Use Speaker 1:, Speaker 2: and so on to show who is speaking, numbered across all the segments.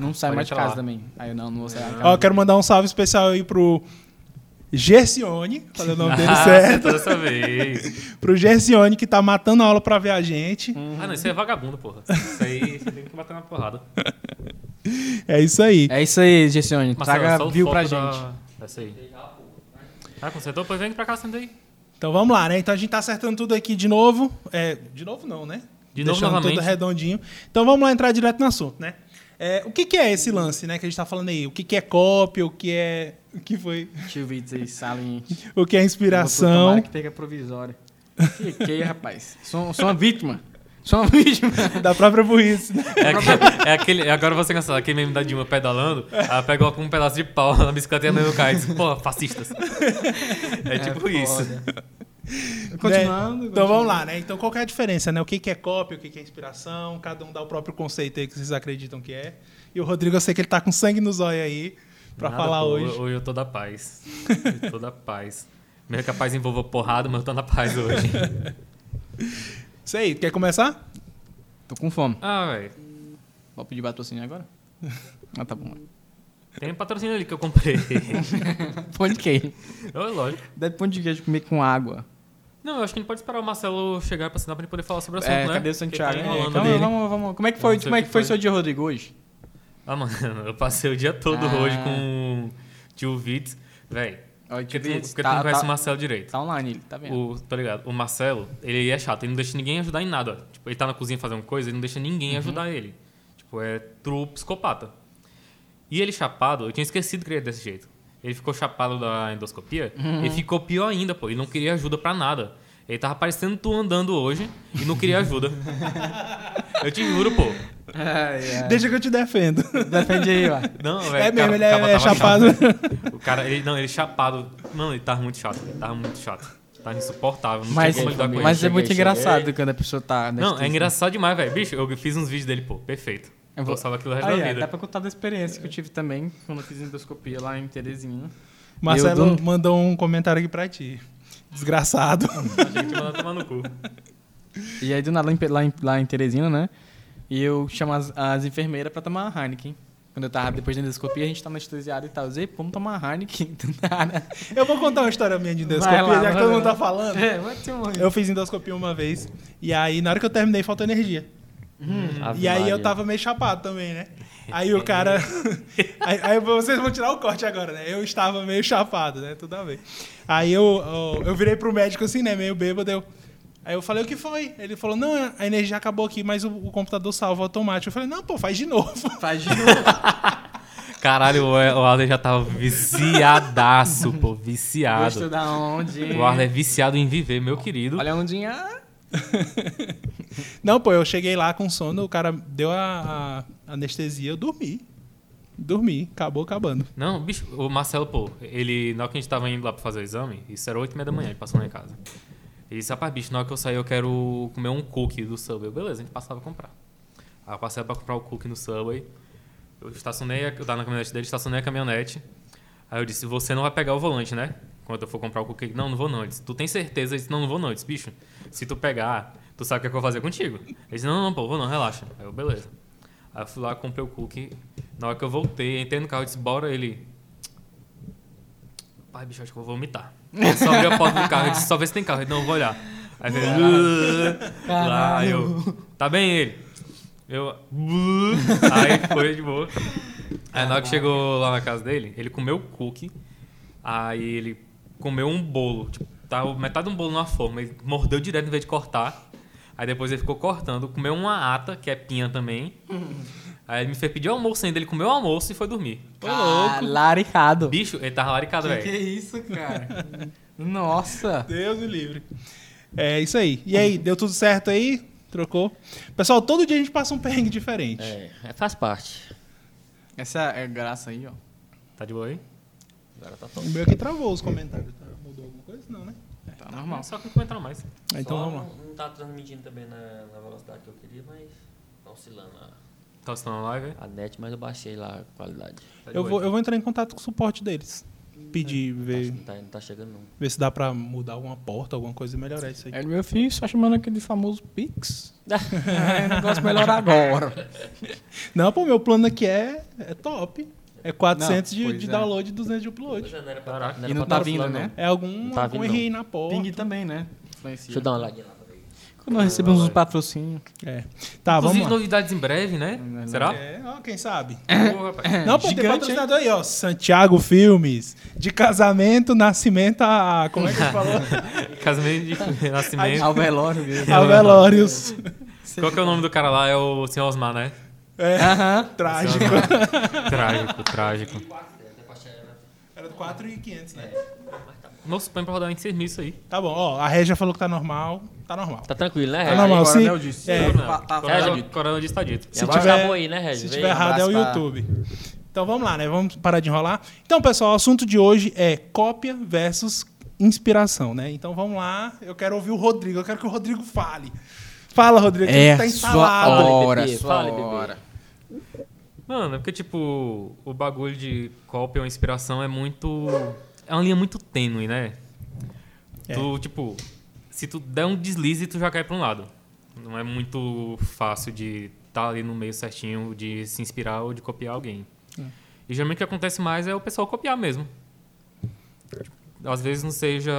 Speaker 1: Não sai
Speaker 2: Pode
Speaker 1: mais de
Speaker 2: entrar
Speaker 1: casa
Speaker 2: lá.
Speaker 1: também. Aí eu não, não vou sair mais de
Speaker 3: Ó,
Speaker 1: casa.
Speaker 3: eu quero mandar um salve especial aí pro Gercione, falei o nome dele certo.
Speaker 2: Ah, acertou dessa vez.
Speaker 3: Pro Gercione, que tá matando a aula pra ver a gente.
Speaker 2: Ah, não, isso aí é vagabundo, porra. Isso aí você tem que bater na porrada.
Speaker 3: É isso aí.
Speaker 1: É isso aí, Gessione.
Speaker 2: Marcelo,
Speaker 1: Traga
Speaker 2: só o
Speaker 1: view pra
Speaker 2: foco da-
Speaker 1: gente.
Speaker 2: Dessa aí. Ah, consertou? Pois vem pra cá, senta aí.
Speaker 3: Então vamos lá, né? Então a gente tá acertando tudo aqui de novo. É, de novo não, né?
Speaker 2: De novo
Speaker 3: Deixando
Speaker 2: novamente.
Speaker 3: tudo redondinho. Então vamos lá entrar direto no assunto, né? É, o que, que é esse lance, né, que a gente tá falando aí? O que, que é cópia? O que é. O que foi?
Speaker 1: Deixa eu ver isso aí, saliente.
Speaker 3: O que é inspiração?
Speaker 1: Tomara que pega provisória. Fiquei, rapaz. Sou, sou uma vítima. Sou uma vítima.
Speaker 3: Da própria burrice, né?
Speaker 2: É aquele, é aquele- agora você cansado, aquele meme da Dilma pedalando, ela pega com um pedaço de pau na bicicleta e a mesmo cai. Diz, Pô, fascistas. É tipo isso.
Speaker 1: Continuando.
Speaker 3: Né? Então
Speaker 1: continuando.
Speaker 3: vamos lá, né? Então qual que é a diferença, né? O que, que é cópia, o que, que é inspiração? Cada um dá o próprio conceito aí que vocês acreditam que é. E o Rodrigo, eu sei que ele tá com sangue nos olhos aí pra
Speaker 2: Nada,
Speaker 3: falar
Speaker 2: pô,
Speaker 3: hoje.
Speaker 2: Hoje eu tô da paz. Eu tô da paz. Mesmo que a paz envolva porrada, mas eu tô na paz hoje.
Speaker 3: Isso aí, quer começar?
Speaker 1: Tô com fome.
Speaker 2: Ah, velho.
Speaker 1: Vou pedir patrocínio agora? Ah, tá bom.
Speaker 2: Tem um patrocínio ali que eu comprei.
Speaker 1: Pão de queijo.
Speaker 2: É lógico.
Speaker 1: Deve pão de queijo comer com água.
Speaker 2: Não, eu acho que ele pode esperar o Marcelo chegar pra assinar pra gente poder falar sobre o assunto,
Speaker 1: É,
Speaker 2: né?
Speaker 1: cadê o
Speaker 2: Porque
Speaker 1: Santiago?
Speaker 2: tá
Speaker 1: É,
Speaker 2: enrolando
Speaker 1: calma,
Speaker 2: dele.
Speaker 1: vamos, vamos. Como é que
Speaker 2: Eu
Speaker 1: foi,
Speaker 2: não sei
Speaker 1: como é
Speaker 2: o que
Speaker 1: que foi
Speaker 2: foi.
Speaker 1: seu dia, Rodrigo, hoje?
Speaker 2: Ah, mano, eu passei o dia todo
Speaker 1: Ah.
Speaker 2: hoje com o tio Vitz. Véi,
Speaker 1: Olha,
Speaker 2: porque,
Speaker 1: tipo,
Speaker 2: tu, não- porque tu
Speaker 1: tá-
Speaker 2: não conhece
Speaker 1: tá-
Speaker 2: o Marcelo direito.
Speaker 1: Tá online, ele tá vendo.
Speaker 2: O, tá ligado? O Marcelo, ele é chato, ele não deixa ninguém ajudar em nada. Tipo, ele tá na cozinha fazendo coisa, ele não deixa ninguém
Speaker 3: Uhum.
Speaker 2: ajudar ele. Tipo, é true psicopata. E ele chapado, eu tinha esquecido que ele era desse jeito. Ele ficou chapado da endoscopia,
Speaker 3: Uhum.
Speaker 2: ele ficou pior ainda, pô. Ele não queria ajuda pra nada. Ele tava parecendo tu andando hoje e não queria ajuda. eu te juro, pô. É,
Speaker 1: Ai, ai.
Speaker 3: Deixa que eu te defendo.
Speaker 1: Defende aí, ó.
Speaker 2: Não, velho.
Speaker 3: É
Speaker 2: o cara- o
Speaker 3: mesmo, ele
Speaker 2: cara
Speaker 3: é, é
Speaker 2: tava chato,
Speaker 3: chapado.
Speaker 2: velho. O cara, ele, não, ele chapado. Mano, ele tava muito chato. Ele tava muito chato. Tava insuportável. Não
Speaker 1: Mas,
Speaker 2: tinha como lidar com
Speaker 1: mas
Speaker 2: ele.
Speaker 1: é muito
Speaker 4: cheguei,
Speaker 1: engraçado
Speaker 4: cheguei.
Speaker 1: quando a pessoa tá.
Speaker 2: Não, é engraçado demais, velho. Bicho, eu fiz uns vídeos dele, pô. Perfeito. Eu vou salvar aquilo o resto
Speaker 1: Aí,
Speaker 2: da
Speaker 1: ó,
Speaker 2: vida.
Speaker 1: dá pra contar da experiência que eu tive também quando eu fiz endoscopia lá em Teresina.
Speaker 3: Marcelo
Speaker 1: Eu dou-
Speaker 3: mandou um comentário aqui pra ti. Desgraçado.
Speaker 2: Achei que tinha mandado tomar no cu.
Speaker 1: E aí do nada lá em, lá em, lá em Teresina, né? E eu chamo as, as enfermeiras pra tomar a Heineken. Quando eu tava depois da endoscopia, a gente tava anestesiado e tal. Eu disse, "Ei, vamos tomar a Heineken. Do nada.
Speaker 3: Eu vou contar uma história minha de
Speaker 1: Vai
Speaker 3: endoscopia,
Speaker 1: lá,
Speaker 3: já
Speaker 1: vai
Speaker 3: que todo
Speaker 1: lá.
Speaker 3: mundo tá falando.
Speaker 1: É, vai te morrer.
Speaker 3: Eu fiz endoscopia uma vez, e aí na hora que eu terminei faltou energia.
Speaker 4: Ave
Speaker 3: e aí eu
Speaker 4: Maria.
Speaker 3: tava meio chapado também, né? Aí o cara. aí, aí vocês vão tirar o corte agora, né? Eu estava meio chapado, né? Tudo a ver. Aí eu, eu, eu virei pro médico assim, né? Meio bêbado. Eu... Aí eu falei, o que foi? Ele falou, não, a energia acabou aqui, mas o, o computador salva automático. Eu falei, não, pô, faz de novo.
Speaker 1: Faz de novo.
Speaker 2: Caralho, o o Arlen já tava viciadaço, pô.
Speaker 1: Gostou
Speaker 2: Viciado.
Speaker 1: da onde? hein?
Speaker 2: O Arlen é viciado em viver, meu querido.
Speaker 1: Olha a ondinha.
Speaker 3: Não, pô, eu cheguei lá com sono, o cara deu a, a anestesia, eu dormi. Dormi, acabou acabando.
Speaker 2: Não, bicho, o Marcelo, pô, ele, na hora que a gente tava indo lá pra fazer o exame, isso era 8 e meia da manhã, ele passou lá em casa. Ele disse, rapaz, bicho, na hora que eu sair eu quero comer um cookie do Subway. Eu, Beleza, a gente passava a comprar. Aí eu passei pra comprar o cookie no Subway, eu estacionei, a- eu tava na caminhonete dele, estacionei a caminhonete. Aí eu disse, você não vai pegar o volante, né? Quando eu for comprar o cookie. Não, não vou não. Ele disse, tu tem certeza? Ele disse, não, não vou não. Eu disse, bicho, se tu pegar, tu sabe o que, é que eu vou fazer contigo. Ele disse, não, não, não, pô, vou não, relaxa. Aí eu, beleza. Aí eu fui lá, comprei o cookie. Na hora que eu voltei, entrei no carro e disse, bora ele. Pai, bicho, acho que eu vou vomitar. Ele só abriu a porta do carro e disse, só vê se tem carro. Ele disse, não, eu vou olhar. Aí veio. "Ah". Lá, aí eu. Tá bem ele. Eu. Aí foi de boa. Aí na hora que chegou lá na casa dele, ele comeu o cookie. Aí ele comeu um bolo. Tipo, tava metade de um bolo numa forma. Ele mordeu direto em vez de cortar. Aí depois ele ficou cortando, comeu uma ata, que é pinha também. Aí ele me fez pedir almoço ainda, ele comeu o almoço e foi dormir. Tô louco.
Speaker 1: Laricado.
Speaker 2: Bicho, ele tava laricado,
Speaker 1: Que, que
Speaker 2: velho.
Speaker 1: é isso, cara? Nossa.
Speaker 3: Deus me livre. É isso aí. E aí, deu tudo certo aí? Trocou? Pessoal, todo dia a gente passa um perrengue diferente.
Speaker 4: É, é, faz parte.
Speaker 1: Essa é a graça aí, ó.
Speaker 2: Tá de boa aí?
Speaker 4: Agora tá
Speaker 3: O
Speaker 4: top.
Speaker 3: meu que travou os comentários. tá? Mudou alguma coisa? Não, né?
Speaker 1: Tá normal.
Speaker 2: Só que não comentar mais.
Speaker 3: Ah, Então
Speaker 4: Só
Speaker 3: vamos lá.
Speaker 4: Não, não tá transmitindo também na, na velocidade que eu queria, mas tá oscilando a,
Speaker 2: Tá assinando a live?
Speaker 4: a net, mas eu baixei lá a qualidade.
Speaker 2: Tá de
Speaker 3: Eu
Speaker 2: boa
Speaker 3: vou,
Speaker 2: aí.
Speaker 3: eu vou entrar em contato com o suporte deles. pedir, ver,
Speaker 4: Não tá, não tá chegando, não.
Speaker 3: ver se dá pra mudar alguma porta, alguma coisa e melhorar isso aí.
Speaker 1: Aí É meu filho só chamando aquele famoso Pix. é, negócio melhor agora.
Speaker 3: Não, pô, meu plano aqui é, é top. É 400
Speaker 1: Não,
Speaker 3: de,
Speaker 1: pois
Speaker 3: de
Speaker 1: é.
Speaker 3: download e 200 de upload.
Speaker 4: Pois é, não era pra,
Speaker 2: Caraca.
Speaker 4: não era
Speaker 1: E não
Speaker 4: pra
Speaker 1: tá
Speaker 4: tá
Speaker 1: vindo,
Speaker 4: oscilando,
Speaker 1: né?
Speaker 4: não.
Speaker 3: É algum,
Speaker 4: Não tá
Speaker 3: algum
Speaker 4: vindo,
Speaker 3: erro aí na porta.
Speaker 1: Ping também, né? Influencia.
Speaker 4: Deixa eu dar uma olhadinha lá.
Speaker 1: Quando nós recebemos uns patrocínios.
Speaker 3: É.
Speaker 4: Ah,
Speaker 3: Tá,
Speaker 2: Inclusive,
Speaker 3: vamos lá.
Speaker 2: novidades em breve, né?
Speaker 1: Não,
Speaker 2: Será?
Speaker 3: É, ó, quem sabe?
Speaker 2: Pô, rapaz.
Speaker 3: Não, pô, tem
Speaker 1: gigante,
Speaker 3: patrocinador aí, ó. Santiago Filmes. De casamento, nascimento a... Como é que falou?
Speaker 2: Casamento de nascimento.
Speaker 1: Ao velório mesmo.
Speaker 3: a velórios.
Speaker 2: Qual que é o nome do cara lá? É o Sr. Osmar, né?
Speaker 3: É,
Speaker 1: Aham.
Speaker 3: trágico.
Speaker 2: trágico, trágico.
Speaker 4: né?
Speaker 3: Era 4,500, né?
Speaker 2: Nossa, põe pra rodar em serviço aí.
Speaker 3: Tá bom, ó. A Regia falou que tá normal. Tá normal.
Speaker 4: Tá tranquilo, né,
Speaker 1: Ah,
Speaker 3: Tá
Speaker 4: Regi?
Speaker 3: normal, sim.
Speaker 1: Coronel disse.
Speaker 3: É,
Speaker 1: Tá- tá-
Speaker 2: Coronel, coronel disso tá dito.
Speaker 4: E agora
Speaker 3: tiver-
Speaker 4: acabou aí, né, Regi?
Speaker 3: Se
Speaker 4: Vem,
Speaker 3: tiver errado é o
Speaker 1: abraço pra-
Speaker 3: YouTube. Então vamos lá, né? Vamos parar de enrolar. Então, pessoal, o assunto de hoje é cópia versus inspiração, né? Então vamos lá. Eu quero ouvir o Rodrigo. Eu quero que o Rodrigo fale. Fala, Rodrigo. que
Speaker 1: É
Speaker 3: tá
Speaker 1: sua
Speaker 3: instalado.
Speaker 1: hora,
Speaker 4: bebê.
Speaker 1: sua
Speaker 4: Fale, bebê.
Speaker 1: hora.
Speaker 2: Mano, é porque, tipo, o bagulho de cópia ou inspiração é muito. É uma linha muito tênue, né?
Speaker 3: É.
Speaker 2: Tu, tipo, se tu der um deslize, tu já cai pra um lado. Não é muito fácil de estar ali no meio certinho de se inspirar ou de copiar alguém. E geralmente o que acontece mais é o pessoal copiar mesmo. Tipo, Às vezes não seja.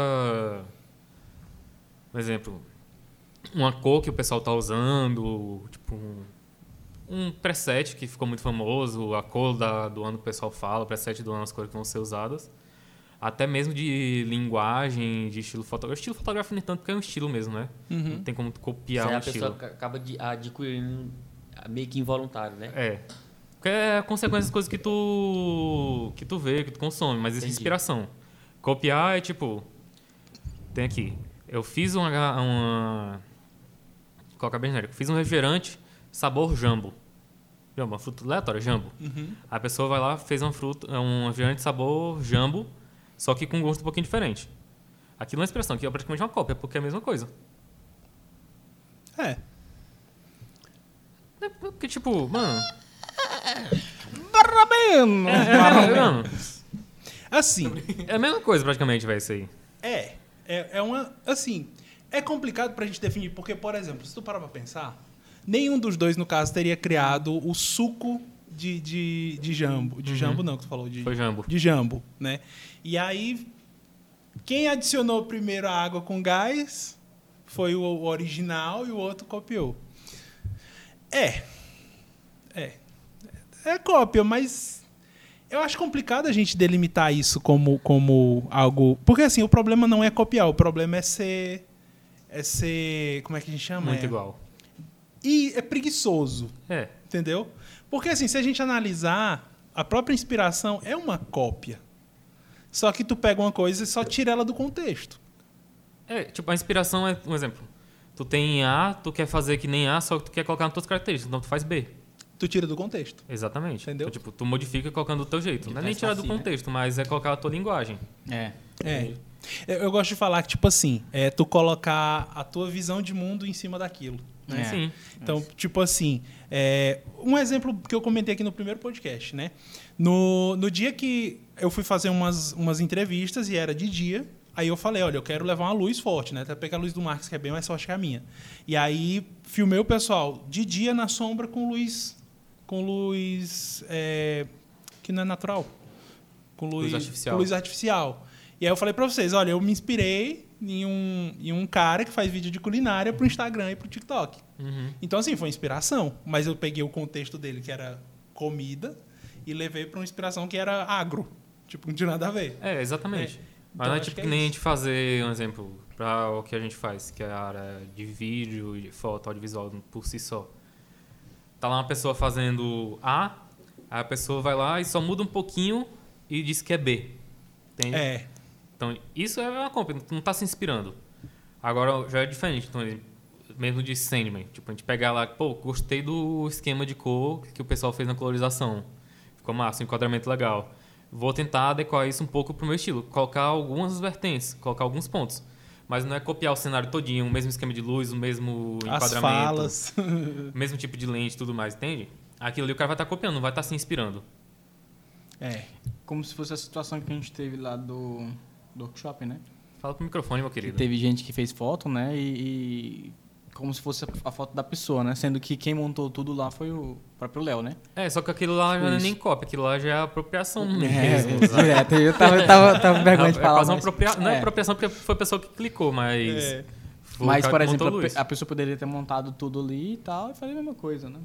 Speaker 2: Por exemplo, uma cor que o pessoal tá usando, tipo, um- um preset que ficou muito famoso, a cor da- do ano que o pessoal fala, o preset do ano, as cores que vão ser usadas. Até mesmo de linguagem, de estilo fotográfico. Estilo fotográfico nem tanto, porque é um estilo mesmo, né? Não tem como tu copiar
Speaker 4: Isso aí
Speaker 2: um
Speaker 4: é a pessoa
Speaker 2: estilo.
Speaker 4: ca- acaba de, adquirindo ah, meio que involuntário, né?
Speaker 2: É. Porque é a consequência das coisas que tu. que tu vê, que tu consome, mas isso é
Speaker 4: Entendi.
Speaker 2: inspiração. Copiar é tipo. Tem aqui. Eu fiz uma. ga- uma Coca bem genérica. Fiz um refrigerante sabor jambo. Jambo, uma fruta aleatória, jambo. A pessoa vai lá, fez uma fruta, um refrigerante sabor jambo, só que com gosto um pouquinho diferente. Aquilo é uma inspiração, aqui é praticamente uma cópia, porque é a mesma coisa.
Speaker 3: É.
Speaker 2: É porque, tipo, mano.
Speaker 1: Parabéns!
Speaker 2: É, é, é, mano,
Speaker 3: Assim.
Speaker 2: é a mesma coisa praticamente, velho, isso aí.
Speaker 3: É. É, é uma. Assim. É complicado pra gente definir, porque, por exemplo, se tu parar pra pensar, nenhum dos dois, no caso, teria criado o suco de, de, de jambo. De jambo, não, que tu falou. De,
Speaker 2: Foi jambo.
Speaker 3: de jambo, né? E aí, quem adicionou primeiro a água com gás foi o o original e o outro copiou. É. É. É cópia, mas eu acho complicado a gente delimitar isso como, como algo. Porque assim, o problema não é copiar, o problema é ser. É ser. Como é que a gente chama?
Speaker 2: Muito
Speaker 3: é.
Speaker 2: igual.
Speaker 3: E é preguiçoso.
Speaker 2: É.
Speaker 3: Entendeu? Porque assim, se a gente analisar, a própria inspiração é uma cópia. Só que tu pega uma coisa e só tira ela do contexto.
Speaker 2: É, tipo, a inspiração é, um exemplo. Tu tem A, tu quer fazer que nem A, só que tu quer colocar nas tuas características, então tu faz B.
Speaker 3: Tu tira do contexto.
Speaker 2: Exatamente.
Speaker 3: Entendeu?
Speaker 2: Então, tipo, tu modifica colocando do teu jeito. Não é
Speaker 4: faz
Speaker 2: nem tirar do
Speaker 4: assim, né?
Speaker 2: contexto, mas é colocar a tua linguagem.
Speaker 1: É.
Speaker 3: É. Eu, eu gosto de falar que, tipo assim, é tu colocar a tua visão de mundo em cima daquilo.
Speaker 2: Né?
Speaker 1: É.
Speaker 2: Sim.
Speaker 3: Então, tipo assim, é, um exemplo que eu comentei aqui no primeiro podcast, né? No, no dia que eu fui fazer umas, umas entrevistas e era de dia, aí eu falei, olha, eu quero levar uma luz forte, né? Até porque a luz do Marcos que é bem mais forte que a minha. E aí filmei o pessoal de dia na sombra com luz, com luz é, que não é natural, com luz,
Speaker 2: Luz artificial.
Speaker 3: com luz artificial. E aí eu falei pra vocês, olha, eu me inspirei em um, em um cara que faz vídeo de culinária pro Instagram e pro TikTok.
Speaker 2: Uhum.
Speaker 3: Então, assim, foi inspiração. Mas eu peguei o contexto dele, que era comida, e levei para uma inspiração que era agro. Tipo, não tinha nada a ver.
Speaker 2: É, exatamente. Mas não é
Speaker 3: acho
Speaker 2: tipo
Speaker 3: que
Speaker 2: que,
Speaker 3: é
Speaker 2: nem a
Speaker 3: isso.
Speaker 2: gente fazer um exemplo pra o que a gente faz, que é a área de vídeo, de foto, audiovisual por si só. Tá lá uma pessoa fazendo A, aí a pessoa vai lá e só muda um pouquinho e diz que é B. Entende?
Speaker 3: É.
Speaker 2: Então, isso é uma compra, tu não tá se inspirando. Agora já é diferente, então, mesmo de Sandman. Tipo, a gente pegar lá, pô, gostei do esquema de cor que o pessoal fez na colorização. Ficou massa, um enquadramento legal. Vou tentar adequar isso um pouco pro meu estilo, colocar algumas vertentes, colocar alguns pontos. Mas não é copiar o cenário todinho, o mesmo esquema de luz, o mesmo
Speaker 3: As
Speaker 2: enquadramento,
Speaker 3: falas.
Speaker 2: o mesmo tá tipo de lente e tudo mais, entende? Aquilo ali o cara vai estar copiando, não vai estar se inspirando.
Speaker 3: é.
Speaker 1: como se fosse a situação que a gente teve lá do, do workshop, né?
Speaker 2: Fala pro microfone, meu
Speaker 1: Que
Speaker 2: querido.
Speaker 1: teve gente que fez foto, né? E, e como se fosse a, a foto da pessoa, né? Sendo que quem montou tudo lá foi o próprio Léo, né?
Speaker 2: É, só que aquilo lá
Speaker 1: Tipo
Speaker 2: não é
Speaker 1: isso.
Speaker 2: nem cópia, aquilo lá já é apropriação mesmo.
Speaker 1: É,
Speaker 2: sabe?
Speaker 1: direto. Eu tava, eu tava, tava com vergonha de
Speaker 2: É
Speaker 1: falar.
Speaker 2: quase uma
Speaker 1: mas-
Speaker 2: apropria- Não é
Speaker 1: é.
Speaker 2: apropriação porque foi a pessoa que clicou, mas.
Speaker 3: É.
Speaker 2: foi o
Speaker 1: Mas,
Speaker 2: cara
Speaker 1: por
Speaker 2: que montou
Speaker 1: exemplo, a,
Speaker 2: a
Speaker 1: pe-
Speaker 2: luz.
Speaker 1: a pessoa poderia ter montado tudo ali e tal, e fazer a mesma coisa, né?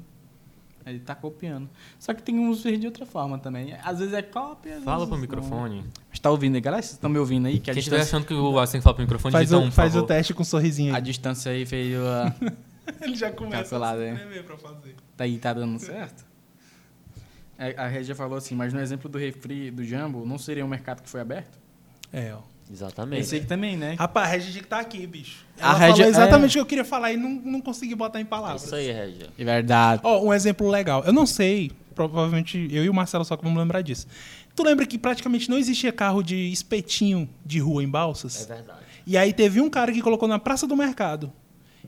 Speaker 1: Ele tá copiando. Só que tem uns feitos de outra forma também. Às vezes é cópia, às
Speaker 2: Fala
Speaker 1: vezes
Speaker 2: pro
Speaker 1: não.
Speaker 2: microfone.
Speaker 1: Mas tá ouvindo aí, galera? Vocês estão me ouvindo aí? Que a
Speaker 2: Quem estiver
Speaker 1: distância,
Speaker 2: achando que o Alisson tem que falar pro microfone,
Speaker 3: Faz,
Speaker 2: digita um,
Speaker 3: o,
Speaker 2: por
Speaker 3: faz o
Speaker 2: favor.
Speaker 3: teste com um sorrisinho
Speaker 1: a
Speaker 3: aí.
Speaker 1: distância aí uh, veio a...
Speaker 3: Ele já começa assim, né? a
Speaker 1: Calculado,
Speaker 3: se
Speaker 1: hein?
Speaker 3: tremer pra fazer.
Speaker 1: Tá aí, tá dando certo? É, A Regia falou assim, mas no exemplo do refri do Jumbo, não seria um mercado que foi aberto?
Speaker 3: É, ó.
Speaker 4: Exatamente.
Speaker 1: Pensei que também, né?
Speaker 3: Rapaz, a Regia tinha que tá aqui, bicho.
Speaker 1: A
Speaker 3: Ela
Speaker 1: Regia-
Speaker 3: falou exatamente o que eu queria falar e não, não consegui botar em
Speaker 4: É
Speaker 3: palavras.
Speaker 4: Isso aí, Regia.
Speaker 1: É verdade.
Speaker 3: Ó, um exemplo legal. Eu não sei, provavelmente eu e o Marcelo só que vamos lembrar disso. Tu lembra que praticamente não existia carro de espetinho de rua em
Speaker 4: É
Speaker 3: Balsas?
Speaker 4: verdade.
Speaker 3: E aí teve um cara que colocou na Praça do Mercado.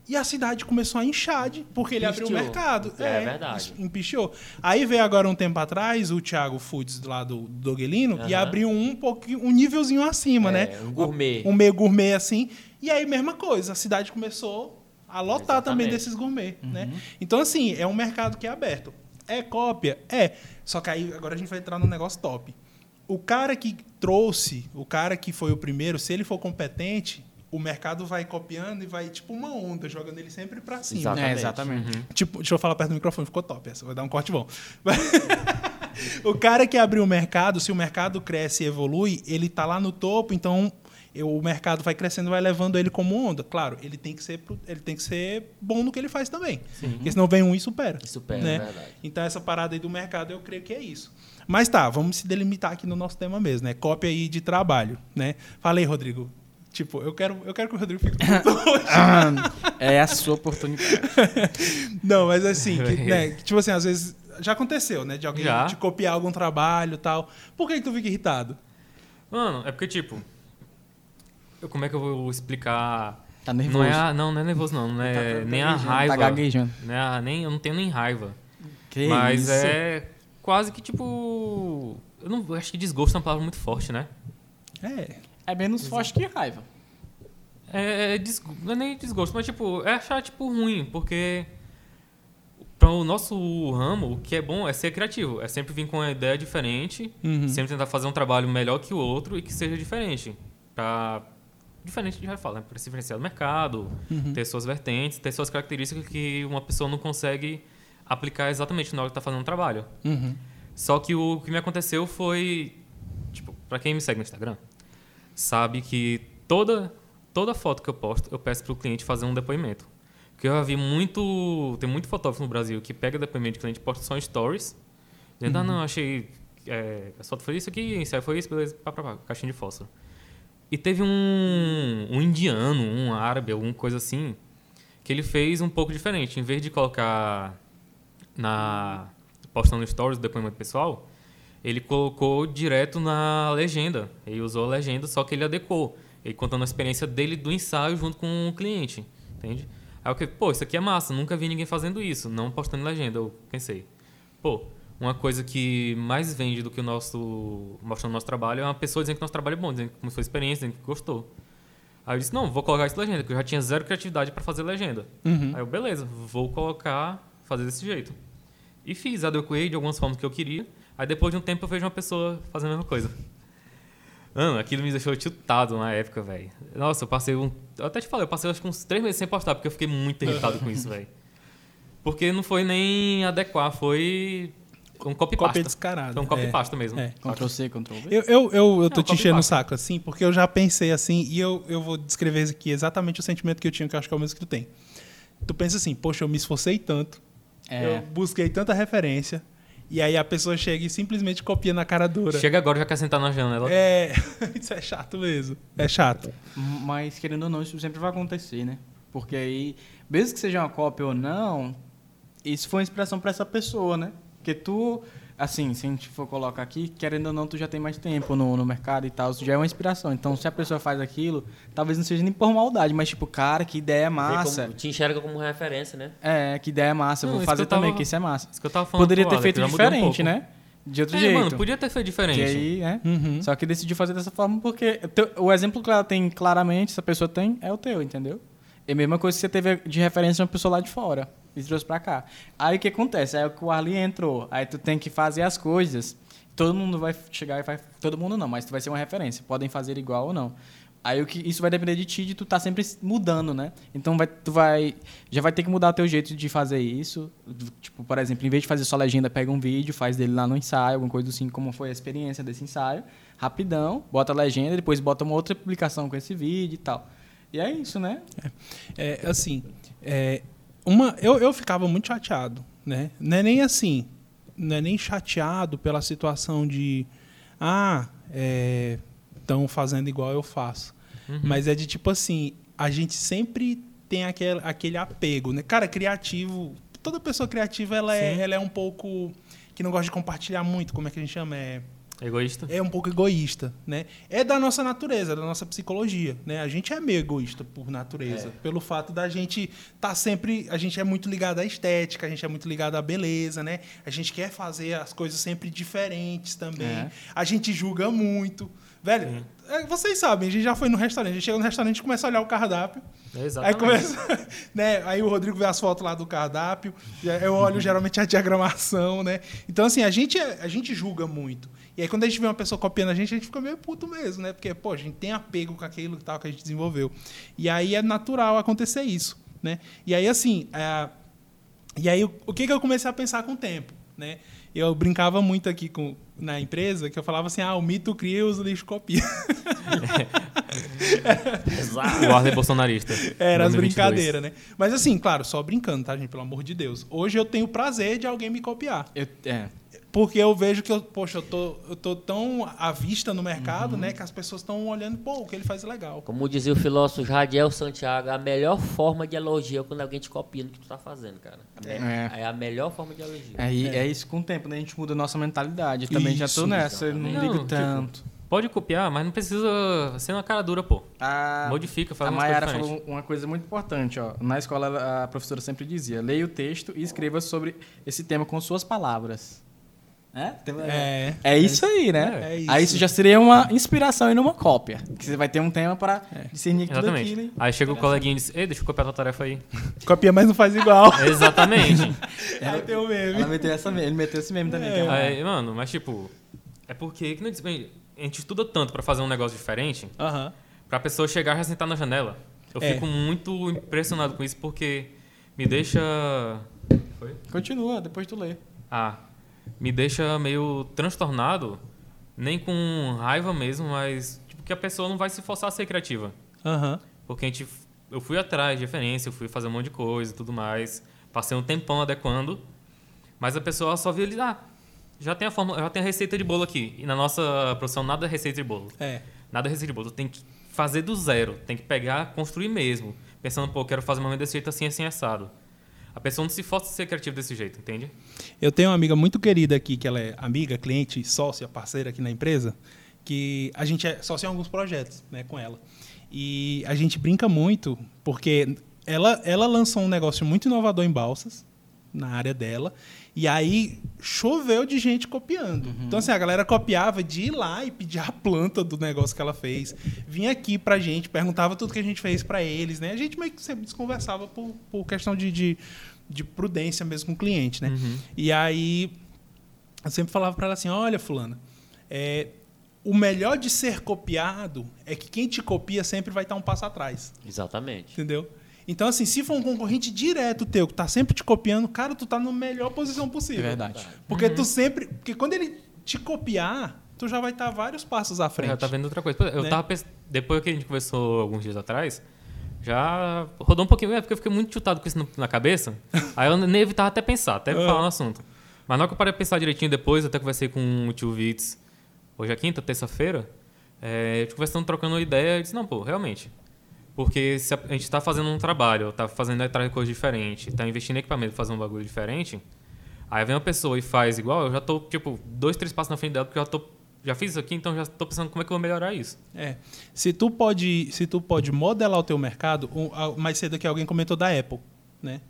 Speaker 3: E a cidade começou a inchar de, porque ele abriu o
Speaker 4: Empichou.
Speaker 3: mercado.
Speaker 4: É verdade.
Speaker 3: Empichou. Aí veio agora um tempo atrás o Thiago Foods lá do Doguelino e
Speaker 4: Aham.
Speaker 3: abriu um pouquinho, um nívelzinho acima,
Speaker 4: É,
Speaker 3: né?
Speaker 4: um gourmet.
Speaker 3: Um meio gourmet assim. E aí, mesma coisa, a cidade começou a lotar também
Speaker 4: Exatamente. Uhum.
Speaker 3: desses gourmet, né? Então, assim, é um mercado que é aberto. É cópia? É. Só que aí agora a gente vai entrar num negócio top. O cara que trouxe, o cara que foi o primeiro, se ele for competente, o mercado vai copiando e vai, tipo, uma onda, jogando ele sempre pra cima.
Speaker 4: Exato.
Speaker 1: É,
Speaker 4: Exatamente.
Speaker 1: exatamente.
Speaker 3: Tipo, deixa eu falar perto do microfone, ficou top essa, vai dar um corte bom. o cara que abriu o mercado, se o mercado cresce e evolui, ele tá lá no topo, então eu- o mercado vai crescendo, vai levando ele como onda. Claro, ele tem que ser, pro- ele tem que ser bom no que ele faz também. Porque senão vem um e supera.
Speaker 4: E supera,
Speaker 3: né?
Speaker 4: é verdade.
Speaker 3: Então essa parada aí do mercado, eu creio que é isso. Mas tá, vamos se delimitar aqui no nosso tema mesmo, né? Cópia aí de trabalho, né? Falei, Rodrigo. Tipo, eu quero, eu quero que o Rodrigo fique
Speaker 2: Uhum.
Speaker 1: Ah, é a sua oportunidade.
Speaker 3: Não, mas assim, que, né, que, tipo assim, às vezes já aconteceu, né? De alguém
Speaker 2: Já.
Speaker 3: te copiar algum trabalho e tal. Por que, que tu fica irritado?
Speaker 2: Mano, é porque, tipo. eu- como é que eu vou explicar.
Speaker 1: Tá nervoso.
Speaker 2: Não é, a- não, não é nervoso, não. não é,
Speaker 1: Tá
Speaker 2: nem a
Speaker 1: gaguejando,
Speaker 2: raiva.
Speaker 1: Tá gaguejando.
Speaker 2: né, a- nem, eu não tenho nem raiva.
Speaker 1: Que
Speaker 2: mas
Speaker 1: isso?
Speaker 2: é quase que tipo. Eu não eu acho que desgosto é uma palavra muito forte, né?
Speaker 3: É.
Speaker 1: É menos forte que raiva.
Speaker 2: É, é desgo- não é nem desgosto, mas tipo, é achar tipo ruim, porque para o nosso ramo, o que é bom é ser criativo, é sempre vir com uma ideia diferente, sempre tentar fazer um trabalho melhor que o outro e que seja diferente, para diferente já fala, né? para se diferenciar do mercado, ter suas vertentes, ter suas características que uma pessoa não consegue aplicar exatamente na hora que está fazendo um trabalho. Só que o que me aconteceu foi, tipo, para quem me segue no Instagram, sabe que toda toda foto que eu posto, eu peço pro cliente fazer um depoimento. Porque eu já vi muito, tem muito fotógrafo no Brasil que pega depoimento de cliente, e posta só em stories, dizendo: "Ah, não, achei é, a foto foi isso aqui, isso aí foi isso, beleza, pá, pá, pá, caixinha de fósforo". E teve um, um indiano, um árabe, alguma coisa assim, que ele fez um pouco diferente. Em vez de colocar na postando stories do depoimento pessoal, ele colocou direto na legenda. Ele usou a legenda, só que ele adequou. Ele contando a experiência dele do ensaio junto com o cliente, entende? Aí eu fiquei, pô, isso aqui é massa, nunca vi ninguém fazendo isso, não postando legenda. Eu pensei, pô, uma coisa que mais vende do que o nosso. mostrando o nosso trabalho é uma pessoa dizendo que o nosso trabalho é bom, dizendo como foi a experiência, dizendo que gostou. Aí eu disse, não, vou colocar isso em legenda, porque eu já tinha zero criatividade para fazer legenda. Aí eu, beleza, vou colocar, fazer desse jeito. E fiz, adequei de algumas formas que eu queria. Aí depois de um tempo eu vejo uma pessoa fazendo a mesma coisa. Mano, aquilo me deixou tiltado na época, velho. Nossa, eu passei um. Eu até te falei, eu passei acho que uns três meses sem postar, porque eu fiquei muito irritado com isso, velho. Porque não foi nem adequar, foi um copy-pasta.
Speaker 3: Cópia descarada.
Speaker 2: Foi um copy-pasta mesmo.
Speaker 3: É.
Speaker 1: Ctrl C, Ctrl V.
Speaker 3: Eu, eu, eu, eu tô
Speaker 2: Não,
Speaker 3: te enchendo o
Speaker 2: copy-paste.
Speaker 3: saco, assim, porque eu já pensei assim, e eu, eu vou descrever aqui exatamente o sentimento que eu tinha, que eu acho que é o mesmo que tu tem. Tu pensa assim, poxa, eu me esforcei tanto,
Speaker 1: É.
Speaker 3: eu busquei tanta referência, e aí a pessoa chega e simplesmente copia na cara dura.
Speaker 2: Chega agora e já quer sentar na janela.
Speaker 3: É, isso é chato mesmo. É chato.
Speaker 1: Mas querendo ou não, isso sempre vai acontecer, né? Porque aí, mesmo que seja uma cópia ou não, isso foi uma inspiração pra essa pessoa, né? Porque tu, assim, se a gente for colocar aqui, querendo ou não, tu já tem mais tempo no, no mercado e tal, isso já é uma inspiração. Então, se a pessoa faz aquilo, talvez não seja nem por maldade, mas tipo, cara, que ideia
Speaker 4: Vê
Speaker 1: massa.
Speaker 4: Como, te enxerga como referência, né?
Speaker 1: É, que ideia massa, eu
Speaker 2: Não,
Speaker 1: vou
Speaker 2: isso que
Speaker 1: fazer
Speaker 2: eu tava-
Speaker 1: também, que isso é massa.
Speaker 2: Isso que eu tava falando.
Speaker 1: Poderia
Speaker 2: pro
Speaker 1: ter
Speaker 2: Alex,
Speaker 1: feito
Speaker 2: eu já mudei um
Speaker 1: diferente, né?
Speaker 2: pouco.
Speaker 1: de outro
Speaker 2: É,
Speaker 1: jeito.
Speaker 2: mano, podia ter feito diferente. assim.
Speaker 1: que aí, é.
Speaker 3: Uhum.
Speaker 1: Só que decidiu fazer dessa forma porque é teu- o exemplo que ela tem claramente, essa pessoa tem, é o teu, entendeu? É a mesma coisa que você teve de referência uma pessoa lá de fora e trouxe pra cá. Aí o que acontece? Aí é que o Arley entrou, aí tu tem que fazer as coisas. Todo mundo vai chegar e vai. Todo mundo não, mas tu vai ser uma referência. Podem fazer igual ou não. Aí o que isso vai depender de ti, de tu tá sempre s- mudando, né? Então vai, tu vai já vai ter que mudar o teu jeito de fazer isso. Do- Tipo, por exemplo, em vez de fazer só legenda, pega um vídeo, faz dele lá no ensaio, alguma coisa assim, como foi a experiência desse ensaio, rapidão, bota a legenda, depois bota uma outra publicação com esse vídeo e tal. E é isso, né?
Speaker 3: É, assim, é, uma, eu, eu ficava muito chateado, né? Não é nem assim, não é nem chateado pela situação de, ah, estão fazendo igual eu faço. Mas é de tipo assim, a gente sempre tem aquele, aquele apego, né? Cara, criativo, toda pessoa criativa, ela é, ela é um pouco, que não gosta de compartilhar muito, como é que a gente chama? É
Speaker 2: Egoísta.
Speaker 3: é um pouco egoísta, né? É da nossa natureza, da nossa psicologia, né? A gente é meio egoísta por natureza, pelo fato da gente estar tá sempre, a gente é muito ligado à estética, a gente é muito ligado à beleza, né? A gente quer fazer as coisas sempre diferentes também.
Speaker 1: É.
Speaker 3: A gente julga muito. Velho, é, vocês sabem, a gente já foi no restaurante, a gente chega no restaurante e começa a olhar o cardápio. Aí
Speaker 1: É,
Speaker 2: Exatamente.
Speaker 3: começa, né? Aí o Rodrigo vê as fotos lá do cardápio. e aí Eu olho geralmente a diagramação, né? Então, assim, a gente, é- a gente julga muito. E aí, quando a gente vê uma pessoa copiando a gente, a gente fica meio puto mesmo, né? Porque, pô, a gente tem apego com aquilo e tal que a gente desenvolveu. E aí é natural acontecer isso, né? E aí, assim, a- e aí, o o que, que eu comecei a pensar com o tempo, né? Eu brincava muito aqui com, na empresa que eu falava assim: ah, o mito cria, os lixos copiam.
Speaker 4: Exato.
Speaker 2: O Arley bolsonarista.
Speaker 3: É,
Speaker 1: É,
Speaker 3: Era
Speaker 2: 2022.
Speaker 3: as brincadeiras, né? Mas assim, claro, só brincando, tá, gente? Pelo amor de Deus. Hoje eu tenho o prazer de alguém me copiar.
Speaker 1: Eu, é.
Speaker 3: Porque eu vejo que eu, poxa, eu tô, eu tô tão à vista no mercado, né? Que as pessoas estão olhando, pô, o que ele faz é legal.
Speaker 4: Como dizia o filósofo Jadiel Santiago, a melhor forma de elogio é quando alguém te copia no que tu tá fazendo, cara.
Speaker 1: É.
Speaker 4: É, a melhor forma de elogio.
Speaker 1: Aí é. isso com o tempo, né? A gente muda a nossa mentalidade. Eu também já
Speaker 3: Isso,
Speaker 1: tô nessa, eu não
Speaker 2: exatamente.
Speaker 1: ligo
Speaker 2: Não, tipo,
Speaker 1: tanto.
Speaker 2: Pode copiar, mas não precisa ser uma cara dura, pô.
Speaker 1: a,
Speaker 2: Modifica, faz
Speaker 1: a
Speaker 2: umas coisas
Speaker 1: Mayara
Speaker 2: diferentes.
Speaker 1: falou uma coisa muito importante, ó. Na escola ela- a professora sempre dizia: leia o texto e escreva sobre esse tema com suas palavras. É? Tem-
Speaker 3: É.
Speaker 1: É isso aí, né?
Speaker 3: É isso.
Speaker 1: Aí isso já seria uma inspiração e não uma cópia. Que você vai ter um tema para discernir tudo
Speaker 2: É. Exatamente.
Speaker 1: aquilo. hein?
Speaker 2: Aí chega o coleguinha e diz, ei, deixa eu copiar tua tarefa aí.
Speaker 3: Copia, mas não faz igual. É,
Speaker 2: Exatamente.
Speaker 3: aí tem o um meme.
Speaker 1: Ela meteu essa, me- ele meteu esse meme também. que é uma-
Speaker 2: Aí, mano, mas tipo, é porque que não diz, bem, a gente estuda tanto pra fazer um negócio diferente,
Speaker 3: Aham.
Speaker 2: pra pessoa chegar e sentar na janela. Eu
Speaker 3: É.
Speaker 2: fico muito impressionado com isso porque me deixa. Foi?
Speaker 1: Continua, depois tu lê.
Speaker 2: Ah, me deixa meio transtornado, nem com raiva mesmo, mas tipo, que a pessoa não vai se forçar a ser criativa.
Speaker 3: Aham.
Speaker 2: Porque a gente, eu fui atrás de referência, eu fui fazer um monte de coisa e tudo mais. Passei um tempão adequando, mas a pessoa só viu ali, ah, já tem a forma, já tem a receita de bolo aqui. E na nossa profissão nada é receita de bolo.
Speaker 3: É.
Speaker 2: Nada é receita de bolo, tem que fazer do zero, tem que pegar, construir mesmo. Pensando, pô, eu quero fazer uma receita desse jeito assim, assim, assado. A pessoa não se força a ser criativa desse jeito, entende?
Speaker 3: Eu tenho uma amiga muito querida aqui, que ela é amiga, cliente, sócia, parceira aqui na empresa, que a gente é sócio em alguns projetos, né, com ela. E a gente brinca muito, porque ela, ela lançou um negócio muito inovador em Balsas, na área dela, e aí choveu de gente copiando. Então, assim, a galera copiava de ir lá e pedir a planta do negócio que ela fez, vinha aqui pra gente, perguntava tudo que a gente fez pra eles, né? A gente meio que sempre desconversava por, por questão de, de, de prudência mesmo com o cliente, né?
Speaker 2: Uhum.
Speaker 3: E aí eu sempre falava pra ela assim: olha, Fulana, é, o melhor de ser copiado é que quem te copia sempre vai estar um passo atrás.
Speaker 4: Exatamente.
Speaker 3: Entendeu? Então, assim, se for um concorrente direto teu, que tá sempre te copiando, cara, tu tá na melhor posição
Speaker 1: É
Speaker 3: possível.
Speaker 1: verdade.
Speaker 3: Porque tu sempre. Porque quando ele te copiar, tu já vai estar vários passos à frente.
Speaker 2: Já tá vendo outra coisa. Pois é, Eu
Speaker 3: Né?
Speaker 2: tava pens... Depois que a gente conversou alguns dias atrás, já rodou um pouquinho, é porque eu fiquei muito chutado com isso no- na cabeça. Aí eu nem evitava até pensar, até falar no assunto. Mas na hora que eu parei pra pensar direitinho depois, até conversei com o tio Vitz, hoje é quinta, terça-feira, é, a gente conversando, trocando uma ideia, eu disse, não, pô, realmente. Porque se a, a gente tá fazendo um trabalho, tá fazendo atrás de coisa diferente, tá investindo em equipamento pra fazer um bagulho diferente, Aí vem uma pessoa e faz igual, eu já tô, tipo, dois, três passos na frente dela, porque eu já tô. Já fiz isso aqui, então já tô pensando como é que eu vou melhorar isso.
Speaker 3: É. Se tu pode, se tu pode modelar o teu mercado, um, a- mais cedo aqui alguém comentou da Apple, né?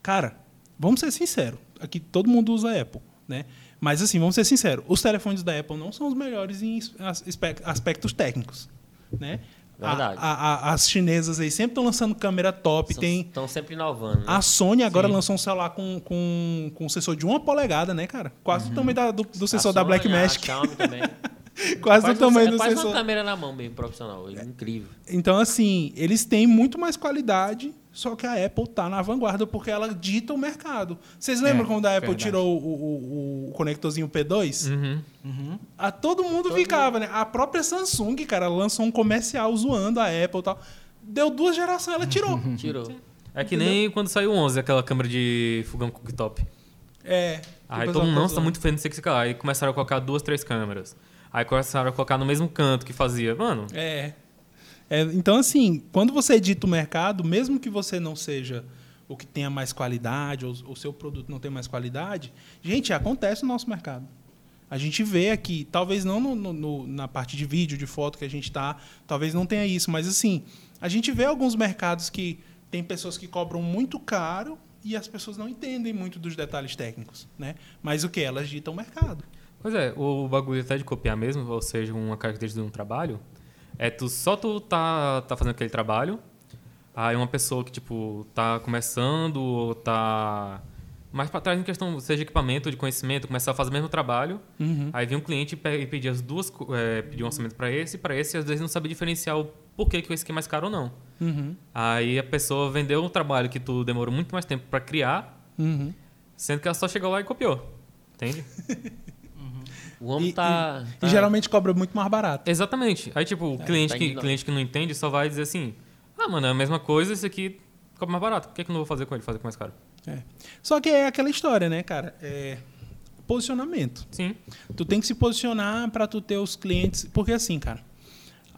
Speaker 3: Cara, vamos ser sinceros, aqui todo mundo usa Apple, né? Mas assim, vamos ser sinceros, os telefones da Apple não são os melhores em as- espe- aspectos técnicos, né? A-
Speaker 4: Verdade.
Speaker 3: a- a- as chinesas aí sempre estão lançando câmera top, tem Ah,
Speaker 4: Estão sempre inovando. né?
Speaker 3: a Sony agora
Speaker 2: Sim.
Speaker 3: lançou um celular com, com, com um sensor de uma polegada, né, cara? Quase do tamanho da- do, do
Speaker 4: Uhum. A
Speaker 3: sensor da
Speaker 4: Sony,
Speaker 3: Black
Speaker 4: a
Speaker 3: Magic.
Speaker 4: Xiaomi é também.
Speaker 3: Quase do
Speaker 4: Quase
Speaker 3: tamanho
Speaker 4: uma,
Speaker 3: do
Speaker 4: é quase uma
Speaker 3: sensor.
Speaker 4: câmera na mão mesmo, profissional. É Incrível.
Speaker 3: Então, assim, eles têm muito mais qualidade, só que a Apple tá na vanguarda porque ela dita o mercado. Vocês lembram
Speaker 1: É,
Speaker 3: quando a Apple
Speaker 1: verdade.
Speaker 3: tirou o, o- o conectorzinho P2?
Speaker 2: Uhum.
Speaker 3: A todo mundo ficava, né? A própria Samsung, cara, lançou um comercial zoando a Apple e tal. Deu duas gerações, ela tirou.
Speaker 4: Tirou.
Speaker 2: É que nem quando saiu o 11, aquela câmera de fogão cooktop.
Speaker 3: É.
Speaker 2: Aí
Speaker 3: depois
Speaker 2: todo mundo,
Speaker 3: ela
Speaker 2: nossa, tá
Speaker 3: zoou.
Speaker 2: muito feio, não sei o que sei lá. Aí começaram a colocar duas, três câmeras. Aí começaram a colocar no mesmo canto que fazia. Mano,
Speaker 3: É. É, Então, assim, quando você edita o mercado, mesmo que você não seja o que tenha mais qualidade, ou o seu produto não tenha mais qualidade, gente, acontece no nosso mercado. A gente vê aqui, talvez não no- no- no- na parte de vídeo, de foto que a gente está, talvez não tenha isso, mas assim, a gente vê alguns mercados que tem pessoas que cobram muito caro e as pessoas não entendem muito dos detalhes técnicos, né? Mas o que? Elas ditam o mercado.
Speaker 2: Pois é, o bagulho até de copiar mesmo, ou seja, uma característica de um trabalho, é tu só tu tá, tá fazendo aquele trabalho, aí uma pessoa que, tipo, tá começando ou tá mais pra trás em questão, seja equipamento ou de conhecimento, começar a fazer o mesmo trabalho, aí vinha um cliente e pe- e pedia as duas, co- é, pedia um orçamento para esse e para esse, e às vezes não sabia diferenciar o porquê que esse aqui é mais caro ou não.
Speaker 3: Uhum.
Speaker 2: Aí a pessoa vendeu um trabalho que tu demorou muito mais tempo para criar,
Speaker 3: Uhum.
Speaker 2: sendo que ela só chegou lá e copiou. Entende?
Speaker 4: O homem
Speaker 3: E-
Speaker 4: tá.
Speaker 3: E
Speaker 4: tá-
Speaker 3: geralmente cobra muito mais barato.
Speaker 2: Exatamente. Aí, tipo, o cliente,
Speaker 4: tá
Speaker 2: que,
Speaker 4: indo lá.
Speaker 2: cliente que não entende só vai dizer assim: ah, mano, é a mesma coisa, esse aqui cobra mais barato. Por que, que eu não vou fazer com ele? Fazer com mais caro?
Speaker 3: É. Só que é aquela história, né, cara? É posicionamento.
Speaker 2: Sim.
Speaker 3: Tu tem que se posicionar para tu ter os clientes. Porque assim, cara,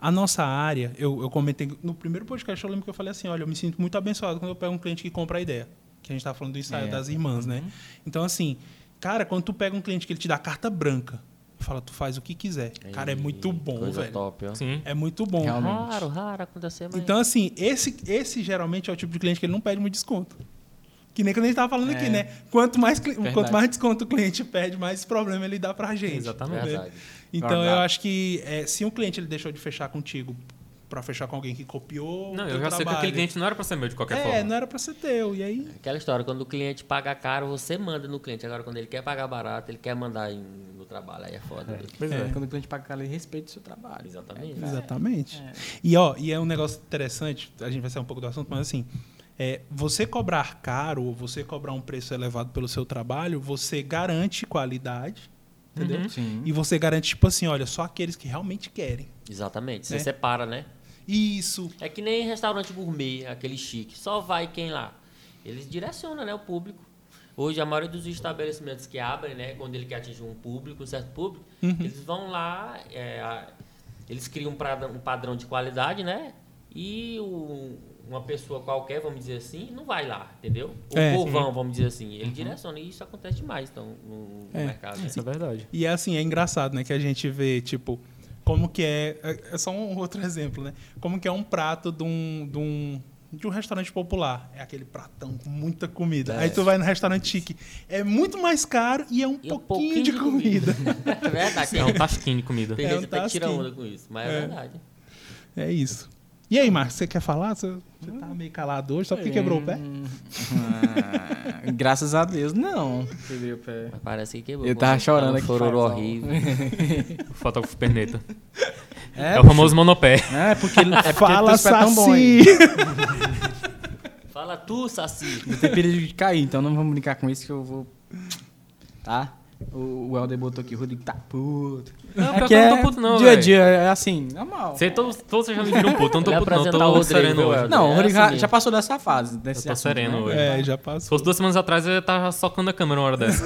Speaker 3: a nossa área, eu, eu comentei no primeiro podcast, eu lembro que eu falei assim: olha, eu me sinto muito abençoado quando eu pego um cliente que compra a ideia. Que a gente tá falando do ensaio
Speaker 1: É.
Speaker 3: das irmãs,
Speaker 4: Uhum.
Speaker 3: né? Então, assim, cara, quando tu pega um cliente que ele te dá carta branca, fala, tu faz o que quiser. Cara, é muito bom,
Speaker 4: Coisa
Speaker 3: velho.
Speaker 4: top, ó.
Speaker 2: Sim.
Speaker 3: É muito bom.
Speaker 1: Realmente.
Speaker 4: Raro, raro acontecer, mas.
Speaker 3: Então, assim, esse, esse geralmente é o tipo de cliente que ele não pede muito desconto. Que nem quando a gente estava falando
Speaker 1: É.
Speaker 3: aqui, né? Quanto mais, cli-
Speaker 1: Verdade.
Speaker 3: quanto mais desconto o cliente pede, mais problema ele dá pra gente.
Speaker 2: Exatamente.
Speaker 3: né?
Speaker 4: Verdade.
Speaker 3: Então, eu
Speaker 1: Verdade.
Speaker 3: acho que é, se um cliente ele deixou de fechar contigo para fechar com alguém que copiou.
Speaker 2: Não,
Speaker 3: o
Speaker 2: eu já sei
Speaker 3: teu
Speaker 2: que
Speaker 3: um trabalho-
Speaker 2: aquele cliente não era pra ser meu de qualquer
Speaker 3: É,
Speaker 2: forma.
Speaker 3: não era pra ser teu. E aí.
Speaker 4: Aquela história, quando o cliente paga caro, você manda no cliente. Agora, quando ele quer pagar barato, ele quer mandar em- no trabalho. Aí é foda.
Speaker 2: Pois é.
Speaker 1: Quando o cliente paga caro, ele respeita o seu trabalho.
Speaker 4: Exatamente.
Speaker 3: Exatamente. E, ó, e é um negócio interessante, a gente vai sair um pouco do assunto, mas assim, é, você cobrar caro ou você cobrar um preço elevado pelo seu trabalho, você garante qualidade, entendeu?
Speaker 1: Sim.
Speaker 3: E você garante, tipo assim, olha, só aqueles que realmente querem.
Speaker 4: Exatamente. Você
Speaker 3: É.
Speaker 4: separa, né?
Speaker 3: Isso.
Speaker 4: É que nem restaurante gourmet, aquele chique. Só vai quem lá. Eles direcionam, né, o público. Hoje, a maioria dos estabelecimentos que abrem, né, quando ele quer atingir um público, um certo público,
Speaker 3: Uhum.
Speaker 4: eles vão lá, é, a- eles criam um, prada- um padrão de qualidade, né? E o- uma pessoa qualquer, vamos dizer assim, não vai lá, entendeu? O
Speaker 3: É, Uhum.
Speaker 4: povão, vamos dizer assim. Ele direciona e isso acontece demais então, no, no
Speaker 3: É.
Speaker 4: mercado. né?
Speaker 2: Isso é verdade.
Speaker 3: E é assim, é engraçado, né? Que a gente vê, tipo, como que é. é- É só um outro exemplo, né? Como que é um prato de um. De um de um restaurante popular. É aquele pratão com muita comida.
Speaker 4: É.
Speaker 3: Aí tu vai no restaurante chique. É muito mais caro e é um
Speaker 4: E
Speaker 3: pouquinho,
Speaker 4: um
Speaker 3: de, comida.
Speaker 4: é verdade.
Speaker 2: É assim. um tasquinho de comida.
Speaker 4: Tem
Speaker 3: É um
Speaker 4: gente até que tira
Speaker 3: tasquinho.
Speaker 4: onda com isso, mas
Speaker 3: É.
Speaker 4: é verdade.
Speaker 3: É isso. E aí, Marcos, você quer falar? Você, você tá meio calado hoje, só porque quebrou o pé?
Speaker 1: É. Ah, graças a Deus, não. Quebrei o pé.
Speaker 4: Mas parece que quebrou.
Speaker 1: Eu tava
Speaker 4: Quando
Speaker 1: chorando
Speaker 4: tava
Speaker 1: aqui.
Speaker 4: Chororô
Speaker 1: fazão.
Speaker 4: horrível.
Speaker 2: O fotógrafo perneta.
Speaker 1: É,
Speaker 2: É, o famoso monopé.
Speaker 1: é porque ele é
Speaker 3: Fala,
Speaker 1: porque tão bom
Speaker 3: Saci!
Speaker 1: aí.
Speaker 4: Fala tu, Saci.
Speaker 1: Eu tenho perigo de cair, então não vamos brincar com isso que eu vou. Tá? O, o Helder botou aqui, o Rodrigo tá puto.
Speaker 2: Não,
Speaker 1: É que
Speaker 2: pior que eu não
Speaker 1: é
Speaker 2: tô puto, não.
Speaker 1: Dia a
Speaker 2: velho.
Speaker 1: dia, é assim, normal.
Speaker 2: Você, todos, todos vocês já me viram puto, eu não tô
Speaker 4: Ele
Speaker 2: puto, não.
Speaker 4: apresentar o
Speaker 2: Tô
Speaker 4: Rodrigo,
Speaker 2: sereno
Speaker 4: viu,
Speaker 2: hoje.
Speaker 4: Elton?
Speaker 1: Não, o
Speaker 4: É
Speaker 1: Rodrigo
Speaker 4: assim
Speaker 1: já
Speaker 4: mesmo.
Speaker 1: passou dessa fase.
Speaker 2: Eu
Speaker 1: Desse
Speaker 2: tô
Speaker 1: assunto,
Speaker 2: sereno
Speaker 1: né?
Speaker 2: hoje.
Speaker 3: É, já
Speaker 2: Se
Speaker 3: passou.
Speaker 2: fosse duas semanas atrás, eu tava socando a câmera uma hora dessa.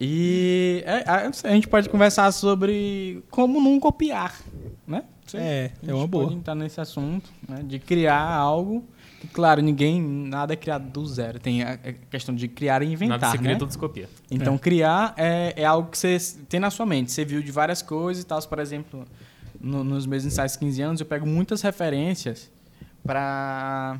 Speaker 1: E é, a, a gente pode conversar sobre como não copiar, né? Isso aí.
Speaker 3: É,
Speaker 1: A
Speaker 3: é
Speaker 1: gente
Speaker 3: uma
Speaker 1: Pode
Speaker 3: boa.
Speaker 1: entrar nesse assunto, né? De criar algo. que, claro, ninguém, nada é criado do zero. Tem a a questão de criar e inventar,
Speaker 2: Nada se cria,
Speaker 1: né?
Speaker 2: tudo se copia.
Speaker 1: Então, criar é, é algo que você s- tem na sua mente. Você viu de várias coisas e tal. Por exemplo, no- nos meus ensaios de 15 anos, eu pego muitas referências para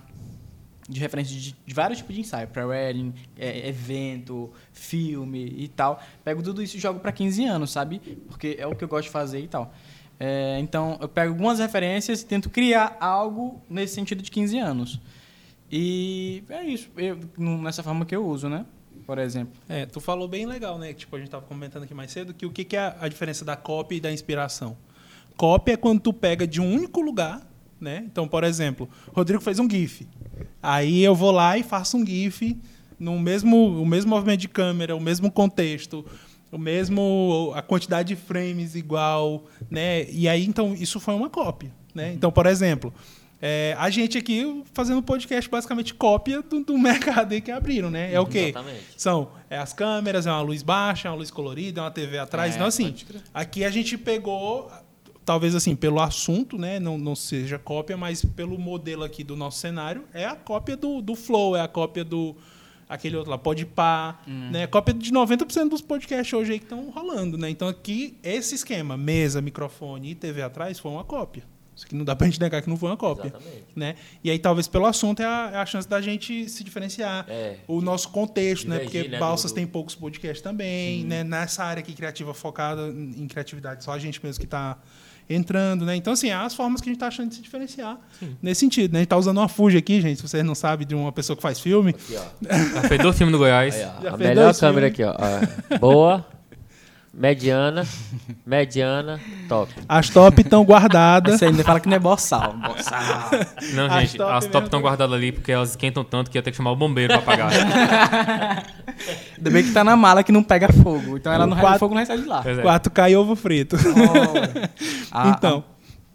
Speaker 1: de referência de, de vários tipos de ensaio, pré-wedding, é, evento, filme e tal. Pego tudo isso e jogo para 15 anos, sabe? Porque é o que eu gosto de fazer e tal. É, então, eu pego algumas referências e tento criar algo nesse sentido de 15 anos. E é isso, eu- n- nessa forma que eu uso, né? Por exemplo.
Speaker 3: É, tu falou bem legal, né? Tipo, a gente tava comentando aqui mais cedo que o que, que é a- a diferença da cópia e da inspiração. Cópia é quando tu pega de um único lugar, né? Então, por exemplo, Rodrigo fez um GIF. Aí eu vou lá e faço um GIF no mesmo, o mesmo movimento de câmera, o mesmo contexto, o mesmo a quantidade de frames igual, né? E aí então isso foi uma cópia, né? Então, por exemplo, é, a gente aqui fazendo podcast basicamente cópia do, do mercado aí que abriram, né? É o quê?
Speaker 4: Exatamente.
Speaker 3: São é as câmeras, é uma luz baixa, é uma luz colorida, é uma TV atrás. então, assim, aqui a gente pegou, talvez assim, pelo assunto, né? Não, não seja cópia, mas pelo modelo aqui do nosso cenário, é a cópia do, do Flow, é a cópia do. Aquele outro lá, pode pá,
Speaker 4: Hum.
Speaker 3: né? Cópia de 90% dos podcasts hoje aí que estão rolando, né? Então aqui, esse esquema, mesa, microfone e TV atrás, foi uma cópia. Isso aqui não dá pra gente negar que não foi uma cópia.
Speaker 4: Exatamente.
Speaker 3: Né? E aí, talvez pelo assunto, é a, é a chance da gente se diferenciar
Speaker 4: É.
Speaker 3: o nosso contexto, né?
Speaker 4: Divergir,
Speaker 3: Porque
Speaker 4: né,
Speaker 3: Balsas
Speaker 4: do-
Speaker 3: tem poucos podcasts também, né? Nessa área aqui criativa focada em em criatividade, só a gente mesmo que está entrando, né? Então, assim, há as formas que a gente está achando de se diferenciar nesse sentido, né? A gente está usando uma Fuji aqui, gente, se vocês não sabem, de uma pessoa que faz filme.
Speaker 4: Aqui, ó.
Speaker 2: Já fez dois filmes do Goiás.
Speaker 4: Aí, ó.
Speaker 3: Já
Speaker 4: A
Speaker 3: fez
Speaker 4: melhor
Speaker 3: dois
Speaker 4: câmera aqui, ó. Ó, Boa, mediana, mediana, top.
Speaker 3: As top estão guardadas.
Speaker 1: Você ainda fala que não é boçal. boçal.
Speaker 2: Não,
Speaker 3: As
Speaker 2: gente,
Speaker 3: top
Speaker 2: as top
Speaker 3: mesmo.
Speaker 2: estão guardadas ali porque elas esquentam tanto que ia ter que chamar o bombeiro pra apagar.
Speaker 1: Ainda bem que tá na mala que não pega fogo. Então ela não
Speaker 3: Quatro-
Speaker 1: fogo não recebe de lá.
Speaker 2: Pois é.
Speaker 3: 4K e ovo frito.
Speaker 4: Ah,
Speaker 1: A-
Speaker 3: então,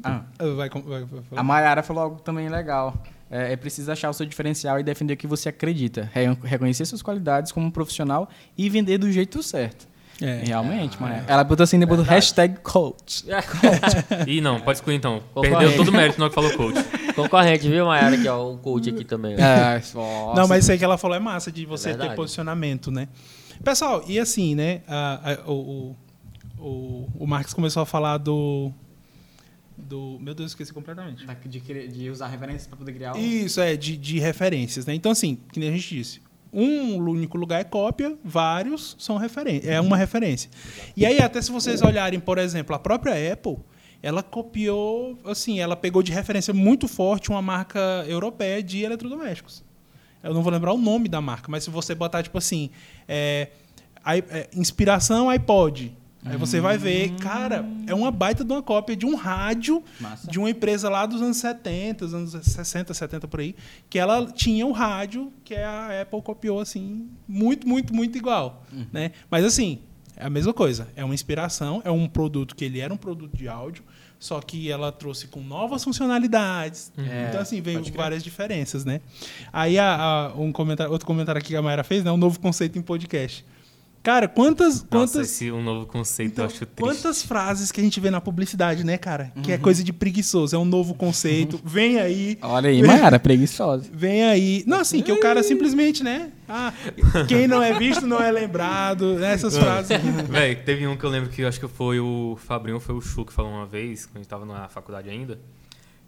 Speaker 1: a- a-
Speaker 3: vai, com- vai- vai falar.
Speaker 1: A Mayara falou algo também legal. É, é preciso achar o seu diferencial e defender o que você acredita. Re- reconhecer suas qualidades como profissional e vender do jeito certo.
Speaker 3: É.
Speaker 1: Realmente, Mayara. Ela botou assim, botou hashtag coach.
Speaker 2: Ih, não, pode excluir então.
Speaker 4: Concorrente.
Speaker 2: Perdeu todo o mérito no que falou coach.
Speaker 4: Concorrente, viu, Mayara? Aqui, ó, o coach aqui também. ó.
Speaker 1: É,
Speaker 3: Não, mas isso aí que ela falou é massa, de você ter
Speaker 4: verdade.
Speaker 3: posicionamento, né? Pessoal, e assim, né? a- a- o, o, o, o Marx começou a falar do. do meu Deus, esqueci completamente.
Speaker 1: De, cri- de usar referências para poder criar o...
Speaker 3: Isso, é, de, de referências, né? Então, assim, que nem a gente disse. Um único lugar é cópia, vários são referência. É uma referência. E aí, até se vocês olharem, por exemplo, a própria Apple, ela copiou, assim, ela pegou de referência muito forte uma marca europeia de eletrodomésticos. Eu não vou lembrar o nome da marca, mas se você botar, tipo assim, é, i- é, inspiração iPod. Aí você vai ver, cara, é uma baita de uma cópia de um rádio
Speaker 1: Massa.
Speaker 3: de uma empresa lá dos anos 70, dos anos 60, 70 por aí, que ela tinha o rádio que é a Apple copiou assim, muito, muito, muito igual,
Speaker 1: Uhum.
Speaker 3: né? Mas assim, é a mesma coisa, é uma inspiração, é um produto que ele era um produto de áudio, só que ela trouxe com novas funcionalidades.
Speaker 1: É,
Speaker 3: então assim, veio
Speaker 1: pode crer.
Speaker 3: várias diferenças, né? Aí a- a- um comentário, outro comentário aqui que a Mayra fez, né, um novo conceito em podcast. Cara, quantas
Speaker 2: Nossa,
Speaker 3: quantas
Speaker 2: esse é um novo conceito
Speaker 3: então,
Speaker 2: eu acho triste.
Speaker 3: quantas frases que a gente vê na publicidade, né, cara? Que é coisa de preguiçoso, é um novo conceito. Vem aí,
Speaker 1: Olha aí, Mayara, preguiçosa.
Speaker 3: vem aí. Não, assim, que o cara simplesmente, né? Ah, quem não é visto não é lembrado. né? Essas frases.
Speaker 2: Véi, teve um que eu lembro que eu acho que foi o Fabrinho, foi o Chu que falou uma vez, quando a gente tava na faculdade ainda.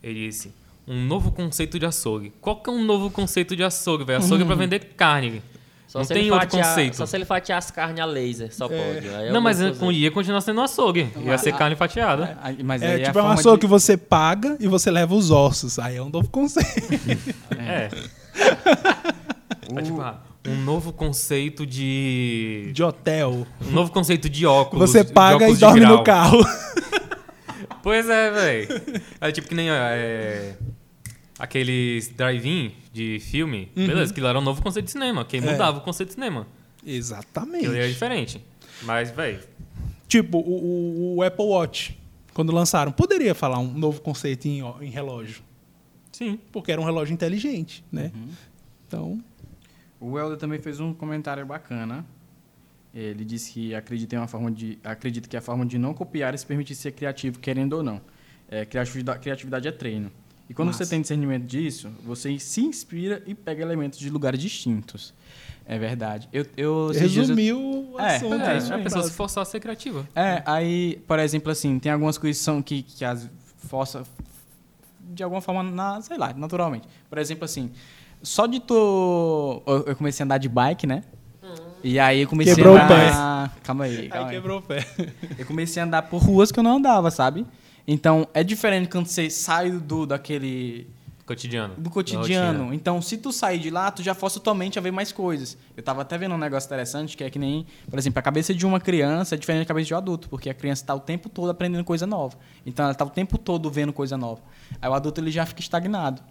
Speaker 2: Ele disse: um novo conceito de açougue. Qual que é um novo conceito de açougue, velho? Açougue é
Speaker 3: Hum.
Speaker 2: pra vender carne.
Speaker 4: Só
Speaker 2: não
Speaker 4: se
Speaker 2: tem
Speaker 4: ele
Speaker 2: outro
Speaker 4: fatiar-
Speaker 2: conceito.
Speaker 4: Só se ele fatiar as carnes a laser, só pode. Aí é
Speaker 2: Não,
Speaker 4: alguma
Speaker 2: mas
Speaker 4: coisa.
Speaker 2: um dia continua sendo um açougue. Ia ser carne fatiada.
Speaker 1: Ah, Mas
Speaker 3: É,
Speaker 1: aí
Speaker 3: tipo,
Speaker 1: a
Speaker 3: é uma
Speaker 1: forma
Speaker 3: açougue que
Speaker 1: de...
Speaker 3: você paga e você leva os ossos. Aí é um novo conceito.
Speaker 2: É. Tá tipo, ah, um novo conceito de.
Speaker 3: De hotel.
Speaker 2: Um novo conceito de óculos.
Speaker 3: Você
Speaker 2: de
Speaker 3: paga e
Speaker 2: óculos de
Speaker 3: dorme no
Speaker 2: grau.
Speaker 3: carro.
Speaker 2: Pois é, velho. É tipo que nem ó, é, aqueles drive-in de filme. Beleza, aquilo era um novo conceito de cinema, que mudava o conceito de cinema.
Speaker 3: Exatamente.
Speaker 2: Aquilo era diferente. Mas, velho,
Speaker 3: Tipo, o, o- o Apple Watch, quando lançaram, poderia falar um novo conceito em, ó- em relógio.
Speaker 2: sim.
Speaker 3: porque era um relógio inteligente, né? Então,
Speaker 1: O Helder também fez um comentário bacana. Ele disse que acredita, em uma forma de, acredita que a forma de não copiar é se permitir ser criativo, querendo ou não. É, criatividade, criatividade é treino. E quando
Speaker 3: Massa.
Speaker 1: você tem discernimento disso, você se inspira e pega elementos de lugares distintos. É verdade. Eu, eu, esses dias eu-
Speaker 3: resumiu o
Speaker 1: É,
Speaker 3: assunto.
Speaker 2: É,
Speaker 3: né?
Speaker 2: a pessoa se
Speaker 3: Frase.
Speaker 2: forçar a ser criativa.
Speaker 1: É, aí, por exemplo, assim, tem algumas coisas que são que, que as força de alguma forma, na, sei lá, naturalmente. Por exemplo, assim, Só de tu. Eu eu comecei a andar de bike, né? E aí eu comecei
Speaker 3: Quebrou
Speaker 1: a
Speaker 3: o
Speaker 1: andar. Calma aí, calma
Speaker 3: Aí
Speaker 1: aí.
Speaker 3: quebrou o pé.
Speaker 1: Eu comecei a andar por ruas que eu não andava, sabe? Então é diferente quando você sai do daquele
Speaker 2: Cotidiano.
Speaker 1: do
Speaker 2: Da
Speaker 1: cotidiano.
Speaker 2: rotina.
Speaker 1: Então, se tu sair de lá, tu já força tua mente a ver mais coisas. Eu tava até vendo um negócio interessante que é que nem, por exemplo, a cabeça de uma criança é diferente da cabeça de um adulto, porque a criança tá o tempo todo aprendendo coisa nova. Então, ela tá o tempo todo vendo coisa nova. Aí o adulto ele já fica estagnado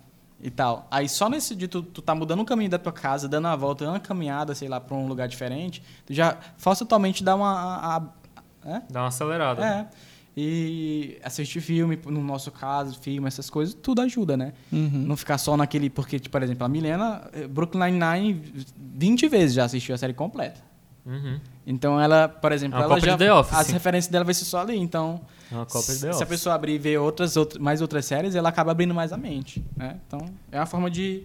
Speaker 1: e tal. Aí só nesse de tu, tu tá mudando o caminho da tua casa, dando uma volta, dando uma caminhada, sei lá, pra um lugar diferente, tu já força tua mente a dar uma a- a- é?
Speaker 2: Dá uma acelerada. né?
Speaker 1: É. E assistir filme, no nosso caso, filme, essas coisas, tudo ajuda, né?
Speaker 2: Uhum.
Speaker 1: Não ficar só naquele. Porque, tipo, por exemplo, a Milena, eh, Brooklyn Nine-Nine, 20 vezes já assistiu a série completa.
Speaker 2: Uhum.
Speaker 1: Então, ela, por exemplo,
Speaker 2: É uma
Speaker 1: ela
Speaker 2: cópia
Speaker 1: já.
Speaker 2: de The Office.
Speaker 1: As referências dela vai ser só ali. Então,
Speaker 2: É uma cópia de
Speaker 1: se
Speaker 2: The
Speaker 1: a
Speaker 2: Office.
Speaker 1: pessoa abrir e ver outras, outras, mais outras séries, ela acaba abrindo mais a mente. Né? Então, é uma forma de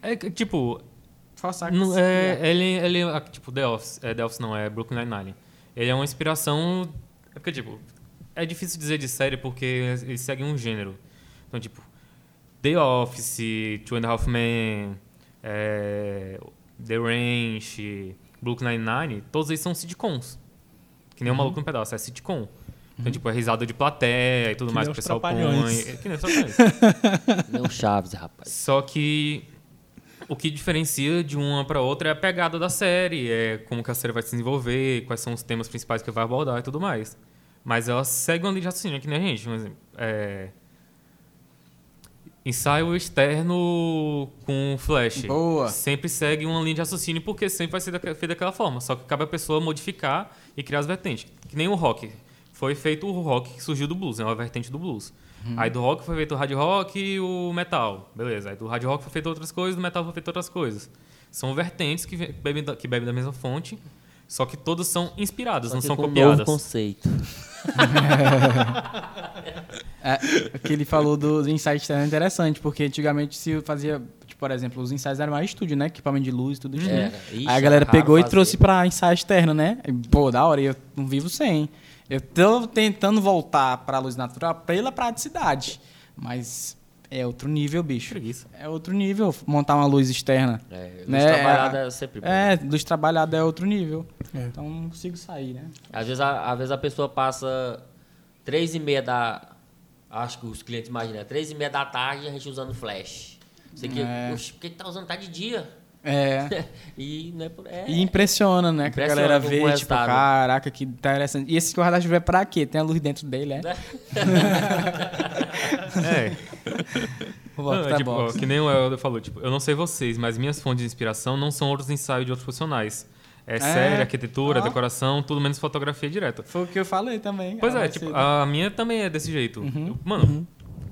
Speaker 2: É, que, tipo,
Speaker 1: forçar
Speaker 2: não, é, ele, ele, ah, tipo, The Office, é, The Office não, é Brooklyn Nine-Nine. Ele é uma inspiração... É porque, tipo, é difícil dizer de série porque ele segue um gênero. Então, tipo, The Office, Two and a Half Men, é, The Ranch, Brooklyn Nine-Nine, todos eles são sitcoms. Que
Speaker 3: Uhum.
Speaker 2: nem o Maluco no Pedaço, é sitcom. Então, tipo, é risada de plateia e tudo
Speaker 3: Que
Speaker 2: mais
Speaker 3: nem
Speaker 2: que o
Speaker 3: os
Speaker 2: pessoal põe.
Speaker 3: Trapalhões.
Speaker 2: É, que nem os Trapalhões.
Speaker 4: Não Chaves, rapaz.
Speaker 2: Só que o que diferencia de uma para outra é a pegada da série, é como que a série vai se desenvolver, quais são os temas principais que vai abordar e tudo mais. Mas ela segue uma linha de raciocínio, que nem a gente, um exemplo. É... Ensaio externo com flash.
Speaker 1: Boa.
Speaker 2: Sempre segue uma linha de raciocínio, porque sempre vai ser daque- feito daquela forma. Só que cabe a pessoa modificar e criar as vertentes. Que nem o rock. Foi feito o rock que surgiu do blues, é uma vertente do blues.
Speaker 4: Uhum.
Speaker 2: Aí do rock foi feito o hard rock e o metal. Beleza. Aí do hard rock foi feito outras coisas, do metal foi feito outras coisas. São vertentes que ve- bebem da, que bebem da mesma fonte, só que todas são inspiradas, não
Speaker 4: Só que
Speaker 2: são
Speaker 4: com Um novo
Speaker 2: copiadas. Uhum.
Speaker 4: conceito.
Speaker 1: É, que ele falou dos ensaios externos é interessante, porque antigamente se fazia, tipo, por exemplo, os ensaios eram mais estúdio, né? Equipamento de luz, tudo isso. né?
Speaker 2: Uhum.
Speaker 4: Era.
Speaker 1: Aí
Speaker 4: É, Ixi,
Speaker 1: a galera
Speaker 4: era raro
Speaker 1: pegou e
Speaker 4: fazer.
Speaker 1: trouxe pra ensaio externo, né? E, Pô, da hora, e eu não vivo sem. Eu tô tentando voltar pra luz natural pela praticidade, mas é outro nível, bicho.
Speaker 2: Preguiça.
Speaker 1: É outro nível montar uma luz externa.
Speaker 4: É, luz
Speaker 1: Né,
Speaker 4: trabalhada
Speaker 1: é-
Speaker 4: é sempre bom.
Speaker 1: É, luz trabalhada é outro nível.
Speaker 3: É.
Speaker 1: Então não consigo sair, né?
Speaker 4: Às vezes, a, às vezes a pessoa passa três e meia da... Acho que os clientes imaginam. né? Três e meia da tarde a gente usando flash. Você que...
Speaker 1: É.
Speaker 4: Oxe, por que que tá usando? Tá de dia.
Speaker 1: É.
Speaker 4: e não é por... É.
Speaker 1: E impressiona, né? Que a
Speaker 4: Impressiona
Speaker 1: galera
Speaker 4: com o
Speaker 1: vê, tipo,
Speaker 4: resultado.
Speaker 1: caraca, que interessante. E esse guarda-chuva é pra quê? Tem a luz dentro dele, é?
Speaker 2: É.
Speaker 1: Volta
Speaker 2: Não, é
Speaker 1: pra
Speaker 2: tipo, ó,
Speaker 1: box.
Speaker 2: que nem o Helder falou, tipo, eu não sei vocês, mas minhas fontes de inspiração não são outros ensaios de outros profissionais. É, série, arquitetura,
Speaker 1: Ó.
Speaker 2: decoração, tudo menos fotografia direta.
Speaker 1: Foi o que eu falei também.
Speaker 2: Pois é,
Speaker 1: mais
Speaker 2: tipo,
Speaker 1: cedo.
Speaker 2: a minha também é desse jeito. Eu- Mano,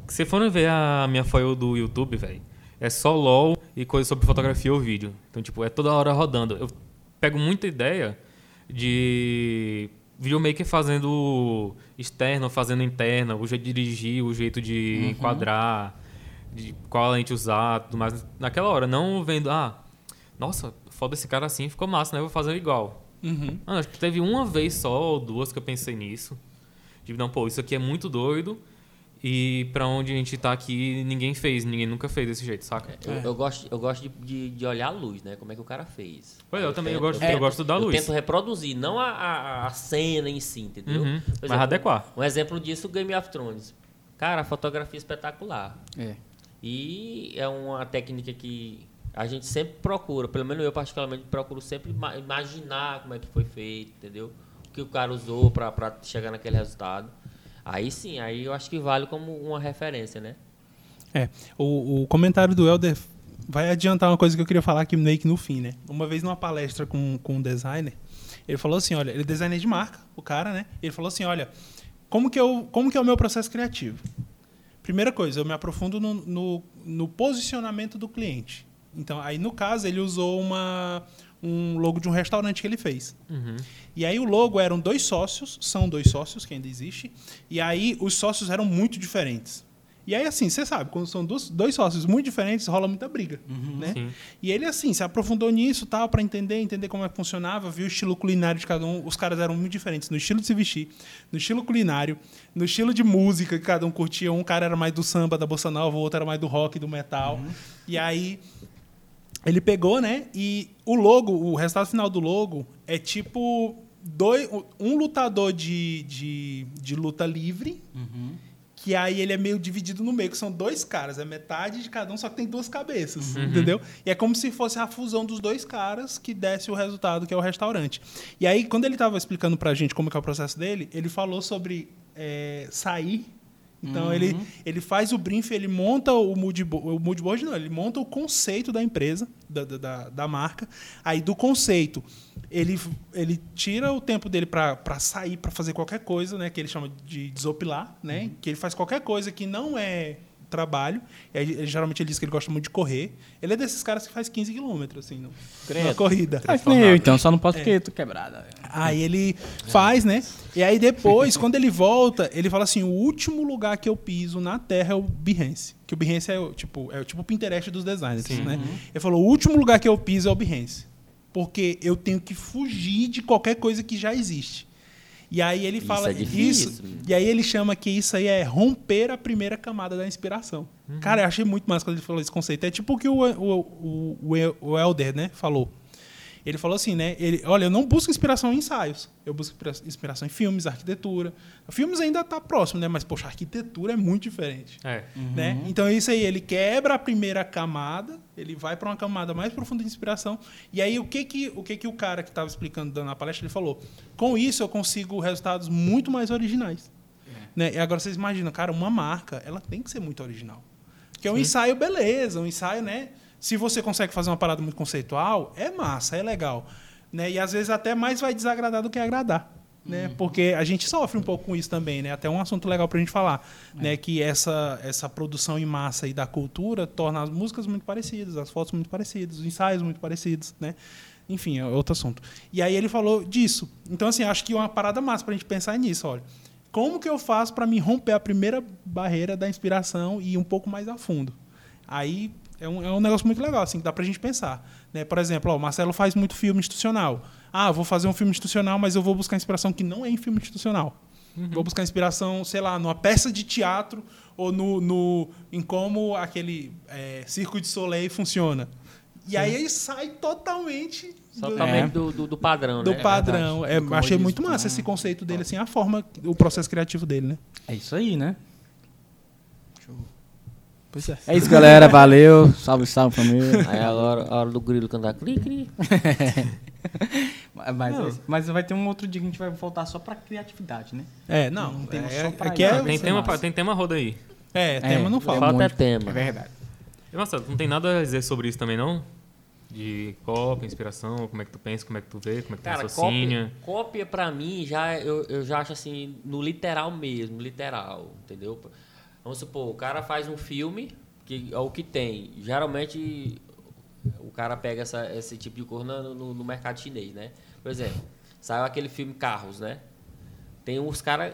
Speaker 2: se vocês forem ver a minha foil do YouTube, velho, é só LOL e coisa sobre fotografia ou vídeo. Então, tipo, é toda hora rodando. Eu pego muita ideia de videomaker fazendo externo, fazendo interna, o jeito de dirigir, o jeito de enquadrar, de qual lente usar, tudo mais. Naquela hora, não vendo, ah, nossa, foda esse cara assim, ficou massa, né? Eu vou fazer igual.
Speaker 1: Uhum.
Speaker 2: Mano, acho que teve uma vez só ou duas que eu pensei nisso. Tipo, não, pô, isso aqui é muito doido. E pra onde a gente tá aqui, ninguém fez, ninguém nunca fez desse jeito, saca?
Speaker 4: Eu,
Speaker 1: É.
Speaker 4: eu gosto, eu gosto de, de, de olhar a luz, né? Como é que o cara fez.
Speaker 2: Pois é, eu também, eu
Speaker 4: tento-
Speaker 2: gosto- eu gosto da luz.
Speaker 4: Eu tento reproduzir, não a, a, a cena em si, entendeu?
Speaker 2: Uhum,
Speaker 4: Por
Speaker 2: mas adequar.
Speaker 4: Um exemplo disso, Game of Thrones. Cara, a fotografia é espetacular.
Speaker 1: É.
Speaker 4: E é uma técnica que a gente sempre procura, pelo menos eu particularmente procuro sempre ima- imaginar como é que foi feito, entendeu? O que o cara usou para chegar naquele resultado. Aí sim, aí eu acho que vale como uma referência, né?
Speaker 3: É, o, o comentário do Helder vai adiantar uma coisa que eu queria falar aqui meio que no fim, né? Uma vez numa palestra com, com um designer, ele falou assim, olha, ele é designer de marca, o cara, né? Ele falou assim, olha, como que, eu, como que é o meu processo criativo? Primeira coisa, eu me aprofundo no, no, no posicionamento do cliente. Então, aí no caso, ele usou uma, um logo de um restaurante que ele fez.
Speaker 2: Uhum.
Speaker 3: E aí o logo eram dois sócios, são dois sócios que ainda existe, e aí os sócios eram muito diferentes. E aí, assim, você sabe, quando são duas- dois sócios muito diferentes, rola muita briga, né?
Speaker 2: Sim.
Speaker 3: E ele, assim, se aprofundou nisso, tal, para entender, entender como é que funcionava, viu o estilo culinário de cada um. Os caras eram muito diferentes no estilo de se vestir, no estilo culinário, no estilo de música que cada um curtia. Um cara era mais do samba, da bossa nova, o outro era mais do rock, do metal. E aí Ele pegou, né? E o logo, o resultado final do logo é tipo dois, um lutador de, de, de luta livre, que aí ele é meio dividido no meio, que são dois caras, é metade de cada um, só que tem duas cabeças, entendeu? E é como se fosse a fusão dos dois caras que desse o resultado, que é o restaurante. E aí, quando ele estava explicando pra gente como que é o processo dele, ele falou sobre é, sair então ele, ele faz o brief, ele monta o mood, bo- o mood board, não, ele monta o conceito da empresa, da, da- da, da marca. Aí do conceito, ele, ele tira o tempo dele para sair, para fazer qualquer coisa, né? Que ele chama de desopilar, né? Que ele faz qualquer coisa que não é trabalho. E aí, ele- geralmente ele diz que ele gosta muito de correr. Ele é desses caras que faz 15 quilômetros, assim, no- na
Speaker 2: Credo.
Speaker 3: corrida.
Speaker 1: Ah, que nem eu, então. Só não posso porque tu quebrada. velho.
Speaker 3: Aí ele faz, né? E aí depois, quando ele volta, ele fala assim: o último lugar que eu piso na Terra é o Behance. Que o Behance é o tipo, é o tipo Pinterest dos designers, né? Ele falou: o último lugar que eu piso é o Behance. Porque eu tenho que fugir de qualquer coisa que já existe. E aí ele
Speaker 4: Isso
Speaker 3: fala
Speaker 4: é difícil,
Speaker 3: isso.
Speaker 4: menino.
Speaker 3: E aí ele chama que isso aí é romper a primeira camada da inspiração. Cara, eu achei muito massa quando ele falou esse conceito. É tipo o que o, o, o, o El- o Elder, né, falou. Ele falou assim, né? Ele, olha, eu não busco inspiração em ensaios. Eu busco inspira- inspiração em filmes, arquitetura. Filmes ainda tá próximo, né? Mas, poxa, arquitetura é muito diferente.
Speaker 2: É.
Speaker 3: Né? Então é isso aí, ele quebra a primeira camada, ele vai para uma camada mais profunda de inspiração. E aí o que que o que que o cara que estava explicando dando a palestra ele falou? Com isso eu consigo resultados muito mais originais. Né? E agora vocês imaginam, cara, uma marca, ela tem que ser muito original. Porque um ensaio beleza, um ensaio, né? Se você consegue fazer uma parada muito conceitual, é massa, é legal, né? E às vezes até mais vai desagradar do que agradar né? Porque a gente sofre um pouco com isso também, né? Até um assunto legal pra gente falar, né? Que essa, essa produção em massa aí da cultura torna as músicas muito parecidas, as fotos muito parecidas, os ensaios muito parecidos, né? Enfim, é outro assunto. E aí ele falou disso. Então, assim, acho que é uma parada massa pra gente pensar nisso, olha. Como que eu faço pra me romper a primeira barreira da inspiração e ir um pouco mais a fundo? Aí é um, é um negócio muito legal, assim, que dá pra gente pensar. Né? Por exemplo, ó, o Marcelo faz muito filme institucional. Ah, eu vou fazer um filme institucional, mas eu vou buscar inspiração que não é em filme institucional. Vou buscar inspiração, sei lá, numa peça de teatro ou no, no- em como aquele é, Circo de Soleil funciona. E aí ele sai totalmente do, É.
Speaker 4: Totalmente do, do, do padrão,
Speaker 3: do
Speaker 4: né?
Speaker 3: padrão. É,
Speaker 1: Como
Speaker 3: achei
Speaker 1: diz,
Speaker 3: muito massa
Speaker 1: ah,
Speaker 3: esse conceito dele, assim, a forma, o processo criativo dele, né?
Speaker 1: É isso aí, né?
Speaker 3: Pois é.
Speaker 1: É isso, galera. Valeu. Salve, salve, família.
Speaker 4: Aí agora É a hora do grilo cantar cri cri.
Speaker 1: mas, mas, vai ter um outro dia que a gente vai voltar só pra criatividade, né?
Speaker 3: É, não.
Speaker 1: Não tem
Speaker 3: é,
Speaker 1: só pra
Speaker 3: aqui
Speaker 1: isso,
Speaker 3: é,
Speaker 1: né?
Speaker 2: Tem
Speaker 1: ser
Speaker 2: tema,
Speaker 1: massa.
Speaker 2: pra- tem tema roda aí.
Speaker 3: é, tema não
Speaker 1: Tem
Speaker 3: fala.
Speaker 4: Falta
Speaker 1: um
Speaker 4: é
Speaker 1: monte.
Speaker 4: tema.
Speaker 1: É verdade.
Speaker 2: E, Nossa, não tem nada a dizer sobre isso também, não? De copa, inspiração, como é que tu pensa, como é que tu vê, como é que tu
Speaker 4: Cara,
Speaker 2: raciocina.
Speaker 4: cópia, cópia pra mim, já, eu, eu já acho assim, no literal mesmo, literal, entendeu? Vamos supor, o cara faz um filme, que é o que tem. Geralmente, o cara pega essa- esse tipo de coisa no, no- no mercado chinês, né? Por exemplo, saiu aquele filme Carros, né? Tem uns caras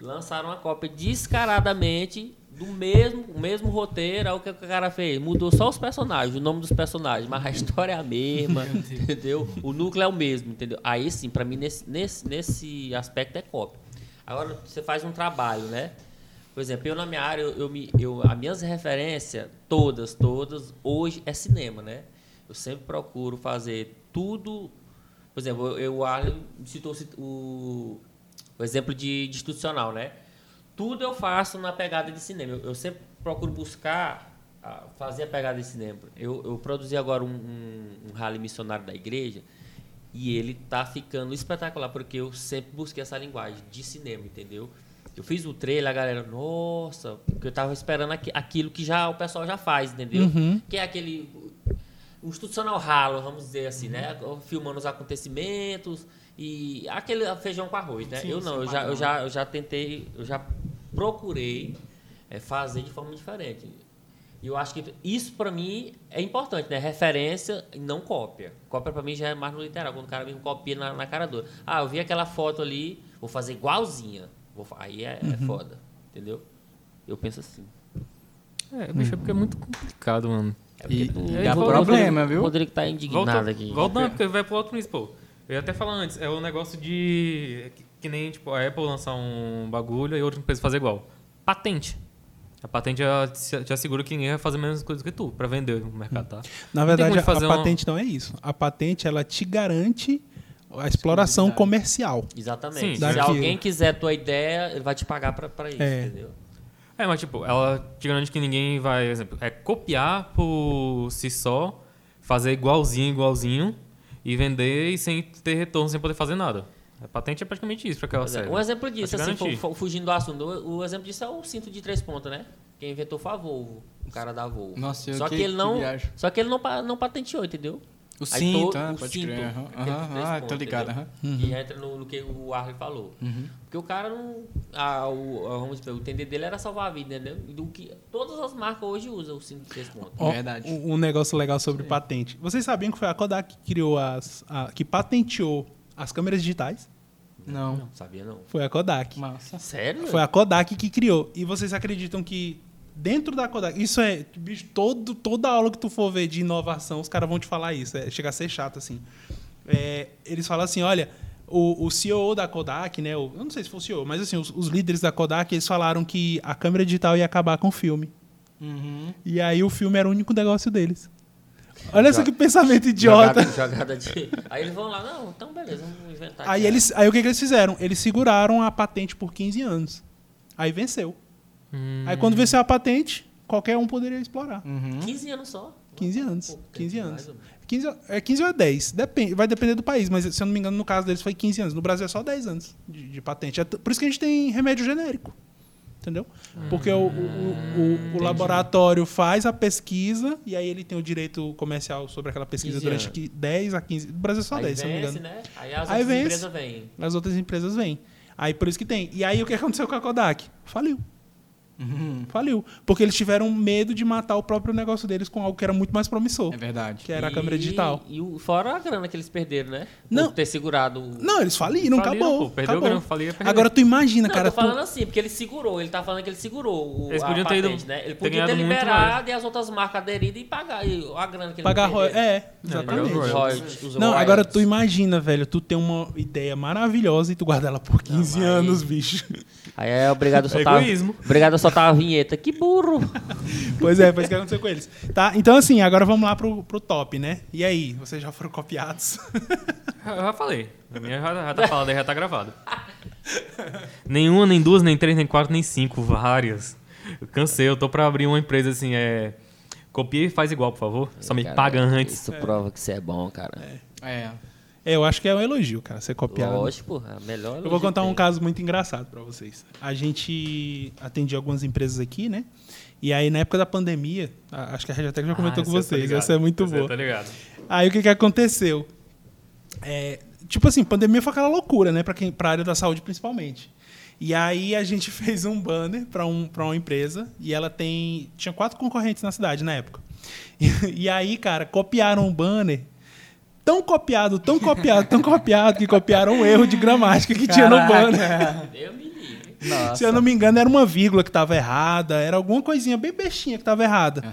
Speaker 4: lançaram uma cópia descaradamente do mesmo, o mesmo roteiro, aí o que o cara fez? Mudou só os personagens, o nome dos personagens, mas a história é a mesma, entendeu? O núcleo é o mesmo, entendeu? Aí sim, pra mim nesse, nesse, nesse aspecto é cópia. Agora você faz um trabalho, né? Por exemplo, eu na minha área, eu, eu me, eu, as minhas referências, todas, todas, hoje é cinema, né? Eu sempre procuro fazer tudo. Por exemplo, eu, eu o Arlen citou cit- o, o exemplo de, de institucional, né? Tudo eu faço na pegada de cinema. Eu, eu sempre procuro buscar ah, fazer a pegada de cinema. Eu, eu produzi agora um, um, um rally missionário da igreja e ele tá ficando espetacular, porque eu sempre busquei essa linguagem de cinema, entendeu? Eu fiz o trailer, a galera, nossa, porque eu tava esperando aqui- aquilo que já o pessoal já faz, entendeu? Que é aquele o um institucional ralo, vamos dizer assim, né? Filmando os acontecimentos e aquele feijão com arroz, né? eu não, eu já, eu, já, eu já tentei, eu já procurei eh, fazer de forma diferente. E eu acho que isso pra mim é importante, né? Referência e não cópia. Cópia pra mim já é mais no literal, quando o cara me copia na, na cara dura. Ah, eu vi aquela foto ali, vou fazer igualzinha. Vou fa- aí é, é foda, entendeu? Eu penso assim.
Speaker 2: É, bicho, é porque é muito complicado, mano.
Speaker 4: É
Speaker 1: E
Speaker 2: Aí
Speaker 1: dá
Speaker 2: volta-
Speaker 1: problema,
Speaker 4: O
Speaker 1: viu?
Speaker 4: Rodrigo tá indignado
Speaker 2: Volta,
Speaker 4: aqui.
Speaker 2: volta não, porque vai pro outro nisso, pô. Eu ia até falar antes, é o negócio de. Que, que nem, tipo, a Apple lançar um bagulho e outra empresa fazer igual. Patente. A patente já te te assegura que ninguém vai fazer menos coisa que tu pra vender no mercado, tá?
Speaker 3: Hum. Na
Speaker 2: Não tem
Speaker 3: verdade,
Speaker 2: como
Speaker 3: a,
Speaker 2: fazer
Speaker 3: a
Speaker 2: uma-
Speaker 3: patente não é isso. A patente, ela te garante a exploração
Speaker 1: Exclusividade.
Speaker 3: comercial.
Speaker 2: Sim,
Speaker 4: Exatamente. Se
Speaker 3: daquilo.
Speaker 4: alguém quiser tua ideia, ele vai te pagar pra, pra isso,
Speaker 3: É.
Speaker 4: entendeu?
Speaker 2: É, mas tipo, ela te garante que ninguém vai, por exemplo, é copiar por si só, fazer igualzinho, igualzinho e vender e sem ter retorno, sem poder fazer nada. A patente é praticamente isso pra que ela
Speaker 4: Pois é,
Speaker 2: serve.
Speaker 4: Um exemplo disso,
Speaker 2: Pra te
Speaker 4: assim, fu-
Speaker 2: garantir.
Speaker 4: fu- fugindo do assunto, o o exemplo disso é o cinto de três pontas, né? Quem inventou foi a Volvo, o cara da Volvo.
Speaker 1: Nossa, eu
Speaker 4: só que,
Speaker 1: que-
Speaker 4: ele
Speaker 1: que
Speaker 4: não,
Speaker 1: viagem.
Speaker 4: só que ele não, pa- não patenteou, entendeu?
Speaker 1: O
Speaker 4: Aí
Speaker 1: cinto,
Speaker 4: to-
Speaker 1: ah,
Speaker 4: o
Speaker 1: pode
Speaker 4: cinto,
Speaker 1: crer. aham,
Speaker 4: aquele de
Speaker 1: Aham,
Speaker 4: três
Speaker 1: ah, tô
Speaker 4: pontos,
Speaker 1: ligado.
Speaker 4: entendeu?
Speaker 1: aham. Uhum.
Speaker 4: Que entra no, no que o Arley falou. Porque o cara não. ah, o, ah, vamos dizer, o entender dele era salvar a vida, entendeu? Do que todas as marcas hoje usam o cinto de três pontas.
Speaker 3: Ó,
Speaker 1: Verdade.
Speaker 3: Um, um negócio legal sobre patente. Vocês sabiam que foi a Kodak que criou as. a- que patenteou as câmeras digitais?
Speaker 1: Não.
Speaker 4: Não sabia, não.
Speaker 3: Foi a Kodak.
Speaker 1: Massa.
Speaker 4: Sério?
Speaker 3: Foi a Kodak que criou. E vocês acreditam que dentro da Kodak. Isso é. Bicho, todo, toda aula que tu for ver de inovação, os caras vão te falar isso. É, chega a ser chato, assim. É, eles falam assim: olha, o, o CEO da Kodak, né? o- eu não sei se foi o CEO, mas assim, os, os líderes da Kodak, eles falaram que a câmera digital ia acabar com o filme.
Speaker 1: Uhum.
Speaker 3: E aí o filme era o único negócio deles. Olha só que pensamento idiota.
Speaker 4: Jogada,
Speaker 1: tá
Speaker 4: jogada de. Aí eles vão lá, não, então beleza, vamos inventar. aqui,
Speaker 3: Aí,
Speaker 4: né?
Speaker 3: eles, aí o que, que eles fizeram? Eles seguraram a patente por 15 anos. Aí venceu.
Speaker 2: Hum,
Speaker 3: Aí quando venceu a patente, qualquer um poderia explorar.
Speaker 1: Uhum.
Speaker 4: 15 né?" anos só.
Speaker 3: 15 anos,
Speaker 4: Pouco tempo,
Speaker 3: 15 anos.
Speaker 4: mais ou menos.
Speaker 3: 15, ou- é 15 ou é 10? Depende, vai depender do país, mas se eu não me engano, no caso deles foi 15 anos. No Brasil é só 10 anos de, de patente. É t- por isso que a gente tem remédio genérico. Entendeu? Porque o, o- o-
Speaker 4: Hum,
Speaker 3: o- o laboratório faz a pesquisa e aí ele tem o direito comercial sobre aquela pesquisa
Speaker 4: 15
Speaker 3: durante
Speaker 4: anos.
Speaker 3: que 10 a 15. No Brasil é só
Speaker 4: Aí
Speaker 3: 10, se eu não me
Speaker 4: vence,
Speaker 3: engano.
Speaker 4: né? Aí as
Speaker 3: Aí
Speaker 4: outras
Speaker 3: vence.
Speaker 4: empresas vêm.
Speaker 3: As outras empresas vêm. Aí por isso que tem. E aí o que aconteceu com a Kodak? Faliu.
Speaker 1: Uhum.
Speaker 3: Faliu. Porque eles tiveram medo de matar o próprio negócio deles com algo que era muito mais promissor,
Speaker 1: É verdade.
Speaker 3: que era a
Speaker 4: E-
Speaker 3: câmera digital.
Speaker 4: E o- fora a grana que eles perderam, né?
Speaker 3: Não.
Speaker 4: Por ter segurado. o-
Speaker 3: Não, eles faliram,
Speaker 2: Faliram,
Speaker 3: acabou.
Speaker 2: pô, perdeu
Speaker 3: acabou.
Speaker 2: o grana, falia, perdeu.
Speaker 3: Agora tu imagina,
Speaker 4: Não,
Speaker 3: cara.
Speaker 4: eu tô
Speaker 3: tu-
Speaker 4: falando assim, porque ele segurou, ele tá falando que ele segurou o,
Speaker 2: Eles
Speaker 4: a
Speaker 2: podiam ter ido-
Speaker 4: patente, né? Ele
Speaker 2: ter
Speaker 4: podia ter
Speaker 2: ganhado muito
Speaker 4: liberado e as outras marcas aderidas e pagar e a grana que ele
Speaker 3: pagar
Speaker 4: royalties.
Speaker 3: royalties. É,
Speaker 2: Não, pagar os
Speaker 3: exatamente.
Speaker 2: royalties.
Speaker 3: Não, agora tu imagina, velho. Tu tem uma ideia maravilhosa e tu guarda ela por 15
Speaker 4: mas-
Speaker 3: anos, bicho.
Speaker 4: Aí é obrigado a
Speaker 2: É
Speaker 4: soltar.
Speaker 2: egoísmo.
Speaker 4: Obrigado a soltar a vinheta. Que burro!
Speaker 3: Pois é, foi isso que aconteceu com eles. Tá? Então, assim, agora vamos lá pro, pro top, né? E aí, vocês já foram copiados?
Speaker 2: Eu já falei. A minha já, já tá falada, já tá gravada. Nenhuma, nem duas, nem três, nem quatro, nem cinco. Várias. Eu cansei, eu tô pra abrir uma empresa assim, é... Copia e faz igual, por favor. Só me
Speaker 4: Cara,
Speaker 2: paga antes.
Speaker 4: Isso prova que você é bom, cara.
Speaker 1: É.
Speaker 3: É, eu acho que é um elogio, cara, ser copiado.
Speaker 4: Lógico, porra. Melhor
Speaker 3: Eu vou contar um caso muito engraçado pra vocês. A gente atendia algumas empresas aqui, né? E aí, na época da pandemia, a- acho que a Regiatec já comentou
Speaker 2: Ah, essa
Speaker 3: com
Speaker 2: eu tô
Speaker 3: vocês,
Speaker 2: ligado.
Speaker 3: essa é muito
Speaker 2: Essa eu
Speaker 3: boa.
Speaker 2: tô tá ligado.
Speaker 3: Aí o que, que aconteceu? É, tipo assim, pandemia foi aquela loucura, né? Pra, quem, pra área da saúde, principalmente. E aí a gente fez um banner pra, um, pra uma empresa e ela tem. Tinha quatro concorrentes na cidade na época. E, e aí, cara, copiaram o banner. Tão copiado, tão copiado, tão copiado, que copiaram o erro de gramática que tinha no banner.
Speaker 4: Eu me livre.
Speaker 3: Se eu não me engano, era uma vírgula que estava errada, era alguma coisinha bem bestinha que estava errada.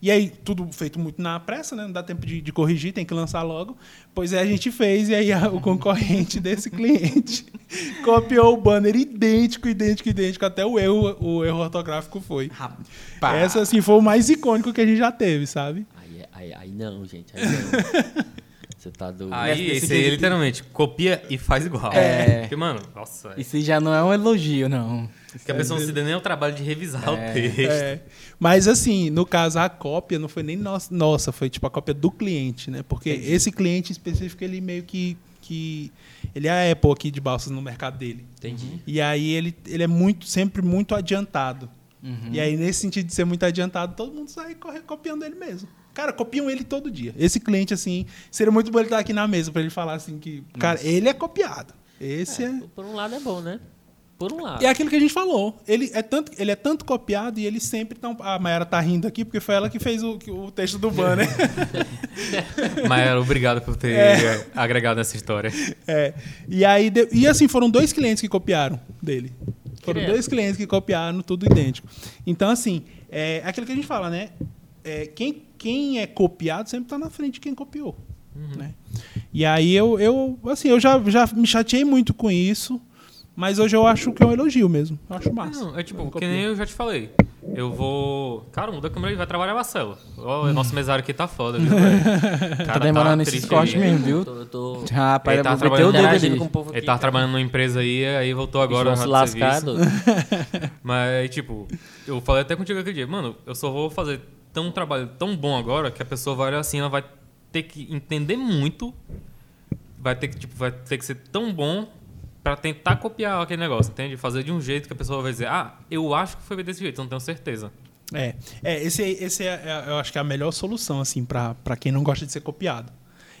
Speaker 3: E aí, tudo feito muito na pressa, né? Não dá tempo de, de corrigir, tem que lançar logo. Pois é, a gente fez, e aí a- o concorrente desse cliente copiou o banner idêntico, idêntico, idêntico, até o erro, o erro ortográfico foi.
Speaker 1: Rapaz.
Speaker 3: Essa, assim, foi o mais icônico que a gente já teve, sabe?
Speaker 4: Aí, é- aí, aí não, gente. Aí não. Você tá doido.
Speaker 2: Aí, esse aí, literalmente, copia e faz igual.
Speaker 1: É.
Speaker 2: Porque, mano, nossa. é.
Speaker 1: Isso já não é um elogio, não.
Speaker 2: Que a pessoa não se dê nem o trabalho de revisar o texto.
Speaker 3: É. Mas, assim, no caso, a cópia não foi nem nossa, nossa, foi tipo a cópia do cliente, né? Porque esse cliente específico, ele meio que. que ele é a Apple aqui de balsas no mercado dele. Uhum.
Speaker 4: Entendi.
Speaker 3: E aí ele, ele é muito, sempre muito adiantado. E aí, nesse sentido de ser muito adiantado, todo mundo sai corre- copiando ele mesmo. Cara, copiam ele todo dia. Esse cliente, assim, seria muito bom ele estar aqui na mesa pra ele falar assim que. Cara, ele é copiado. Esse é.
Speaker 4: Por um lado é bom, né? Por um lado.
Speaker 3: E é aquilo que a gente falou. Ele é tanto, ele é tanto copiado e ele sempre tá. um- A Mayara tá rindo aqui porque foi ela que fez o, que- o texto do banner.
Speaker 2: Mas obrigado por ter é, agregado essa história.
Speaker 3: é. E aí deu- e assim foram dois clientes que copiaram dele. Foram
Speaker 4: Credo.
Speaker 3: dois clientes que copiaram tudo idêntico. Então assim, é aquilo que a gente fala, né? É, quem, quem é copiado sempre tá na frente de quem copiou,
Speaker 2: Uhum.
Speaker 3: né? E aí eu, eu assim, eu já, já me chateei muito com isso, mas hoje eu acho que é um elogio mesmo. Eu acho massa.
Speaker 2: Não, é tipo,
Speaker 3: Quando
Speaker 2: que
Speaker 3: copia.
Speaker 2: nem eu já te falei. Eu vou. Cara, muda a câmera aí, vai trabalhar Marcelo. Ó, nosso mesário aqui tá foda, viu? velho? Cara,
Speaker 1: Hum. Tá demorando esse
Speaker 2: triste
Speaker 1: corte
Speaker 2: aí.
Speaker 1: mesmo, viu?
Speaker 4: Tô, eu tô
Speaker 1: Rapaz,
Speaker 2: Ele tá
Speaker 1: eu vou meter o né? dedo
Speaker 4: interagindo
Speaker 1: ali.
Speaker 4: com o povo aqui.
Speaker 2: Ele tava
Speaker 4: cara.
Speaker 2: trabalhando numa empresa aí, aí voltou agora
Speaker 4: Bicho,
Speaker 2: no
Speaker 4: nosso
Speaker 2: rádio de serviço.
Speaker 4: lascado.
Speaker 2: Mas, tipo, eu falei até contigo aquele dia, mano, eu só vou fazer tão um trabalho tão bom agora que a pessoa vai olhar assim, ela vai ter que entender muito, vai ter que, tipo, vai ter que ser tão bom pra tentar copiar aquele negócio, entende? Fazer de um jeito que a pessoa vai dizer, ah, eu acho que foi desse jeito, não tenho certeza.
Speaker 3: É, é esse, esse é, é- eu acho que é a melhor solução, assim, pra pra quem não gosta de ser copiado.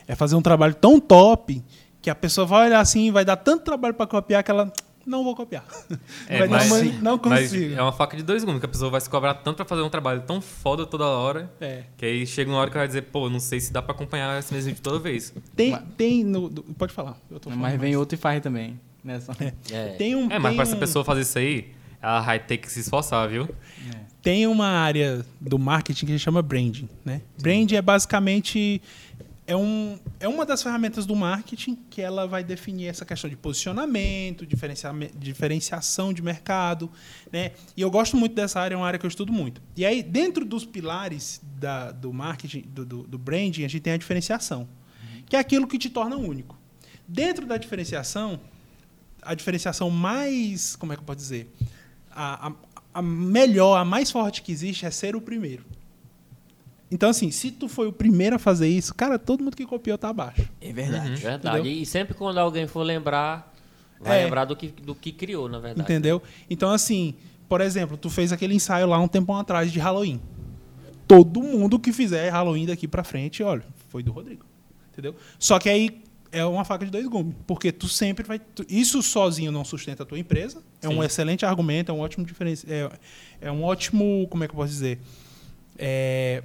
Speaker 3: É fazer um trabalho tão top que a pessoa vai olhar assim, vai dar tanto trabalho pra copiar que ela. Não vou copiar. vai dar uma- não
Speaker 2: É, mas
Speaker 3: consigo.
Speaker 2: é uma faca de dois gumes, que a pessoa vai se cobrar tanto pra fazer um trabalho tão foda toda hora,
Speaker 3: É.
Speaker 2: que aí chega uma hora que vai dizer, pô, não sei se dá pra acompanhar esse mesmo vídeo toda vez.
Speaker 3: Tem.
Speaker 1: Mas-
Speaker 3: tem no- do- pode falar. Eu tô
Speaker 1: Mas
Speaker 3: falando
Speaker 1: vem
Speaker 3: mais.
Speaker 1: outro e faz também. né, Nessa.
Speaker 4: É.
Speaker 3: Tem um.
Speaker 2: É, mas
Speaker 3: tem
Speaker 2: pra essa
Speaker 3: um-
Speaker 2: pessoa fazer isso aí, ela vai ter que se esforçar, viu?
Speaker 3: tem uma área do marketing que a gente chama branding, né? Branding é basicamente é, um, é uma das ferramentas do marketing que ela vai definir essa questão de posicionamento, diferenciame- diferenciação de mercado, né? E eu gosto muito dessa área, é uma área que eu estudo muito. E aí, dentro dos pilares da- do marketing, do, do- do branding, a gente tem a diferenciação, que é aquilo que te torna único. Dentro da diferenciação, a diferenciação mais, como é que eu posso dizer? A, a- a melhor, a mais forte que existe é ser o primeiro. Então, assim, se tu foi o primeiro a fazer isso, cara, todo mundo que copiou tá abaixo.
Speaker 1: É verdade.
Speaker 2: Uhum.
Speaker 4: Verdade.
Speaker 3: Entendeu?
Speaker 4: E sempre quando alguém for lembrar, vai
Speaker 3: É.
Speaker 4: lembrar do que, do que criou, na verdade.
Speaker 3: Entendeu? Então, assim, por exemplo, tu fez aquele ensaio lá um tempão atrás de Halloween. Todo mundo que fizer Halloween daqui pra frente, olha, foi do Rodrigo. Entendeu? Só que aí é uma faca de dois gumes, porque tu sempre vai. tu- isso sozinho não sustenta a tua empresa. É um
Speaker 2: Sim.
Speaker 3: excelente argumento, é um ótimo diferença. É, é um ótimo. Como é que eu posso dizer? É,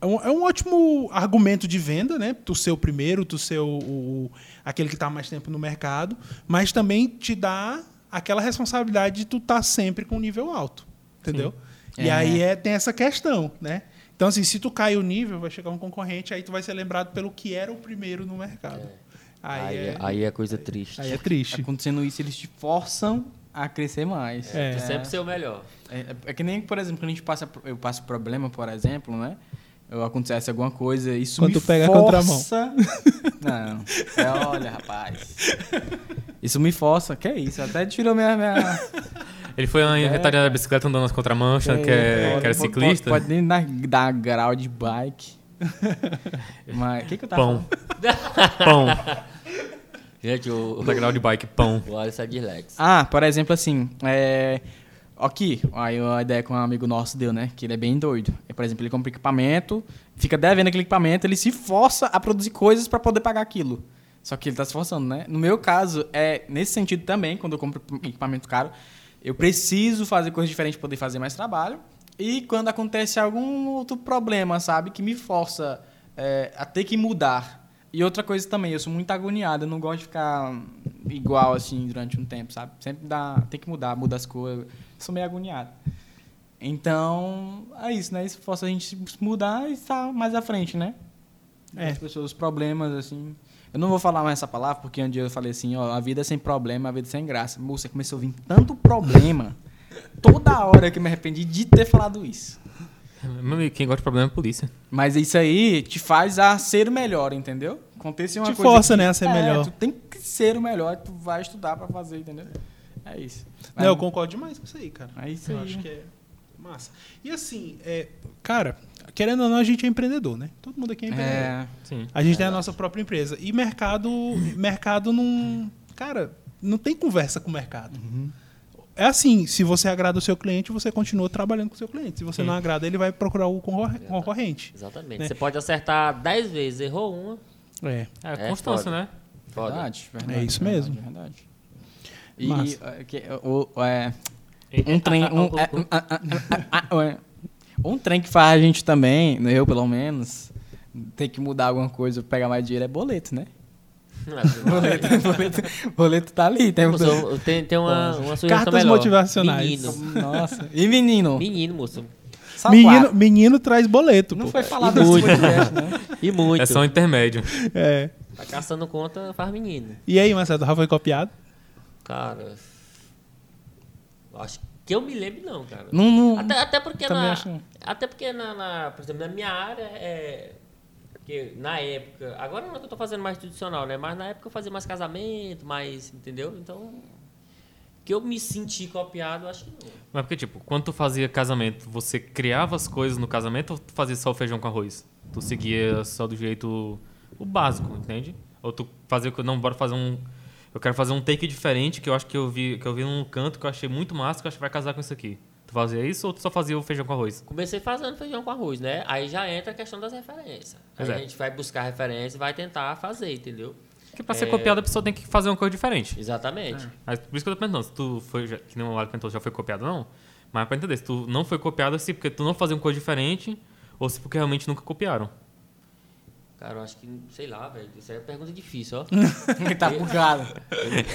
Speaker 3: é um, é um ótimo argumento de venda, né? Tu ser o primeiro, tu ser o, o- aquele que está mais tempo no mercado, mas também te dá aquela responsabilidade de tu estar sempre com o nível alto, entendeu? E
Speaker 1: É.
Speaker 3: aí é, tem essa questão, né? Então, assim, se tu cai o nível, vai chegar um concorrente, aí tu vai ser lembrado pelo que era o primeiro no mercado. Aí,
Speaker 4: Aí,
Speaker 3: é,
Speaker 4: é, aí é coisa triste.
Speaker 3: aí é triste.
Speaker 1: Acontecendo isso, eles te forçam a crescer mais.
Speaker 3: É.
Speaker 4: Tu sempre ser o melhor.
Speaker 1: É, é que nem, por exemplo, quando a gente passa, eu passo problema, por exemplo, né? Eu acontece alguma coisa, isso
Speaker 3: Quando
Speaker 1: me
Speaker 3: tu pega a
Speaker 1: força. Não. É, olha, rapaz. Isso me força. Que é isso? Até tirou minha. minha...
Speaker 2: Ele foi uma inventária da bicicleta andando nas contramãos, achando que, é, que
Speaker 1: pode-
Speaker 2: era ciclista.
Speaker 1: Pode, pode nem dar, dar grau de bike. Mas. O que, que eu tava
Speaker 2: Pão.
Speaker 1: falando?
Speaker 2: Pão.
Speaker 4: Gente, o,
Speaker 2: Puta grau de bike, pão.
Speaker 4: o Alisson é dislexo.
Speaker 1: Ah, por exemplo, assim. É... Aqui, aí uma ideia que um amigo nosso deu, né? Que ele é bem doido. É, por exemplo, ele compra equipamento, fica devendo aquele equipamento, ele se força a produzir coisas pra poder pagar aquilo. Só que ele tá se forçando, né? No meu caso, é nesse sentido também, quando eu compro equipamento caro, eu preciso fazer coisas diferentes pra poder fazer mais trabalho. E quando acontece algum outro problema, sabe? Que me força é, a ter que mudar. E outra coisa também, eu sou muito agoniado, eu não gosto de ficar igual assim durante um tempo, sabe? Sempre dá, tem que mudar, muda as coisas. Sou meio agoniado. Então, é isso, né? Isso força a gente se mudar e estar mais à frente, né?
Speaker 3: É.
Speaker 1: As pessoas, os problemas, assim. Eu não vou falar mais essa palavra, porque um dia eu falei assim, ó, a vida é sem problema, a vida é sem graça. Moça, começou a vir tanto problema. Toda hora que eu me arrependi de ter falado isso.
Speaker 2: Meu amigo, quem gosta de problema é a polícia.
Speaker 1: Mas isso aí te faz a ser o melhor, entendeu? Acontece uma
Speaker 3: Te
Speaker 1: coisa
Speaker 3: força,
Speaker 1: que-
Speaker 3: né, a ser
Speaker 1: É,
Speaker 3: melhor.
Speaker 1: Tu tem que ser o melhor, tu vai estudar pra fazer, entendeu? É isso.
Speaker 3: Não, eu concordo demais com isso aí, cara.
Speaker 1: É isso
Speaker 3: Eu
Speaker 1: aí,
Speaker 3: acho
Speaker 1: né?
Speaker 3: que é massa. E assim, é, cara, querendo ou não, a gente é empreendedor, né? Todo mundo aqui é empreendedor.
Speaker 1: É,
Speaker 2: Sim.
Speaker 3: A gente tem a nossa própria empresa. E mercado, mercado não. Cara, não tem conversa com o mercado. É assim, se você agrada o seu cliente, você continua trabalhando com o seu cliente. Se você
Speaker 2: Sim.
Speaker 3: não agrada, ele vai procurar o concorre- concorrente.
Speaker 4: Exatamente.
Speaker 3: Né?
Speaker 4: Você pode acertar 10 vezes, errou uma.
Speaker 3: É.
Speaker 2: É,
Speaker 4: É
Speaker 2: constância,
Speaker 4: foda.
Speaker 2: né?
Speaker 4: Foda.
Speaker 1: verdade, verdade.
Speaker 3: É isso
Speaker 1: verdade,
Speaker 3: mesmo.
Speaker 1: Verdade. E
Speaker 3: Massa.
Speaker 1: é, que, o, é, um trem. Um, é, um, ah, ah, ah, ah, ah, ué. Um trem que faz a gente também, eu pelo menos, ter que mudar alguma coisa pra pegar mais dinheiro é boleto, né? Boleto, boleto, boleto tá ali. Tem,
Speaker 4: Moço, eu- é tem, tem uma, uma sugestão
Speaker 3: Cartas
Speaker 4: melhor.
Speaker 3: motivacionais.
Speaker 4: Menino.
Speaker 1: Nossa. E menino?
Speaker 4: Menino, moço.
Speaker 1: Só
Speaker 3: Menino,
Speaker 1: quatro.
Speaker 3: menino traz boleto.
Speaker 1: Não
Speaker 3: pô.
Speaker 1: foi falado
Speaker 4: E
Speaker 1: nesse
Speaker 4: muito.
Speaker 1: podcast, né?
Speaker 4: E muito.
Speaker 2: É só um intermédio.
Speaker 3: É.
Speaker 4: Tá caçando conta, faz menino.
Speaker 3: E aí, Marcelo, já foi copiado?
Speaker 4: Cara, acho Que eu me lembro, não, cara.
Speaker 1: Não, não-
Speaker 4: Até, até porque,
Speaker 1: Também
Speaker 4: na,
Speaker 1: acho não.
Speaker 4: até porque na, na- por exemplo, na minha área, é, que na época, agora não é que eu tô fazendo mais tradicional, né? Mas na época eu fazia mais casamento, mais, entendeu? Então, que eu me senti copiado, eu acho que não.
Speaker 2: Mas porque, tipo, quando tu fazia casamento, você criava as coisas no casamento ou tu fazia só o feijão com arroz? Tu seguia só do jeito o básico, entende? Ou tu fazia que não, bora fazer um eu quero fazer um take diferente que eu acho que eu vi, que eu vi num canto que eu achei muito massa, que eu acho que vai casar com isso aqui. Tu fazia isso ou tu só fazia o feijão com arroz?
Speaker 4: Comecei fazendo feijão com arroz, né? Aí já entra a questão das referências. Aí
Speaker 2: Exato.
Speaker 4: a gente vai buscar referência e vai tentar fazer, entendeu?
Speaker 2: Porque pra ser copiado a pessoa tem que fazer uma coisa diferente.
Speaker 1: Ah.
Speaker 4: Exatamente.
Speaker 2: Mas por isso que eu tô perguntando, se tu foi, já- que nem o Mário perguntou, já foi copiado ou não? Mas é pra entender, se tu não foi copiado, se porque tu não fazia uma coisa diferente ou se porque realmente nunca copiaram.
Speaker 4: Cara, eu acho que, sei lá, velho. Isso aí é pergunta difícil, ó.
Speaker 1: que tá bugado.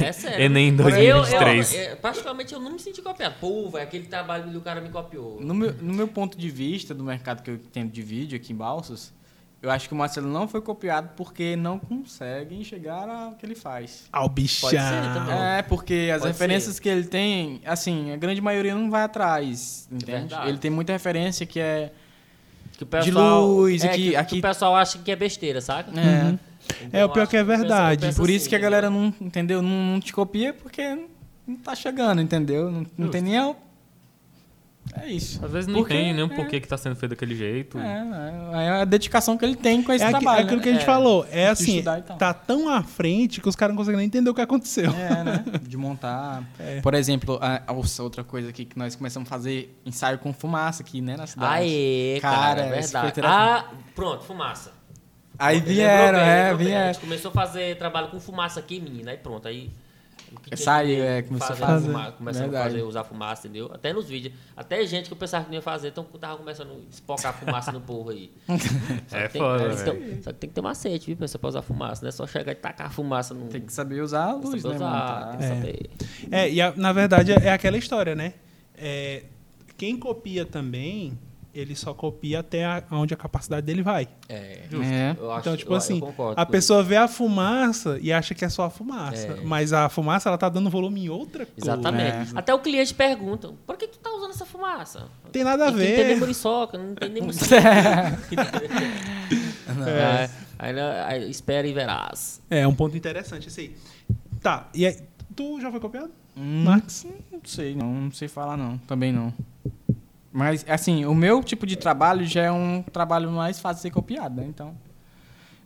Speaker 4: É sério.
Speaker 2: Enem
Speaker 4: Eu- eu-
Speaker 2: 2023.
Speaker 4: Eu, particularmente, eu não me senti copiado. Pô, velho, aquele trabalho do cara me copiou.
Speaker 1: No meu, no meu ponto de vista, do mercado que eu tenho de vídeo aqui em Balsas, eu acho que o Marcelo não foi copiado porque não consegue chegar ao que ele faz.
Speaker 3: Ao
Speaker 4: Pode ser
Speaker 3: bichão.
Speaker 4: também.
Speaker 1: É, porque as
Speaker 4: Pode
Speaker 1: referências que ele tem, assim, a grande maioria não vai atrás, entende?
Speaker 4: verdade.
Speaker 1: ele tem muita referência que é...
Speaker 4: Que o
Speaker 1: luz,
Speaker 4: é,
Speaker 1: aqui-
Speaker 4: que, que
Speaker 1: aqui-
Speaker 4: o pessoal acha que é besteira, saca?
Speaker 1: é,
Speaker 4: Então,
Speaker 3: É, o
Speaker 4: eu
Speaker 3: pior
Speaker 4: acho
Speaker 3: que é
Speaker 4: eu penso- eu
Speaker 3: verdade.
Speaker 4: penso
Speaker 1: Por
Speaker 4: assim,
Speaker 1: isso que a
Speaker 4: entendeu?
Speaker 1: galera não, entendeu? Não, não te copia porque não tá chegando, entendeu? Não, não tem nem a... É isso.
Speaker 2: Às vezes não
Speaker 1: Porque-
Speaker 2: entende nem o
Speaker 1: é.
Speaker 2: porquê que tá sendo feito daquele jeito.
Speaker 1: É, é a dedicação que ele tem com
Speaker 3: É,
Speaker 1: esse
Speaker 3: aqui- é
Speaker 1: trabalho.
Speaker 3: aquilo
Speaker 1: né?
Speaker 3: que a gente falou. É assim,
Speaker 1: estudar então. e tal.
Speaker 3: tá tão à frente que os caras não conseguem nem entender o que aconteceu.
Speaker 1: É, né? De montar.
Speaker 3: É.
Speaker 1: Por exemplo, a, a ouça- outra coisa aqui que nós começamos a fazer ensaio com fumaça aqui, né, na cidade.
Speaker 4: Aê, cara,
Speaker 1: Cara,
Speaker 4: é
Speaker 1: isso foi
Speaker 4: verdade. Ah,
Speaker 1: terapia.
Speaker 4: pronto, fumaça.
Speaker 1: Aí
Speaker 4: Lembrou
Speaker 1: vieram,
Speaker 4: bem,
Speaker 1: é,
Speaker 4: lembrou bem. A
Speaker 1: vieram.
Speaker 4: gente começou a fazer trabalho com fumaça aqui, menina, aí pronto, aí... o que tinha
Speaker 1: Saiu,
Speaker 4: que
Speaker 1: é, começou a
Speaker 4: fazer
Speaker 1: fazer.
Speaker 4: fuma- Começamos a
Speaker 1: Verdade.
Speaker 4: fazer, usar fumaça, entendeu? Até nos vídeos. Até gente que eu pensava que não ia fazer, então eu tava começando a espocar fumaça no povo aí. Só
Speaker 2: É
Speaker 4: que tem-
Speaker 2: foda,
Speaker 4: então- Só que tem que ter macete, viu, pessoal, pra usar fumaça. Não é só chegar e tacar fumaça no...
Speaker 1: Tem que saber usar a luz, né?
Speaker 4: usar,
Speaker 1: montar.
Speaker 4: tem que saber.
Speaker 3: É, e a- na verdade é aquela história, né? É, quem copia também, ele só copia até a- onde a capacidade dele vai.
Speaker 4: É.
Speaker 1: É.
Speaker 4: Eu acho-
Speaker 3: então, tipo
Speaker 4: eu- eu
Speaker 3: assim,
Speaker 4: concordo
Speaker 3: a
Speaker 4: com isso.
Speaker 3: pessoa vê a fumaça e acha que é só a fumaça.
Speaker 4: É.
Speaker 3: Mas a fumaça, ela tá dando volume em outra coisa.
Speaker 4: Exatamente.
Speaker 1: É.
Speaker 4: Até o cliente pergunta, por que tu tá usando essa fumaça?
Speaker 3: Tem nada a
Speaker 4: E que Não tem nem
Speaker 3: ver.
Speaker 4: muriçoca, não tem nem muriçoca.
Speaker 3: É.
Speaker 4: É, aí, não- aí espera e verás.
Speaker 3: É, um ponto interessante esse aí. Tá, e aí, tu já foi copiado?
Speaker 1: Hum,
Speaker 3: Max?
Speaker 1: Não sei, não, não sei falar não, também não. Mas, assim, o meu tipo de trabalho já é um trabalho mais fácil de ser copiado, né? Então,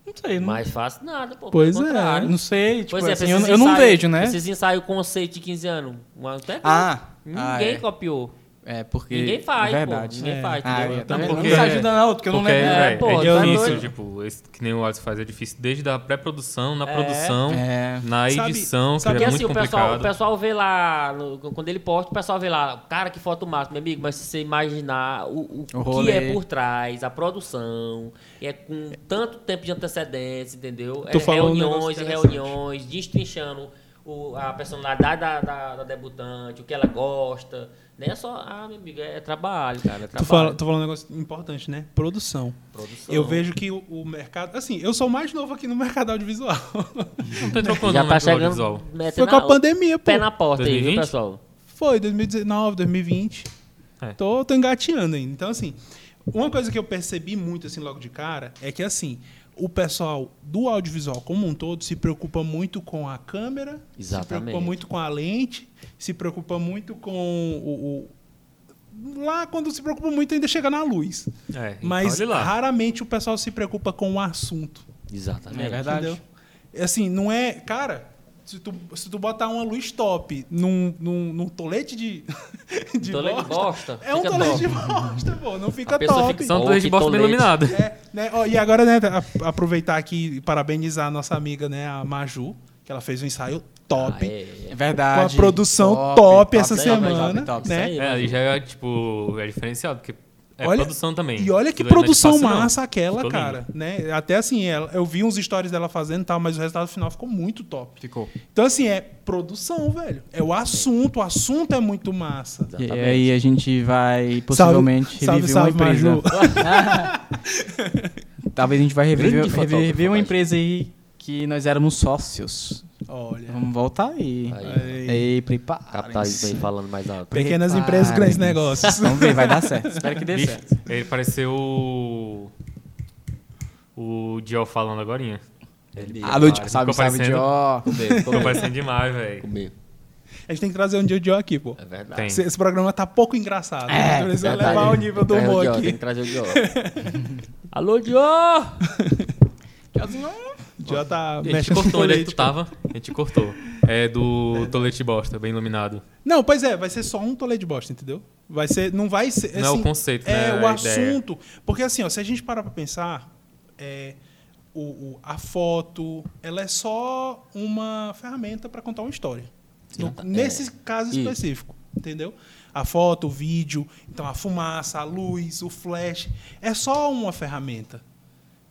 Speaker 1: não sei. Não,
Speaker 4: Mais fácil nada, pô.
Speaker 3: Pois
Speaker 4: pelo
Speaker 3: é,
Speaker 4: contrário.
Speaker 1: não sei, tipo
Speaker 4: Pois é,
Speaker 1: assim,
Speaker 4: pra
Speaker 1: eu,
Speaker 4: esses
Speaker 1: eu não
Speaker 4: ensaios-
Speaker 1: vejo, né?
Speaker 4: Esses ensaios conceito de 15 anos. Um ano até
Speaker 1: Ah,
Speaker 4: ninguém
Speaker 1: ah, é.
Speaker 4: copiou.
Speaker 1: É, porque...
Speaker 4: Ninguém faz,
Speaker 1: Verdade.
Speaker 4: pô. Ninguém
Speaker 3: É.
Speaker 4: faz.
Speaker 1: Ah,
Speaker 4: entendeu?
Speaker 1: é, tá
Speaker 4: Então,
Speaker 1: vendo?
Speaker 2: porque-
Speaker 1: Não se ajuda não, porque eu não
Speaker 2: Porque,
Speaker 1: lembro.
Speaker 4: É,
Speaker 2: véi, é,
Speaker 4: pô, tá
Speaker 2: difícil,
Speaker 4: doido.
Speaker 2: tipo, esse, que nem o Alisson faz, é difícil desde a pré-produção, na
Speaker 4: É.
Speaker 2: produção,
Speaker 1: É.
Speaker 2: na
Speaker 3: Sabe-
Speaker 2: edição,
Speaker 3: sabe-
Speaker 2: que
Speaker 4: Porque
Speaker 2: é
Speaker 4: assim,
Speaker 2: muito
Speaker 4: o pessoal, o
Speaker 2: complicado.
Speaker 4: pessoal vê lá, no- quando ele posta, o pessoal vê lá, cara, que foto massa, meu amigo, mas se você imaginar o, o-
Speaker 1: O
Speaker 4: o que
Speaker 1: rolê.
Speaker 4: é por trás, a produção, é com tanto tempo de antecedência, entendeu?
Speaker 3: Tu
Speaker 4: é,
Speaker 3: falou um
Speaker 4: reuniões
Speaker 3: negócio
Speaker 4: e
Speaker 3: interessante.
Speaker 4: reuniões, destrinchando o- a personalidade da, da- da debutante, o que ela gosta. Não é só, ah, meu amigo, é, trabalho, cara, é
Speaker 3: Tu
Speaker 4: trabalho.
Speaker 3: fala, tu fala um negócio importante, né? Produção.
Speaker 4: Produção.
Speaker 3: Eu vejo que o, o mercado... Assim, eu sou mais novo aqui no mercado audiovisual.
Speaker 2: Não tô trocando
Speaker 4: Já
Speaker 2: no
Speaker 4: tá
Speaker 2: mercado
Speaker 4: chegando.
Speaker 2: audiovisual.
Speaker 4: metendo
Speaker 3: Foi com a
Speaker 4: a-
Speaker 3: pandemia, pô.
Speaker 4: Pé na porta aí,
Speaker 2: 2020?
Speaker 4: viu, pessoal?
Speaker 3: Foi, 2019, 2020.
Speaker 2: É.
Speaker 3: Tô, tô engateando ainda. Então, assim, uma coisa que eu percebi muito, assim, logo de cara, é que, assim, o pessoal do audiovisual como um todo se preocupa muito com a câmera, se
Speaker 4: Exatamente.
Speaker 3: preocupa muito com a lente, se preocupa muito com o... o- Lá, quando se preocupa muito, ainda chega na luz.
Speaker 2: É, e
Speaker 3: Mas
Speaker 2: olha lá.
Speaker 3: raramente o pessoal se preocupa com o assunto.
Speaker 4: Exatamente.
Speaker 1: É verdade.
Speaker 3: Entendeu? Assim, não é. Cara, se tu, se tu botar uma luz top num, num, num tolete de. de
Speaker 4: Um Tolete
Speaker 3: bosta,
Speaker 4: bosta,
Speaker 3: É um
Speaker 4: fica
Speaker 3: tolete
Speaker 4: top.
Speaker 3: de bosta, pô. Não fica
Speaker 4: A pessoa
Speaker 3: top.
Speaker 4: fica-
Speaker 2: São
Speaker 4: Ô,
Speaker 2: dois de
Speaker 4: que
Speaker 2: bosta bem
Speaker 4: tolete.
Speaker 2: iluminado.
Speaker 3: É, né? Ó, e agora, né, a- aproveitar aqui e parabenizar a nossa amiga, né, a Maju, que ela fez um ensaio top.
Speaker 4: Ah, é, é.
Speaker 1: É verdade.
Speaker 3: Com a produção top essa semana,
Speaker 1: Top, top,
Speaker 3: né?
Speaker 4: Isso aí,
Speaker 2: É,
Speaker 4: mano.
Speaker 2: e já é, tipo, é diferenciado, porque é
Speaker 3: Olha-
Speaker 2: produção também.
Speaker 3: E olha que
Speaker 2: Aquilo ali não é
Speaker 3: produção
Speaker 2: fácil, não.
Speaker 3: massa aquela,
Speaker 2: Ficou
Speaker 3: cara.
Speaker 2: lindo.
Speaker 3: Né? Até assim, ela- eu vi uns stories dela fazendo e tal, mas o resultado final ficou muito top.
Speaker 1: Ficou.
Speaker 3: Então, assim, é produção, velho. É o assunto. O assunto é muito massa.
Speaker 1: E
Speaker 4: Exatamente.
Speaker 1: aí a gente vai possivelmente
Speaker 3: salve,
Speaker 1: reviver
Speaker 3: salve,
Speaker 1: uma empresa.
Speaker 3: Maju.
Speaker 1: Talvez a gente vai reviver,
Speaker 4: Grande fotógrafo,
Speaker 1: reviver uma
Speaker 4: Maju.
Speaker 1: empresa aí que nós éramos sócios.
Speaker 3: Olha.
Speaker 1: Vamos voltar aí.
Speaker 4: Aí,
Speaker 1: Ei, prepara.
Speaker 4: capitalismo aí falando mais alto.
Speaker 3: Pequenas empresas, grandes
Speaker 1: Preparem-se.
Speaker 3: negócios.
Speaker 1: Vamos ver, vai dar certo. Espero que dê
Speaker 2: Bicho,
Speaker 1: certo.
Speaker 2: Ele pareceu o. O Dio falando agorinha.
Speaker 4: Ele-
Speaker 1: Ah, meu, tipo,
Speaker 4: Para.
Speaker 1: sabe,
Speaker 2: ficou
Speaker 1: sabe de
Speaker 2: parecendo-
Speaker 1: ó.
Speaker 4: Comer,
Speaker 2: Ficou
Speaker 4: comer,
Speaker 2: parecendo demais, velho.
Speaker 4: comer.
Speaker 3: A gente tem que trazer um dia o Joe aqui, pô.
Speaker 4: É verdade.
Speaker 2: Tem.
Speaker 3: Esse, esse programa tá pouco engraçado. É, precisa
Speaker 4: Verdade.
Speaker 3: levar o nível do
Speaker 4: Tem que trazer
Speaker 3: humor
Speaker 4: o Dior, Tem
Speaker 3: aqui.
Speaker 4: que trazer o Dior. Alô, Dior!
Speaker 3: O Joe tá
Speaker 2: A gente
Speaker 3: mexendo com
Speaker 2: cortou onde é que
Speaker 3: leite.
Speaker 2: tu tava. A gente cortou. É do Tolete Bosta, bem iluminado.
Speaker 3: Não, pois é, vai ser só um tolete de bosta, entendeu? Vai ser, não vai ser.
Speaker 2: Não é o
Speaker 3: assim,
Speaker 2: conceito,
Speaker 3: É
Speaker 2: né,
Speaker 3: o
Speaker 2: a ideia.
Speaker 3: assunto. Porque assim, ó, se a gente parar pra pensar, é, o, o- a foto, ela é só uma ferramenta pra contar uma história. No-
Speaker 4: tá-
Speaker 3: nesse caso
Speaker 4: Isso.
Speaker 3: específico, entendeu? A foto, o vídeo, então a fumaça, a luz, o flash, é só uma ferramenta.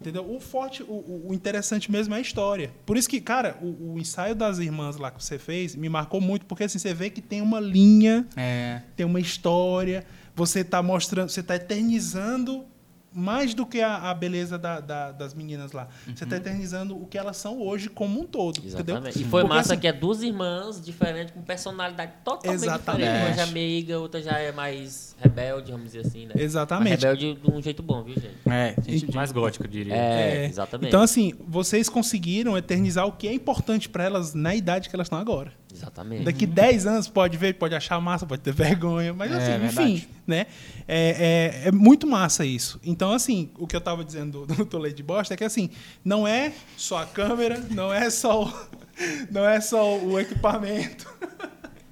Speaker 3: Entendeu? O forte, o- o, o interessante mesmo é a história. Por isso que, cara, o, o ensaio das irmãs lá que você fez me marcou muito, porque assim, você vê que tem uma linha,
Speaker 1: É.
Speaker 3: tem uma história, você está mostrando, você está eternizando mais do que a, a beleza da- da- das meninas lá. Você está eternizando o que elas são hoje como um todo.
Speaker 4: Uhum. Exatamente.
Speaker 3: Entendeu?
Speaker 4: E foi
Speaker 3: Porque,
Speaker 4: massa
Speaker 3: assim,
Speaker 4: que é duas irmãs diferentes, com personalidade totalmente
Speaker 3: Exatamente.
Speaker 4: diferente. Uma já é meiga, outra já é mais rebelde, vamos dizer assim, né? Mas
Speaker 3: Exatamente.
Speaker 4: rebelde de um jeito bom, viu, gente?
Speaker 1: É, gente,
Speaker 2: Mais gótico, eu diria.
Speaker 4: É,
Speaker 3: É.
Speaker 4: exatamente.
Speaker 3: Então, assim, vocês conseguiram eternizar o que é importante para elas na idade que elas estão agora.
Speaker 4: exatamente.
Speaker 3: Daqui 10 anos pode ver, pode achar massa, pode ter vergonha, mas
Speaker 1: É,
Speaker 3: assim,
Speaker 1: verdade.
Speaker 3: enfim, né? É, é- é muito massa isso. Então, assim, o que eu tava dizendo do, do Toledo de Bosta é que assim, não é só a câmera, não é só o, não é só o equipamento.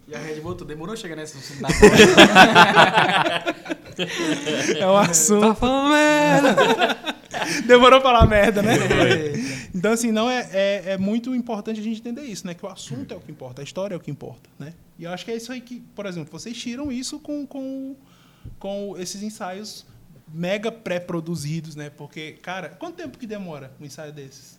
Speaker 1: E a Red Bull, tu demorou a chegar nessa.
Speaker 3: É o assunto.
Speaker 2: Tá falando merda!
Speaker 3: Demorou pra falar merda, né? Então, assim, não é, é, é muito importante a gente entender isso, né? Que o assunto é o que importa, a história é o que importa, né? E eu acho que é isso aí que, por exemplo, vocês tiram isso com, com, com esses ensaios mega pré-produzidos, né? Porque, cara, quanto tempo que demora um ensaio desses?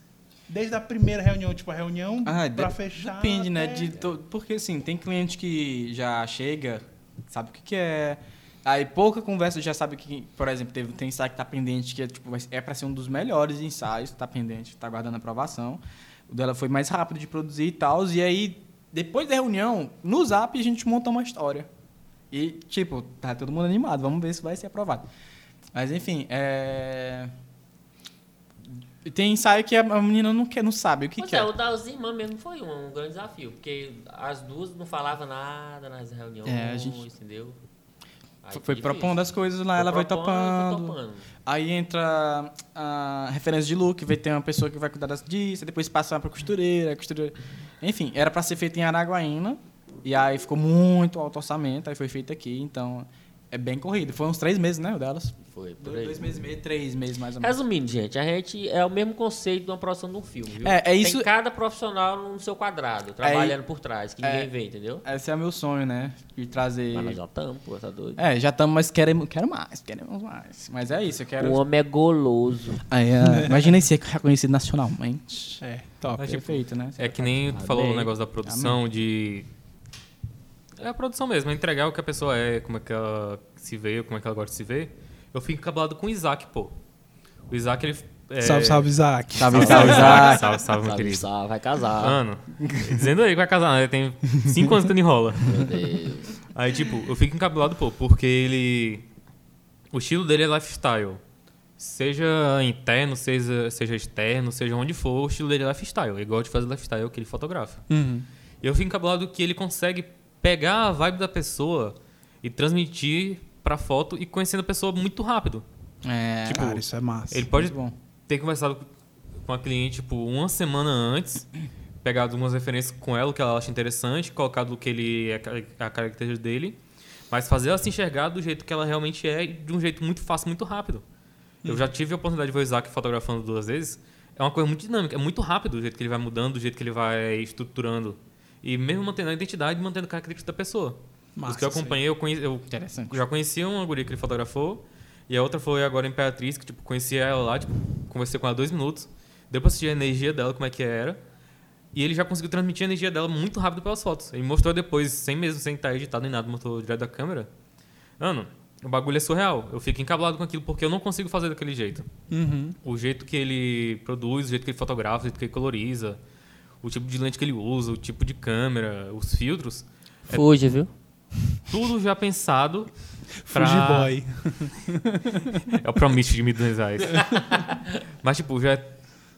Speaker 3: Desde a primeira reunião, tipo, a reunião
Speaker 1: Ah,
Speaker 3: pra
Speaker 1: de-
Speaker 3: fechar.
Speaker 1: Depende, né?
Speaker 3: até-
Speaker 1: de to- Porque assim, tem cliente que já chega, sabe o que, que é. Aí pouca conversa já sabe que, por exemplo, teve, tem ensaio que tá pendente, que é, tipo, vai- é pra ser um dos melhores ensaios, tá pendente, tá guardando a aprovação. O dela foi mais rápido de produzir e tal. E aí, depois da reunião, no zap a gente monta uma história. E, tipo, tá todo mundo animado, vamos ver se vai ser aprovado. Mas enfim, é. Tem ensaio que a a menina não, quer, não sabe o que,
Speaker 4: Pois
Speaker 1: que
Speaker 4: é, o das irmãs mesmo foi um, um grande desafio, porque as duas não falavam nada nas reuniões,
Speaker 1: É, a gente-
Speaker 4: entendeu? Aí é
Speaker 1: Foi- foi
Speaker 4: difícil.
Speaker 1: propondo as coisas lá,
Speaker 4: Foi
Speaker 1: ela vai
Speaker 4: propondo,
Speaker 1: topando.
Speaker 4: foi topando.
Speaker 1: Aí entra a referência de look, vai ter uma pessoa que vai cuidar das- disso, depois passa pra costureira, a costureira. Enfim, era pra ser feito em Araguaína, e aí ficou muito alto orçamento, aí foi feito aqui, então é bem corrido. Foi uns três meses, né, o delas?
Speaker 4: Foi, por aí.
Speaker 1: Dois meses e meio, três meses mais ou menos.
Speaker 4: Resumindo, gente, a gente é o mesmo conceito de uma produção de um filme, viu?
Speaker 1: É, é isso-
Speaker 4: Tem cada profissional no seu quadrado, trabalhando por trás, que ninguém vê, entendeu?
Speaker 1: Esse é o meu sonho, né? De trazer.
Speaker 4: Mas nós já estamos, pô, tá doido.
Speaker 1: É, já estamos, mas queremos, quero mais, queremos mais. Mas é isso, eu quero.
Speaker 4: O homem é goloso.
Speaker 1: Aí, ah, imagina ser reconhecido nacionalmente.
Speaker 3: É, top.
Speaker 2: Mas, tipo,
Speaker 1: Perfeito, né?
Speaker 2: É que nem tu falou o negócio da produção, de. É a produção mesmo, é entregar o que a pessoa é, como é que ela se vê, como é que ela gosta de se ver. Eu fico cabulado com o Isaac, pô. O Isaac, ele. é-
Speaker 3: Salve, salve, Isaac.
Speaker 1: Salve, salve, Isaac.
Speaker 2: Salve, salve, meu
Speaker 4: Sabe,
Speaker 2: querido. Ah.
Speaker 4: sabe, vai casar.
Speaker 2: Mano, dizendo aí que vai casar, né? Ele tem 5 anos que ele enrola.
Speaker 4: Meu Deus.
Speaker 2: Aí, tipo, eu fico encabulado, pô, porque ele. O estilo dele é lifestyle. Seja interno, seja, seja externo, seja onde for, o estilo dele é lifestyle. Ele gosta de fazer lifestyle é que ele fotografa. E eu fico encabulado que ele consegue pegar a vibe da pessoa e transmitir pra foto e conhecendo a pessoa muito rápido.
Speaker 1: É,
Speaker 2: Tipo,
Speaker 3: Cara, isso é massa.
Speaker 2: Ele pode
Speaker 1: muito bom.
Speaker 2: ter conversado com a cliente, tipo, uma semana antes, pegado algumas referências com ela, o que ela acha interessante, colocado o que ele é ca- a característica dele, mas fazer ela se enxergar do jeito que ela realmente é, e de um jeito muito fácil, muito rápido. Eu já tive a oportunidade de ver o Isaac fotografando duas vezes. É uma coisa muito dinâmica, é muito rápido o jeito que ele vai mudando, o jeito que ele vai estruturando. E mesmo mantendo a identidade, mantendo a característica da pessoa. Os
Speaker 3: Massa
Speaker 2: que eu
Speaker 3: isso aí.
Speaker 2: acompanhei, eu, conhe- eu
Speaker 1: Interessante.
Speaker 2: já conhecia uma guria que ele fotografou. E a outra foi agora Imperatriz, que tipo, conhecia ela lá, tipo, conversei com ela dois minutos. Deu pra assistir a energia dela, como é que era. E ele já conseguiu transmitir a energia dela muito rápido pelas fotos. Ele mostrou depois, sem mesmo, sem estar editado nem nada, mostrou direto da câmera. Mano, o bagulho é surreal. Eu fico encabulado com aquilo porque eu não consigo fazer daquele jeito.
Speaker 3: Uhum.
Speaker 2: O jeito que ele produz, o jeito que ele fotografa, o jeito que ele coloriza, o tipo de lente que ele usa, o tipo de câmera, os filtros,
Speaker 4: Fuja, viu?
Speaker 2: tudo já pensado pra...
Speaker 3: Fujiboy.
Speaker 2: É o promite de 1.200 reais. Mas, tipo, já,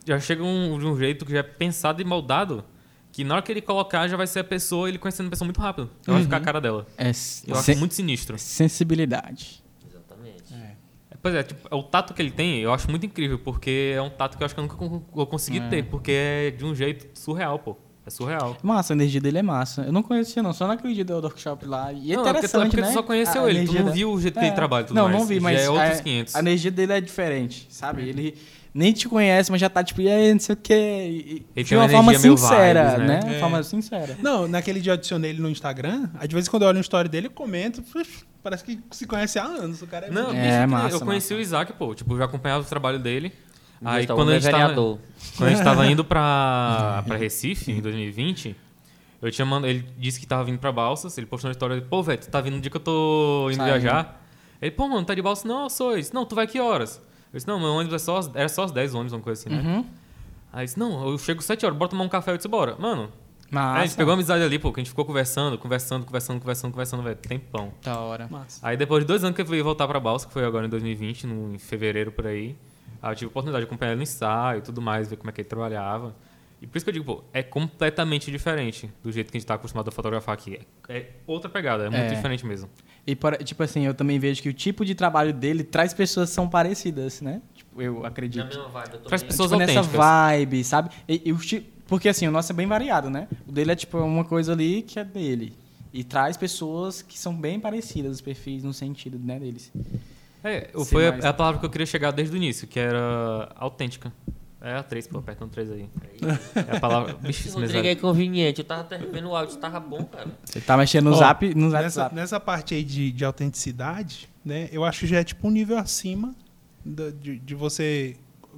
Speaker 2: já chega um, de um jeito que já é pensado e moldado, que na hora que ele colocar já vai ser a pessoa, ele conhecendo a pessoa muito rápido. Então vai ficar a cara dela.
Speaker 1: É
Speaker 2: Eu
Speaker 1: sen-
Speaker 2: acho muito sinistro.
Speaker 1: sensibilidade.
Speaker 4: Exatamente.
Speaker 2: Pois é, tipo, o tato que ele tem eu acho muito incrível, porque é um tato que eu acho que eu nunca con- vou conseguir ter, porque é de um jeito surreal, pô. É surreal.
Speaker 1: Massa, a energia dele é massa. Eu não conhecia, não. Só naquele dia do workshop lá. E é
Speaker 2: não, é porque, tu, é
Speaker 1: interessante,
Speaker 2: porque
Speaker 1: né?
Speaker 2: tu só conheceu
Speaker 1: A
Speaker 2: ele, tu
Speaker 1: energia
Speaker 2: não
Speaker 1: da-
Speaker 2: viu o jeito que
Speaker 1: É.
Speaker 2: ele trabalha e tudo
Speaker 1: Não,
Speaker 2: mais.
Speaker 1: não vi,
Speaker 2: Já
Speaker 1: mas
Speaker 2: é outros
Speaker 1: a,
Speaker 2: 500.
Speaker 1: a energia dele é diferente, sabe? Ele nem te conhece, mas já tá tipo, e aí, não sei o quê. E,
Speaker 2: tem
Speaker 1: e, de
Speaker 2: uma
Speaker 1: uma forma
Speaker 2: energia meio
Speaker 1: sincera,
Speaker 2: vibes, né?
Speaker 1: né?
Speaker 3: É.
Speaker 1: Uma forma sincera.
Speaker 3: Não, naquele dia eu adicionei ele no Instagram. Às vezes quando eu olho um story dele, eu comento. "Puxa, Parece que se conhece há anos. O cara é
Speaker 2: Não,
Speaker 1: É,
Speaker 2: bicho,
Speaker 1: massa,
Speaker 2: eu conheci
Speaker 1: massa.
Speaker 2: o Isaac, pô, tipo, eu já acompanhava o trabalho dele. Aí então,
Speaker 4: Gustavo
Speaker 2: quando a,
Speaker 4: é
Speaker 2: gente tá tava,
Speaker 4: vereador.
Speaker 2: quando a gente tava indo pra, pra Recife, em 2020, eu tinha mandado, ele disse que tava vindo pra Balsas, ele postou uma história, ele, pô, velho, tu tá vindo no dia que eu tô indo
Speaker 1: Saindo.
Speaker 2: viajar? Ele, pô, mano, tá de Balsas? Não, eu sou isso. Não, tu vai que horas? Eu disse, não, meu ônibus é só, às- era só às 10 ônibus, uma coisa assim, né?
Speaker 1: Uhum.
Speaker 2: Aí disse, não, eu chego 7 horas, bora tomar um café, eu disse, bora. Mano, aí a gente
Speaker 1: Massa.
Speaker 2: É, pegou amizade ali, pô, que a gente ficou conversando, conversando, conversando, conversando, conversando, velho, tempão.
Speaker 1: Da hora.
Speaker 2: Aí depois de dois anos que eu fui voltar pra Balsa, que foi agora em 2020, no, em fevereiro por aí, aí eu tive a oportunidade de acompanhar ele no ensaio e tudo mais, ver como é que ele trabalhava. E por isso que eu digo, pô, é completamente diferente do jeito que a gente tá acostumado a fotografar aqui. É, é outra pegada, é muito
Speaker 1: É.
Speaker 2: diferente mesmo.
Speaker 1: E, para- tipo assim, eu também vejo que o tipo de trabalho dele traz pessoas que são parecidas, né? Tipo, eu
Speaker 4: Na
Speaker 1: acredito.
Speaker 4: mesma vibe, eu tô
Speaker 2: Traz
Speaker 4: bem.
Speaker 2: pessoas
Speaker 1: tipo, nessa
Speaker 2: autênticas.
Speaker 1: vibe, sabe? E- e os ti- porque assim, o nosso é bem variado, né? O dele é tipo uma coisa ali que é dele. E traz pessoas que são bem parecidas, os perfis no sentido, né, deles.
Speaker 2: É,
Speaker 1: Sim,
Speaker 2: foi a-
Speaker 1: mas-
Speaker 2: a, palavra que eu queria chegar desde o início, que era autêntica. É a 3, pô, aperta um 3 aí. É a palavra. Bicho,
Speaker 4: Esse
Speaker 2: isso
Speaker 4: Rodrigo
Speaker 2: mesmo.
Speaker 4: é conveniente. Eu tava até vendo o áudio, tava bom, cara.
Speaker 1: Você tá mexendo no
Speaker 3: Ó,
Speaker 1: zap, no zap,
Speaker 3: Nessa,
Speaker 1: zap.
Speaker 3: nessa parte aí de, de autenticidade, né? Eu acho que já é tipo um nível acima da- de, de você.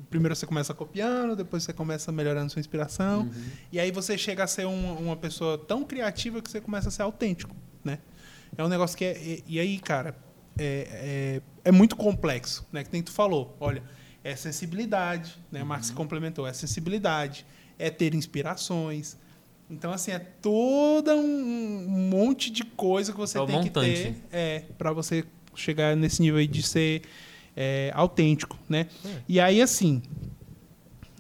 Speaker 3: Primeiro você começa copiando, depois você começa melhorando sua inspiração. E aí você chega a ser um- uma pessoa tão criativa que você começa a ser autêntico, né? É um negócio que é. E, e aí, cara, é, é, é muito complexo, né? Que nem tu falou. Olha, é sensibilidade, né? O Marx complementou, é sensibilidade, é ter inspirações. Então, assim, é toda um, um monte de coisa que você
Speaker 2: É o
Speaker 3: tem
Speaker 2: montante.
Speaker 3: que ter é, para você chegar nesse nível aí de ser é, autêntico, né? E aí, assim,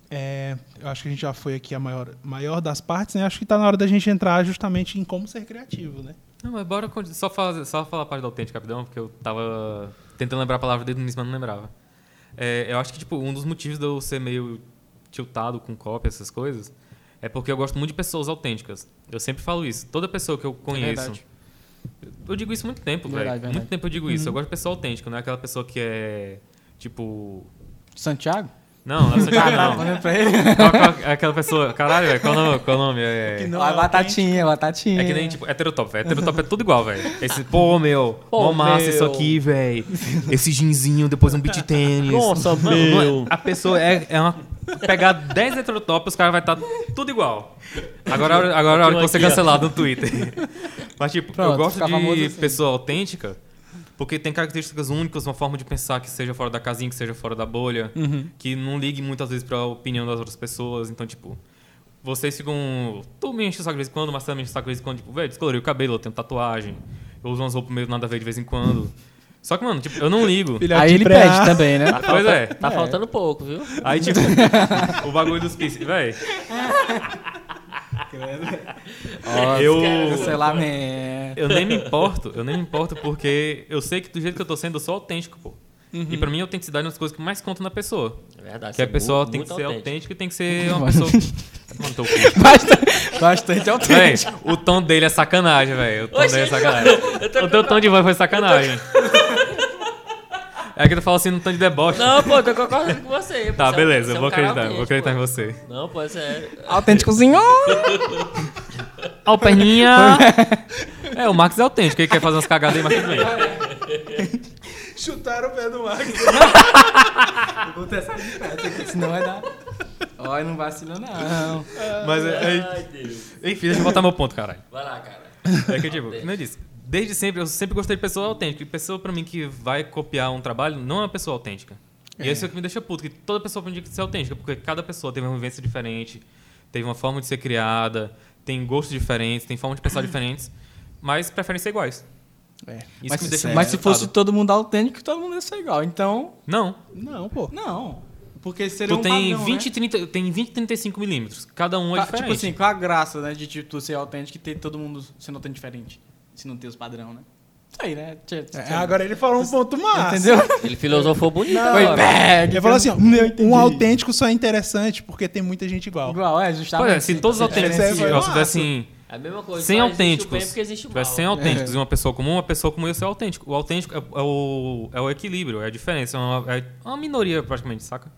Speaker 3: é, eu acho que a gente já foi aqui a maior, maior das partes, né? Acho que tá na hora da gente entrar justamente em como ser criativo, né?
Speaker 2: Não, mas bora con- só, fazer, só falar a parte da autêntica rapidão, porque eu tava tentando lembrar a palavra desde o início, mas não lembrava. É, eu acho que tipo, um dos motivos de eu ser meio tiltado com cópia, essas coisas, é porque eu gosto muito de pessoas autênticas. Eu sempre falo isso. Toda pessoa que eu conheço.
Speaker 1: É verdade.
Speaker 2: eu digo isso há muito tempo,
Speaker 1: Verdade,
Speaker 2: velho.
Speaker 1: verdade. Uhum.
Speaker 2: Muito tempo eu digo isso. Eu gosto de pessoa autêntica, não é aquela pessoa que é tipo.
Speaker 1: Santiago?
Speaker 2: Não, não é essa cara,
Speaker 1: Tá
Speaker 2: não.
Speaker 1: olhando pra ele.
Speaker 2: Qual- qual- é Aquela pessoa. Caralho, velho, qual o nome? Qual o nome? É-
Speaker 3: Que não
Speaker 1: Ó,
Speaker 3: é
Speaker 1: a batatinha, a batatinha.
Speaker 2: é que nem, tipo, heterotop, velho. Heterotop é tudo igual, velho. Esse, pô, meu,
Speaker 4: Pô,
Speaker 2: mó massa
Speaker 4: meu.
Speaker 2: isso aqui, velho. Esse ginzinho, depois um beat tênis.
Speaker 4: Nossa,
Speaker 2: Mano, não é-
Speaker 4: meu.
Speaker 2: a pessoa é, é uma... Pegar 10 heterotop, os caras vai estar tudo igual. Agora, agora é a hora que você
Speaker 4: Aqui, ó.
Speaker 2: cancelado no Twitter. Mas, tipo, eu
Speaker 1: Pronto,
Speaker 2: gosto
Speaker 1: fica
Speaker 2: de
Speaker 1: famoso assim.
Speaker 2: pessoa autêntica porque tem características únicas, uma forma de pensar que seja fora da casinha, que seja fora da bolha,
Speaker 4: Uhum.
Speaker 2: que não ligue muitas vezes pra opinião das outras pessoas. Então, tipo, vocês ficam. Tu me enche o saco de vez em quando, o Marcelo me enche o saco de vez em quando, tipo, velho, descolori o cabelo, eu tenho tatuagem, eu uso umas roupas meio nada a ver de vez em quando. Só que, mano, tipo, eu não ligo.
Speaker 1: Aí ele
Speaker 3: pré-A.
Speaker 1: pede também, né?
Speaker 2: Pois é.
Speaker 4: Tá faltando pouco, viu?
Speaker 2: Aí, tipo, o bagulho dos piercing, velho. Eu.
Speaker 1: Cancelamento.
Speaker 2: Eu nem me importo, eu nem me importo porque eu sei que do jeito que eu tô sendo, eu sou autêntico, pô. E pra mim, a autenticidade é uma das coisas que mais conta na pessoa.
Speaker 4: É verdade.
Speaker 2: Que a
Speaker 4: você é
Speaker 2: pessoa
Speaker 4: muito-
Speaker 2: tem que
Speaker 4: muito
Speaker 2: ser
Speaker 4: autêntico.
Speaker 2: autêntica e tem que ser uma
Speaker 1: Mano.
Speaker 2: pessoa. Vai tomar no teu cu.
Speaker 1: Bastante, bastante
Speaker 2: Véi,
Speaker 1: autêntico.
Speaker 2: o tom dele é sacanagem, velho. O tom
Speaker 4: Oxe,
Speaker 2: dele é sacanagem. O teu tom de voz foi sacanagem. É que tu fala assim no tom de deboche.
Speaker 4: Não, pô, tô concordando com você.
Speaker 2: Tá,
Speaker 4: Você é um-
Speaker 2: beleza,
Speaker 4: você é
Speaker 2: eu
Speaker 4: um
Speaker 2: vou
Speaker 4: cara
Speaker 2: acreditar, vou
Speaker 4: autêntico,
Speaker 2: acreditar em você.
Speaker 4: pô. Não, pô, você é.
Speaker 1: Autênticozinho.
Speaker 2: Ó, o perninha! É, o Max é autêntico, ele quer fazer umas cagadas aí, mas tudo bem.
Speaker 3: Chutaram o pé do Max.
Speaker 1: Senão vai dar. Olha, não vacila, não.
Speaker 2: Mas, é,
Speaker 4: Ai, Deus.
Speaker 2: é, enfim, deixa eu botar meu ponto, caralho.
Speaker 4: Vai lá, cara.
Speaker 2: É que, tipo, como eu disse, desde sempre, eu sempre gostei de pessoa autêntica. E pessoa, pra mim, que vai copiar um trabalho, não é uma pessoa autêntica. E isso é o que me deixa puto, que toda pessoa tem que ser autêntica, porque cada pessoa tem uma vivência diferente, teve uma forma de ser criada, tem gostos diferentes, tem forma de pensar diferentes, mas preferências iguais.
Speaker 3: É.
Speaker 2: Isso
Speaker 1: mas,
Speaker 2: que me deixa
Speaker 1: mas
Speaker 2: muito
Speaker 1: se fosse
Speaker 2: irritado.
Speaker 1: todo mundo autêntico, todo mundo ia ser igual. Então,
Speaker 2: Não.
Speaker 3: Não, pô.
Speaker 1: não. Porque seria
Speaker 2: Tu
Speaker 1: um
Speaker 2: tem,
Speaker 1: padrão,
Speaker 2: 20,
Speaker 1: né?
Speaker 2: 30, tem 20, 35 milímetros. Cada um é
Speaker 1: Tá,
Speaker 2: diferente.
Speaker 1: Tipo assim, com a graça, né? De tipo, tu ser autêntico e ter todo mundo sendo autêntico diferente. Se não ter os padrão, né? Isso aí, né? Tchê, tchê,
Speaker 3: É, agora ele falou um ponto massa.
Speaker 1: Entendeu?
Speaker 4: Ele filosofou bonito
Speaker 1: Foi
Speaker 4: agora.
Speaker 1: bag.
Speaker 3: Ele falou assim, ó,
Speaker 1: Eu entendi.
Speaker 3: um autêntico só é interessante porque tem muita gente igual.
Speaker 1: Igual, é,
Speaker 2: Pois
Speaker 1: justamente.
Speaker 2: é, se todos os autênticos
Speaker 3: Esse aí foi
Speaker 2: tivessem
Speaker 3: massa.
Speaker 2: tivessem
Speaker 4: É a mesma coisa.
Speaker 2: sem
Speaker 4: só existe o bem
Speaker 2: autênticos, um
Speaker 4: porque existe o mal. né?
Speaker 2: tivessem sem autênticos e uma pessoa comum, uma pessoa comum ia ser autêntico. O autêntico é, é o, é o equilíbrio, é a diferença, é uma, é uma minoria praticamente, saca?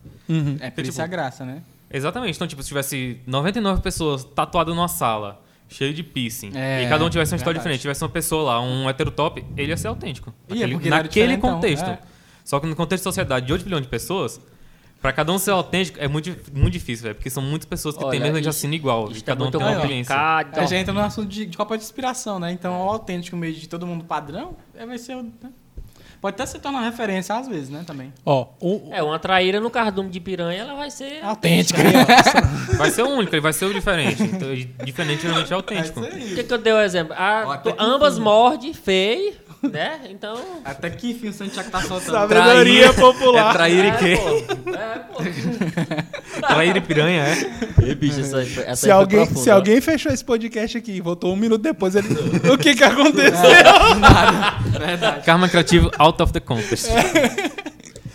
Speaker 1: É, por isso
Speaker 2: Tipo-
Speaker 1: é a graça, né?
Speaker 2: Exatamente. Então, tipo, se tivesse 99 pessoas tatuadas numa sala, cheio de piercing,
Speaker 1: É,
Speaker 2: e cada um tivesse uma história
Speaker 1: verdade.
Speaker 2: diferente, tivesse uma pessoa lá, um heterotop, ele ia ser autêntico.
Speaker 1: Ia, é porque ele era
Speaker 2: naquele
Speaker 1: diferentão,
Speaker 2: contexto.
Speaker 1: é.
Speaker 2: Só que no contexto de sociedade de 8 bilhões de pessoas, pra cada um ser autêntico é muito, di- muito difícil, velho. Porque são muitas pessoas que
Speaker 4: Olha,
Speaker 2: têm mesmo
Speaker 4: isso-
Speaker 2: de assino igual. E
Speaker 4: Isso
Speaker 2: cada
Speaker 4: é
Speaker 2: um
Speaker 4: muito
Speaker 2: tem uma vivência.
Speaker 4: complicado.
Speaker 1: Aí já entra no assunto de, de Copa de Inspiração, né? Então, o autêntico meio de todo mundo padrão é, vai ser o. né? Pode até se tornar referência às vezes, né? Também.
Speaker 3: Ó, um- o-
Speaker 4: É, uma traíra no cardume de piranha, ela vai ser...
Speaker 3: É
Speaker 1: Autêntico.
Speaker 2: Vai ser o único, ele vai ser o diferente. Então, e diferente geralmente é
Speaker 1: É
Speaker 2: autêntico.
Speaker 1: isso aí.
Speaker 4: Por que, que eu dei o exemplo? Ah,
Speaker 1: Ó, até
Speaker 4: tu-
Speaker 1: que
Speaker 4: ambas mordem, feio, né? Então.
Speaker 1: Até que enfim o Santiago tá soltando.
Speaker 3: Sabe- Sabedoria popular.
Speaker 2: É trair e quê?
Speaker 4: pô. É, pô.
Speaker 2: Trair e piranha, é?
Speaker 4: Ei, bicho, essa aí foi, essa
Speaker 3: se, alguém, se alguém fechou esse podcast aqui e voltou um minuto depois, ele. o que que aconteceu?
Speaker 2: Karma criativo out of the context.
Speaker 1: É.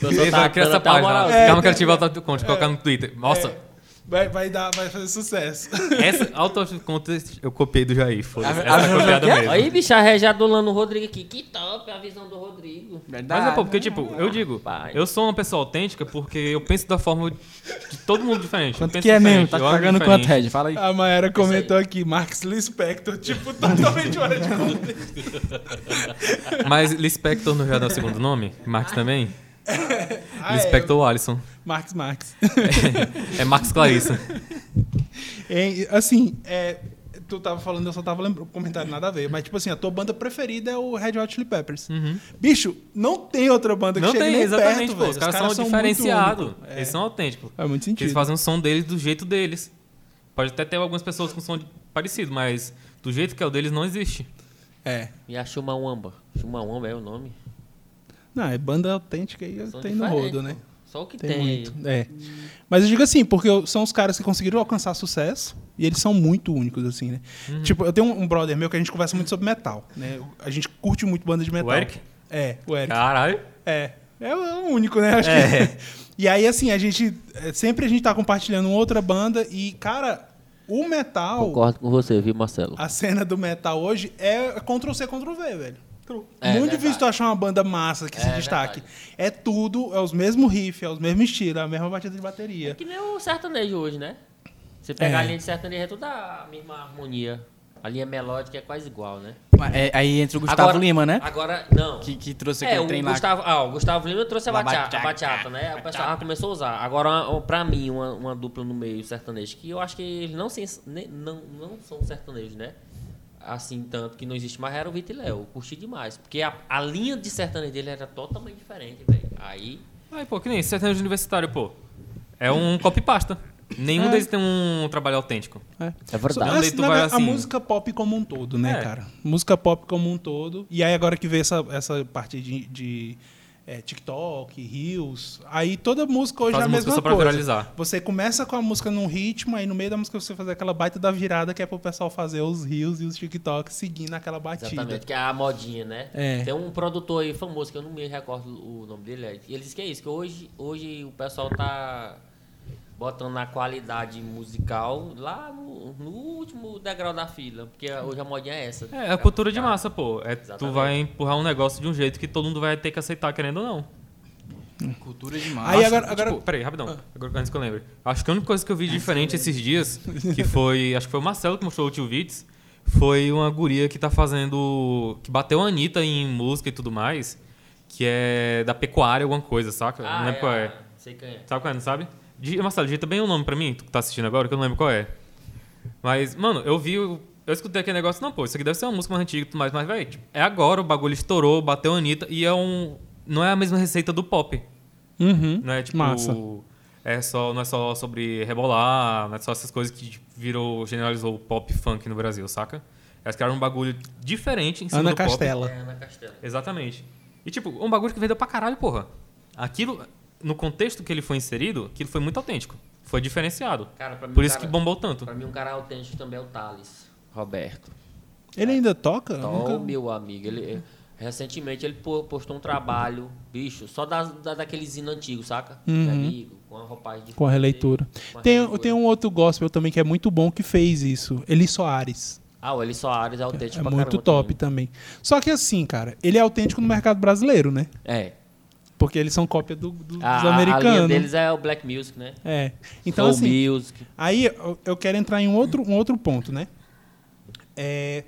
Speaker 2: Ele
Speaker 1: Tá,
Speaker 2: vai criar essa página.
Speaker 3: É.
Speaker 2: Calma que eu tive Out of the Context, colocar no Twitter. Nossa,
Speaker 3: Vai, vai dar, vai fazer sucesso.
Speaker 1: É.
Speaker 2: essa Out of the Context eu copiei do Jair, foda-se.
Speaker 1: A-
Speaker 2: Essa
Speaker 1: a-
Speaker 2: é copiada
Speaker 1: a-
Speaker 2: mesmo.
Speaker 4: Aí, bicho, a Ré já adulando o Rodrigo aqui. Que top a visão do Rodrigo.
Speaker 2: Mas é pô, porque tipo, eu digo,
Speaker 4: Pai.
Speaker 2: eu sou uma pessoa autêntica porque eu penso da forma de todo mundo diferente. eu
Speaker 1: Quanto
Speaker 2: penso
Speaker 1: que é mesmo?
Speaker 2: diferente,
Speaker 1: Tá
Speaker 2: eu olho
Speaker 1: pagando
Speaker 2: diferente.
Speaker 1: quanto, Red? Fala aí.
Speaker 3: A Maera comentou aqui, Marx Lispector, tipo, totalmente fora de contexto.
Speaker 2: Mas Lispector não já dá o segundo nome? Marx também?
Speaker 3: Ah, é,
Speaker 2: Lispector ou Alisson.
Speaker 3: Marx Marx.
Speaker 2: É Marx Clarissa.
Speaker 3: É, assim, é, tu tava falando, eu só tava lembrando, comentário nada a ver, mas tipo assim, a tua banda preferida é o Red Hot Chili Peppers.
Speaker 1: Uhum.
Speaker 3: Bicho, não tem outra banda que
Speaker 2: Hum. Não
Speaker 3: chegue
Speaker 2: tem,
Speaker 3: nem
Speaker 2: exatamente,
Speaker 3: perto,
Speaker 2: pô.
Speaker 3: velho.
Speaker 2: Os caras, são,
Speaker 3: muito
Speaker 2: diferenciados.
Speaker 3: únicos.
Speaker 2: Eles são autênticos.
Speaker 3: É muito
Speaker 2: Porque eles
Speaker 3: sentido.
Speaker 2: fazem o som deles do jeito deles. Pode até ter algumas pessoas com som de- parecido, mas do jeito que é o deles não existe.
Speaker 3: É.
Speaker 4: E a Chumauamba. Chumauamba é o nome.
Speaker 3: Não, é banda autêntica aí
Speaker 4: São
Speaker 3: tem no
Speaker 4: diferentes,
Speaker 3: rodo, né?
Speaker 4: pô. Só o que
Speaker 3: Tem,
Speaker 4: tem.
Speaker 3: muito. É. Mas eu digo assim, porque eu- são os caras que conseguiram alcançar sucesso e eles são muito únicos, assim, né? Tipo, eu tenho um, um brother meu que a gente conversa muito sobre metal, né? A gente curte muito banda de metal.
Speaker 2: Eric?
Speaker 3: É, o Eric.
Speaker 2: Caralho.
Speaker 3: É. É o é o único, né? Acho que... E aí, assim, a gente. é, Sempre a gente tá compartilhando uma outra banda e, cara, o metal,
Speaker 4: Concordo com você, viu, Marcelo?
Speaker 3: a cena do metal hoje é Ctrl C, Ctrl V, velho. Muito
Speaker 4: É
Speaker 3: difícil
Speaker 4: verdade.
Speaker 3: tu achar uma banda massa que se destaque. É tudo, é os mesmos riffs, é os mesmos estilos, é a mesma batida de bateria.
Speaker 4: É Que nem o sertanejo hoje, né? Você pegar
Speaker 3: É.
Speaker 4: a linha de sertanejo, é tudo a mesma harmonia. A linha melódica é quase igual, né?
Speaker 1: É, aí entra o Gustavo
Speaker 4: Agora-
Speaker 1: Lima, né?
Speaker 4: Agora, não.
Speaker 1: Que, que trouxe
Speaker 4: É,
Speaker 1: aquele
Speaker 4: o
Speaker 1: trem lá.
Speaker 4: Gustavo, ah, o Gustavo Lima trouxe a
Speaker 1: Uma bachata,
Speaker 4: bachata, a bachata, né? O pessoal começou a usar. Agora, uma- pra mim, uma, uma dupla no meio sertanejo, que eu acho que eles não, se ens- ne- não, não são sertanejos, né? Assim, tanto que não existe mais, era o Vitor e Léo. Eu Curti demais. Porque a, a linha de sertanejo dele era totalmente diferente, velho. Aí,
Speaker 2: Ai, pô, que nem esse sertanejo universitário, pô. É um copy-pasta. Nenhum deles tem um trabalho autêntico.
Speaker 4: é verdade.
Speaker 2: Não, daí tu
Speaker 3: na
Speaker 2: vai
Speaker 3: verdade,
Speaker 2: assim-
Speaker 3: A música pop como um todo, né,
Speaker 2: É.
Speaker 3: cara? Música pop como um todo. E aí agora que vê essa, essa parte de, de, é, TikTok, Reels, aí toda música hoje
Speaker 2: Faz
Speaker 3: é a
Speaker 2: música
Speaker 3: mesma
Speaker 2: só pra
Speaker 3: coisa.
Speaker 2: viralizar.
Speaker 3: Você começa com a música num ritmo, aí no meio da música você faz aquela baita da virada que é pro pessoal fazer os Reels e os TikToks seguindo aquela batida.
Speaker 4: Exatamente, que é a modinha, né?
Speaker 3: É.
Speaker 4: Tem um produtor aí famoso, que eu não me recordo o nome dele, é, ele disse que é isso, que hoje, hoje o pessoal tá botando a qualidade musical lá no, no último degrau da fila, porque hoje a modinha é essa.
Speaker 2: É, é a cultura de massa, pô. É, tu
Speaker 4: Exatamente.
Speaker 2: vai empurrar um negócio de um jeito que todo mundo vai ter que aceitar, querendo ou não.
Speaker 1: Cultura demais.
Speaker 3: Aí agora, agora Ah.
Speaker 2: Tipo, peraí, rapidão. Agora, antes que eu lembre. Acho que a única coisa que eu vi diferente esses dias, que foi. Acho que foi o Marcelo que mostrou o Tio Vitz, foi uma guria que tá fazendo. que bateu a Anitta em música e tudo mais, que é da pecuária, alguma coisa, saca? não lembro qual é.
Speaker 4: Ah, Sei quem é.
Speaker 2: Sabe qual é, não sabe? Di- Marcelo, digita bem o nome pra mim, tu que tá assistindo agora, que eu não lembro qual é. Mas, mano, eu vi. Eu eu escutei aquele negócio, não, pô, isso aqui deve ser uma música mais antiga e tudo mais, mas, velho, tipo, é agora, o bagulho estourou, bateu a Anitta e é um. Não é a mesma receita do pop.
Speaker 3: Uhum.
Speaker 2: Não é tipo.
Speaker 3: Massa.
Speaker 2: É é só, não é só sobre rebolar, não é só essas coisas que virou, generalizou o pop funk no Brasil, saca? Elas criaram um bagulho diferente em cima
Speaker 3: Ana
Speaker 2: do pop.
Speaker 3: Castela.
Speaker 4: É, na Castela.
Speaker 2: Exatamente. E tipo, um bagulho que vendeu pra caralho, porra. Aquilo, no contexto que ele foi inserido, aquilo foi muito autêntico. Foi diferenciado.
Speaker 4: Cara, pra mim,
Speaker 2: Por isso
Speaker 4: cara,
Speaker 2: que bombou tanto.
Speaker 4: Pra mim, um cara autêntico também é o Thales. Roberto.
Speaker 3: Ele ainda toca? Eu
Speaker 4: Tom,
Speaker 3: nunca-
Speaker 4: Então, meu amigo. Ele, é, recentemente ele po- postou um trabalho, bicho, só da, da, daqueles hinos antigos, saca?
Speaker 3: Uhum.
Speaker 4: De amigo, com a roupagem de
Speaker 3: Com a releitura.
Speaker 4: Com a
Speaker 3: Tem,
Speaker 4: releitura.
Speaker 3: tem um outro gospel também que é muito bom que fez isso. Eli Soares.
Speaker 4: Ah, o Eli Soares é autêntico
Speaker 3: É
Speaker 4: pra
Speaker 3: muito
Speaker 4: caramba
Speaker 3: top também. Só que assim, cara, ele é autêntico no mercado brasileiro, né?
Speaker 4: também. É.
Speaker 3: Porque eles são cópia do- do-
Speaker 4: Ah, A,
Speaker 3: dos
Speaker 4: a- a linha
Speaker 3: americanos.
Speaker 4: deles é o Black Music, né?
Speaker 3: É. Então,
Speaker 4: Soul
Speaker 3: assim,
Speaker 4: Music.
Speaker 3: Aí eu, eu quero entrar em um outro, um outro ponto, né? É,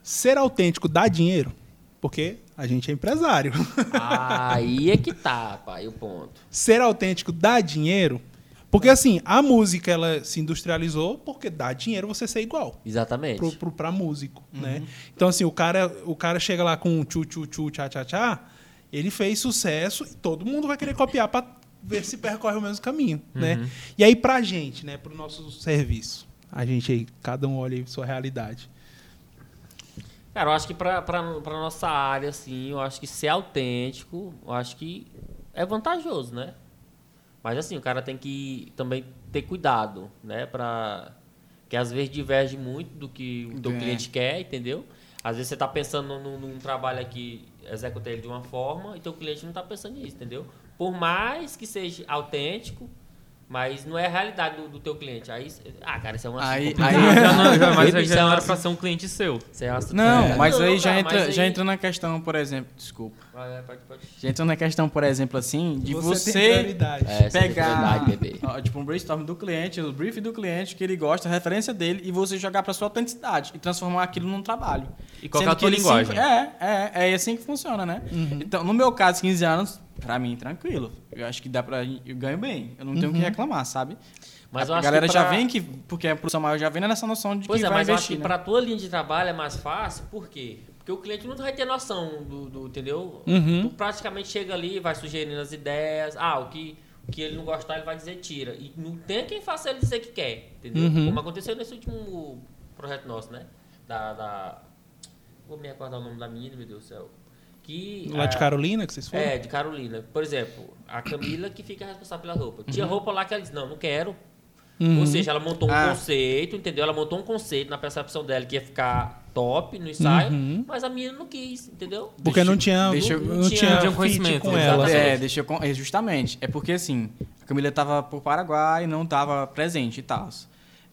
Speaker 3: ser autêntico dá dinheiro, porque a gente é empresário.
Speaker 4: Aí é que tá, pai, o ponto.
Speaker 3: ser autêntico dá dinheiro, porque assim, a música ela se industrializou porque dá dinheiro você ser igual
Speaker 4: Exatamente.
Speaker 3: pro, pro, pra músico, né? Então assim, o cara, o cara chega lá com um tchu tchu tchu tchá tchá tchá, ele fez sucesso e todo mundo vai querer copiar pra ver se percorre o mesmo caminho, né? E aí pra gente, né, pro nosso serviço. A gente aí, cada um olha aí sua realidade.
Speaker 4: Cara, eu acho que pra, pra, pra nossa área, assim, eu acho que ser autêntico, eu acho que é vantajoso, né? Mas assim, o cara tem que também ter cuidado, né? Pra... Que às vezes diverge muito do que o teu
Speaker 1: É.
Speaker 4: cliente quer, entendeu? Às vezes você tá pensando num, num trabalho aqui, executar ele de uma forma, e teu cliente não tá pensando nisso, entendeu? Por mais que seja autêntico, mas não é a realidade do, do teu cliente. Aí, ah, cara, isso é um assunto
Speaker 1: Aí-
Speaker 4: complicado.
Speaker 1: aí-
Speaker 2: Já não, já, mas
Speaker 4: Isso é
Speaker 2: aí já não
Speaker 4: um
Speaker 2: era
Speaker 4: assunto-
Speaker 2: pra ser um cliente seu.
Speaker 4: isso é um assunto-
Speaker 1: Não,
Speaker 4: É.
Speaker 1: mas aí
Speaker 4: Não,
Speaker 1: já
Speaker 4: cara,
Speaker 1: entra,
Speaker 4: mas
Speaker 1: já
Speaker 4: aí-
Speaker 1: entra na questão, por exemplo, desculpa.
Speaker 4: Ah, é, pode- pode-
Speaker 1: Já entra na questão, por exemplo, assim, de
Speaker 3: Você tem
Speaker 1: você,
Speaker 3: prioridade.
Speaker 4: É, você tem
Speaker 1: pegar
Speaker 4: prioridade, bebê.
Speaker 1: ó, tipo um brainstorm do cliente, o brief do cliente que ele gosta, a referência dele e você jogar pra sua autenticidade e transformar aquilo num trabalho.
Speaker 2: E qual que
Speaker 1: Sendo
Speaker 2: é a tua
Speaker 1: ele
Speaker 2: linguagem?
Speaker 1: sim- é, é, é assim que funciona, né?
Speaker 4: Uhum.
Speaker 1: Então, no meu caso, 15 anos, pra mim tranquilo. Eu acho que dá pra eu ganho bem. Eu não tenho o que reclamar, sabe?
Speaker 4: Uhum. Mas eu
Speaker 1: a
Speaker 4: acho
Speaker 1: galera
Speaker 4: que
Speaker 1: já
Speaker 4: pra-
Speaker 1: vem que porque a produção maior já vem nessa noção de
Speaker 4: Pois
Speaker 1: que
Speaker 4: é,
Speaker 1: vai
Speaker 4: mas eu acho
Speaker 1: investir,
Speaker 4: que
Speaker 1: né?
Speaker 4: pra tua linha de trabalho é mais fácil, por quê? Porque o cliente não vai ter noção do, do- entendeu?
Speaker 3: Uhum.
Speaker 4: Tu praticamente chega ali, vai sugerindo as ideias, ah, o que, o que ele não gostar, ele vai dizer tira. E não tem quem faça ele dizer que quer, entendeu?
Speaker 3: Uhum.
Speaker 4: Como aconteceu nesse último projeto nosso, né? Da. da- Vou me acordar o nome da menina, meu Deus do céu. Que.
Speaker 3: Lá de
Speaker 4: ah,
Speaker 3: Carolina, que vocês foram?
Speaker 4: É, de Carolina. Por exemplo, a Camila que fica responsável pela roupa.
Speaker 3: Uhum.
Speaker 4: Tinha roupa lá que ela disse, não, não quero. Ou seja, ela montou um
Speaker 1: Ah.
Speaker 4: conceito, entendeu? Ela montou um conceito na percepção dela que ia ficar top no ensaio,
Speaker 3: Uhum.
Speaker 4: mas a menina não quis, entendeu?
Speaker 3: Porque
Speaker 1: Deixa-
Speaker 3: não tinha,
Speaker 1: deixa eu- um
Speaker 3: não,
Speaker 4: não
Speaker 3: tinha,
Speaker 4: tinha
Speaker 3: fit
Speaker 2: conhecimento,
Speaker 3: com ela. assim.
Speaker 4: exatamente.
Speaker 1: É, deixa eu. con- é, Justamente. É porque assim, a Camila tava por Paraguai, não tava presente e tal.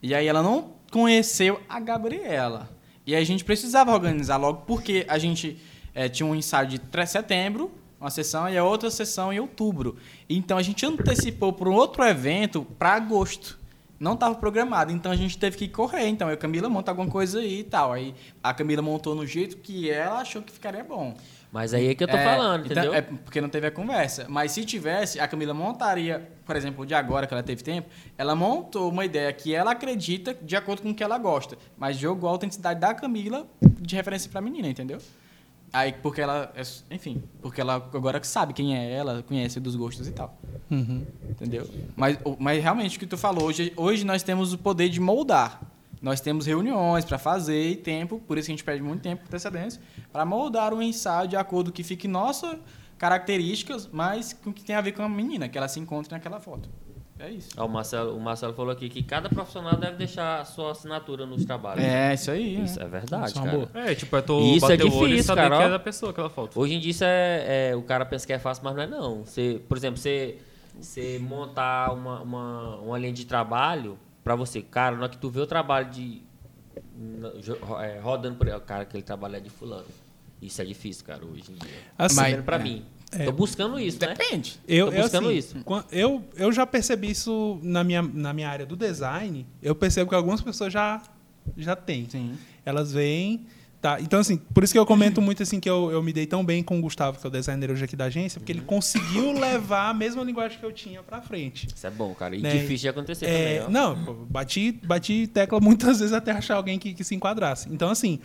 Speaker 1: E aí ela não conheceu a Gabriela. E aí a gente precisava organizar logo, porque a gente é, tinha um ensaio de 3 de setembro, uma sessão, e a outra sessão em outubro. Então a gente antecipou para um outro evento para agosto. Não estava programado, então a gente teve que correr. Então, eu, Camila, monta alguma coisa aí e tal. Aí a Camila montou no jeito que ela achou que ficaria bom.
Speaker 4: Mas aí é que eu tô
Speaker 1: É,
Speaker 4: falando,
Speaker 1: então,
Speaker 4: entendeu?
Speaker 1: é porque não teve a conversa. Mas se tivesse, a Camila montaria, por exemplo, de agora que ela teve tempo, ela montou uma ideia que ela acredita de acordo com o que ela gosta. Mas jogou a autenticidade da Camila de referência pra menina, entendeu? Aí, porque ela, é- enfim, porque ela agora sabe quem é ela, conhece dos gostos e tal,
Speaker 3: Uhum.
Speaker 1: entendeu? Mas, o- mas realmente o que tu falou, hoje, hoje nós temos o poder de moldar. Nós temos reuniões pra fazer e tempo, por isso que a gente pede muito tempo com antecedência, pra moldar o ensaio de acordo que fique nossas características, mas com o que tem a ver com a menina, que ela se encontre naquela foto. É isso.
Speaker 4: Ó, o, Marcelo, o Marcelo falou aqui que cada profissional deve deixar a sua assinatura nos trabalhos.
Speaker 1: É, isso aí.
Speaker 4: Isso é verdade,
Speaker 3: Isso é uma
Speaker 4: cara.
Speaker 3: boa.
Speaker 2: É, tipo, é tu
Speaker 4: Isso
Speaker 2: bater
Speaker 4: é
Speaker 2: o olho e
Speaker 4: difícil,
Speaker 2: saber
Speaker 4: cara,
Speaker 2: que
Speaker 4: ó.
Speaker 2: é da pessoa aquela foto.
Speaker 4: Hoje em dia isso é, é- o cara pensa que é fácil, mas não é não. Você, por exemplo, você, você montar uma, uma, uma linha de trabalho pra você, cara, na hora que tu vê o trabalho de na- jo- ro- é, rodando por aí, ó, cara, aquele trabalho é de fulano. Isso é difícil, cara, hoje em dia.
Speaker 3: Assim,
Speaker 1: Mas-
Speaker 4: Primeiro pra
Speaker 1: é.
Speaker 4: mim.
Speaker 3: É.
Speaker 4: Tô buscando isso, né?
Speaker 1: Depende.
Speaker 3: Eu,
Speaker 4: Tô
Speaker 3: eu,
Speaker 4: buscando
Speaker 3: assim,
Speaker 4: isso.
Speaker 3: quan- Eu, eu já percebi isso na minha, na minha área do design. Eu percebo que algumas pessoas já, já têm.
Speaker 1: Sim.
Speaker 3: Elas vêm. Tá. Então, assim, por isso que eu comento muito assim que eu, eu me dei tão bem com o Gustavo, que é o designer hoje aqui da agência,
Speaker 4: Uhum.
Speaker 3: porque ele conseguiu levar a mesma linguagem que eu tinha pra frente.
Speaker 4: Isso é bom, cara. E
Speaker 3: Né?
Speaker 4: difícil de acontecer
Speaker 3: É,
Speaker 4: também, ó.
Speaker 3: não, pô, bati, bati tecla muitas vezes até achar alguém que, que se enquadrasse. Então, assim,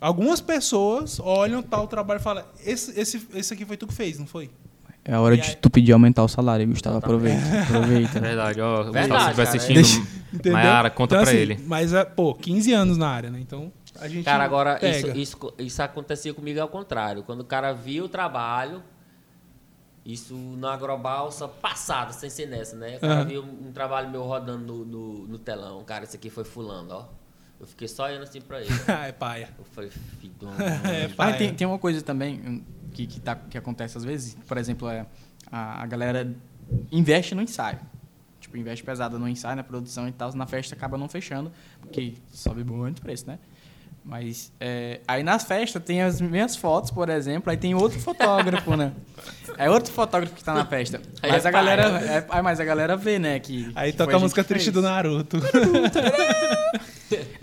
Speaker 3: algumas pessoas olham tal trabalho e falam: esse, esse, esse aqui foi tu que fez, não foi?
Speaker 1: É a hora
Speaker 3: E
Speaker 1: de
Speaker 3: aí-
Speaker 1: tu pedir aumentar o salário, Gustavo. Aproveita. Aproveita.
Speaker 2: É Verdade, é ó. O
Speaker 4: Verdade,
Speaker 2: Gustavo, se estiver
Speaker 4: cara.
Speaker 2: assistindo,
Speaker 3: Entendeu?
Speaker 2: Mayara, conta
Speaker 3: Então,
Speaker 2: pra
Speaker 3: assim,
Speaker 2: ele.
Speaker 3: Mas, ah, pô, 15 anos na área, né? Então, a gente.
Speaker 4: Cara, agora isso,
Speaker 3: pega.
Speaker 4: isso, co- isso acontecia comigo ao contrário. Quando o cara via o trabalho, isso na agrobalsa passada, sem ser nessa, né? O cara
Speaker 3: Aham.
Speaker 4: via um, um trabalho meu rodando no, no, no telão. Cara, esse aqui foi fulano, ó. Eu fiquei só olhando assim pra ele.
Speaker 3: Ah, é paia.
Speaker 4: Eu falei, filho do
Speaker 3: É
Speaker 1: Ah,
Speaker 3: paia.
Speaker 1: e tem, tem uma coisa também hum, que, que, tá- que acontece às vezes. Por exemplo, é, a, a galera investe no ensaio. Tipo, investe pesado no ensaio, na produção e tal. Na festa acaba não fechando, porque sobe muito o preço, né? Mas é, aí nas festas tem as minhas fotos, por exemplo, aí tem outro fotógrafo, né? É outro fotógrafo que tá na festa.
Speaker 4: Aí
Speaker 1: Mas
Speaker 4: é
Speaker 1: a galera,
Speaker 4: paia.
Speaker 1: é, aí- mas a galera vê, né? Que,
Speaker 3: Aí
Speaker 1: que
Speaker 3: toca
Speaker 1: foi
Speaker 3: a música
Speaker 1: gente que
Speaker 3: triste
Speaker 1: fez.
Speaker 3: do Naruto.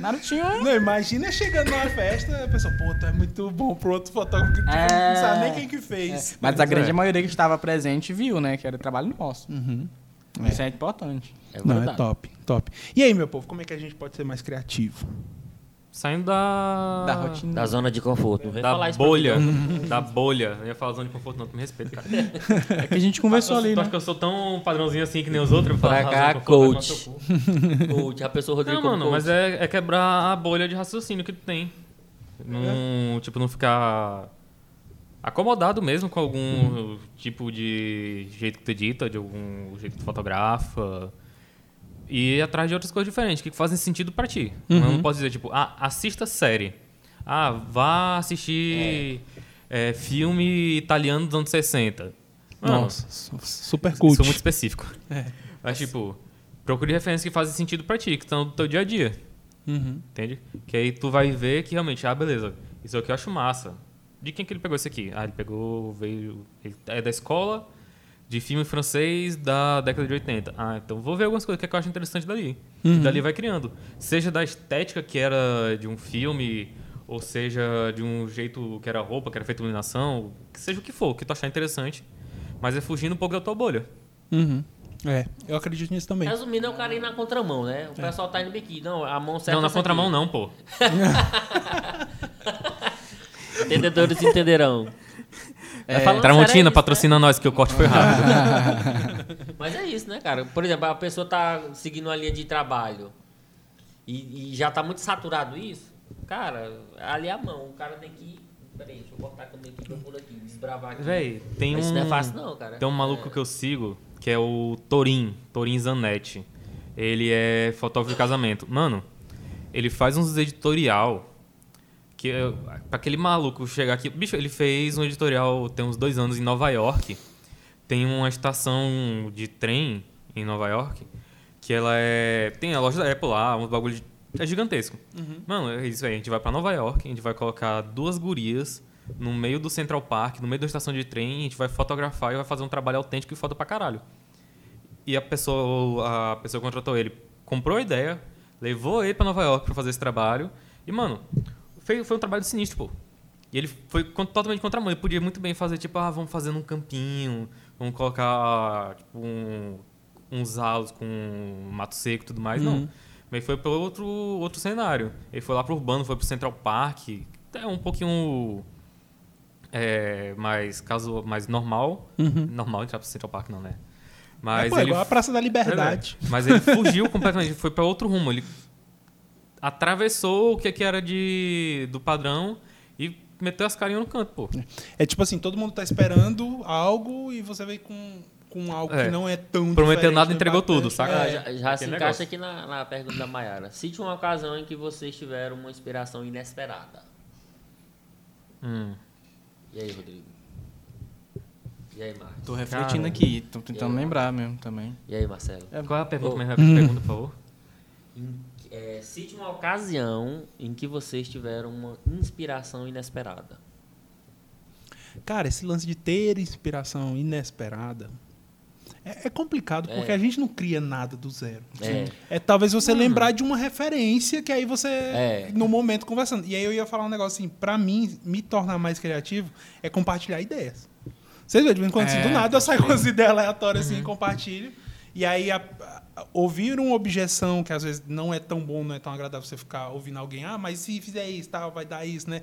Speaker 1: Narutinho, é.
Speaker 3: Não, imagina chegando numa festa, a pessoa, pô, tu é muito bom pro outro fotógrafo que tu
Speaker 4: É.
Speaker 3: não sabe nem quem que fez.
Speaker 1: É, Mas a grande
Speaker 2: É.
Speaker 1: maioria que estava presente viu, né? Que era trabalho nosso.
Speaker 3: Uhum.
Speaker 1: Isso é importante.
Speaker 4: É
Speaker 3: Não, é
Speaker 4: verdade.
Speaker 3: top, top. E aí, meu povo, como é que a gente pode ser mais criativo?
Speaker 2: Saindo
Speaker 3: Ah.
Speaker 2: da.
Speaker 1: Da rotina.
Speaker 4: Da zona de conforto. Não ia falar
Speaker 2: Da
Speaker 4: isso pra
Speaker 2: bolha.
Speaker 4: tu, não.
Speaker 2: da bolha. Não ia falar zona de conforto, não. Tu me respeita, cara.
Speaker 1: É que a gente conversou ali,
Speaker 2: Tu
Speaker 1: né?
Speaker 3: Tá
Speaker 2: acha que eu sou tão padrãozinho assim que nem os outros? Eu falo,
Speaker 4: Pra
Speaker 2: "Ah,
Speaker 4: cá,
Speaker 2: zona de conforto, vai
Speaker 4: coach.
Speaker 2: tomar teu cu."
Speaker 4: Coach, já pensou o Rodrigo
Speaker 2: Não,
Speaker 4: como
Speaker 2: mano,
Speaker 4: coach?
Speaker 2: mas é, é quebrar a bolha de raciocínio que tu tem. Não, Tipo, não ficar acomodado mesmo com algum tipo de jeito que tu edita, de algum jeito que tu fotografa. E ir atrás de outras coisas diferentes, que fazem sentido pra ti. Eu
Speaker 3: Uhum.
Speaker 2: Não posso dizer, tipo, ah, assista série. Ah, vá assistir
Speaker 3: É.
Speaker 2: eh, filme italiano dos anos 60. Mano,
Speaker 3: Nossa, su- super
Speaker 2: isso
Speaker 3: cult.
Speaker 2: é muito específico.
Speaker 3: É.
Speaker 2: Mas, tipo, procure referências que fazem sentido pra ti, que estão no teu dia a dia.
Speaker 3: Uhum.
Speaker 2: Entende? Que aí tu vai ver que realmente, ah, beleza, isso aqui eu acho massa. De quem que ele pegou isso aqui? Ah, ele pegou, veio. Ele é da escola de filme francês da década de 80. Ah, então vou ver algumas coisas que eu acho interessante dali. E dali vai criando. Seja da estética que era de um filme, ou seja de um jeito que era roupa, que era feita iluminação, que seja o que for, o que tu achar interessante. Mas é fugindo um pouco da tua bolha.
Speaker 3: Uhum. É, eu acredito nisso também.
Speaker 4: Resumindo, é o cara ir na contramão, né? O pessoal tá indo bem aqui. Não, a mão certa.
Speaker 2: não, na
Speaker 4: é essa
Speaker 2: contramão
Speaker 4: aqui.
Speaker 2: não, pô.
Speaker 4: Entendedores entenderão.
Speaker 1: É,
Speaker 4: Falando sério, é
Speaker 2: Tramontina
Speaker 4: isso,
Speaker 2: patrocina nós, que o corte foi rápido.
Speaker 4: Mas é isso, né, cara? Por exemplo, a pessoa tá seguindo uma linha de trabalho e, e já tá muito saturado isso, cara, ali é a mão. O cara tem que. Peraí, deixa eu cortar a câmera aqui pra eu por aqui, desbravar aqui.
Speaker 2: Véi, tem um.
Speaker 4: Isso não é fácil, não, cara. É.
Speaker 2: Tem um maluco que eu sigo, que é o Torin, Torin Zanetti. Ele é fotógrafo de casamento. Mano, ele faz uns editorial que é- pra aquele maluco chegar aqui, bicho, ele fez um editorial tem uns dois anos em Nova York. Tem uma estação de trem em Nova York que ela é tem a loja da Apple lá, um bagulho de- é gigantesco. Mano, é isso aí, a gente vai pra Nova York, a gente vai colocar duas gurias no meio do Central Park, no meio da estação de trem, a gente vai fotografar e vai fazer um trabalho autêntico e foda pra caralho. E a pessoa, a pessoa que contratou ele, comprou a ideia, levou ele pra Nova York pra fazer esse trabalho. E, mano, foi, foi um trabalho sinistro, pô. E ele foi con- totalmente contra a mão. Ele podia muito bem fazer, tipo, ah, vamos fazer num campinho, vamos colocar, tipo, um, uns alos com mato seco e tudo mais. Não. Mas foi para outro, outro cenário. Ele foi lá pro Urbano, foi pro Central Park. É um pouquinho é, mais, caso, mais normal. Normal entrar pro Central Park, não, né?
Speaker 3: É,
Speaker 2: Mas
Speaker 3: pô, é
Speaker 2: ele
Speaker 3: igual a Praça da Liberdade.
Speaker 2: é, Mas ele fugiu completamente, foi pra outro rumo. Ele atravessou o que, é que era de, do padrão e meteu as carinhas no canto, pô.
Speaker 3: É tipo assim, todo mundo tá esperando algo e você vem com, com algo
Speaker 2: É.
Speaker 3: que não é tão
Speaker 2: Prometeu
Speaker 3: diferente,
Speaker 2: nada,
Speaker 3: não
Speaker 2: entregou
Speaker 3: impactante.
Speaker 2: tudo, saca?
Speaker 4: Ah,
Speaker 3: É.
Speaker 4: já já se
Speaker 2: aquele
Speaker 4: encaixa
Speaker 2: negócio.
Speaker 4: aqui na, na pergunta da Mayara. Cite uma ocasião em que vocês tiveram uma inspiração inesperada.
Speaker 2: Hum.
Speaker 4: E aí, Rodrigo? E aí, Marcos?
Speaker 1: Tô refletindo
Speaker 2: Cara.
Speaker 1: aqui, tô tentando lembrar mesmo também.
Speaker 4: E aí, Marcelo?
Speaker 2: Qual é a pergunta?
Speaker 4: Ô.
Speaker 2: mesmo? Repete a pergunta, por favor.
Speaker 4: Em- é, cite uma ocasião em que vocês tiveram uma inspiração inesperada.
Speaker 3: Cara, esse lance de ter inspiração inesperada é, é complicado,
Speaker 4: É.
Speaker 3: porque a gente não cria nada do zero.
Speaker 4: É.
Speaker 3: É talvez você lembrar de uma referência que aí você,
Speaker 4: É.
Speaker 3: no momento, conversando. E aí eu ia falar um negócio assim, pra mim, me tornar mais criativo é compartilhar ideias. Vocês veem, de vez em quando, assim, do nada eu saio com as ideias aleatórias assim e compartilho. E aí, a- a- ouvir uma objeção que às vezes não é tão bom, não é tão agradável você ficar ouvindo alguém, ah, mas se fizer isso, tal, vai dar isso, né?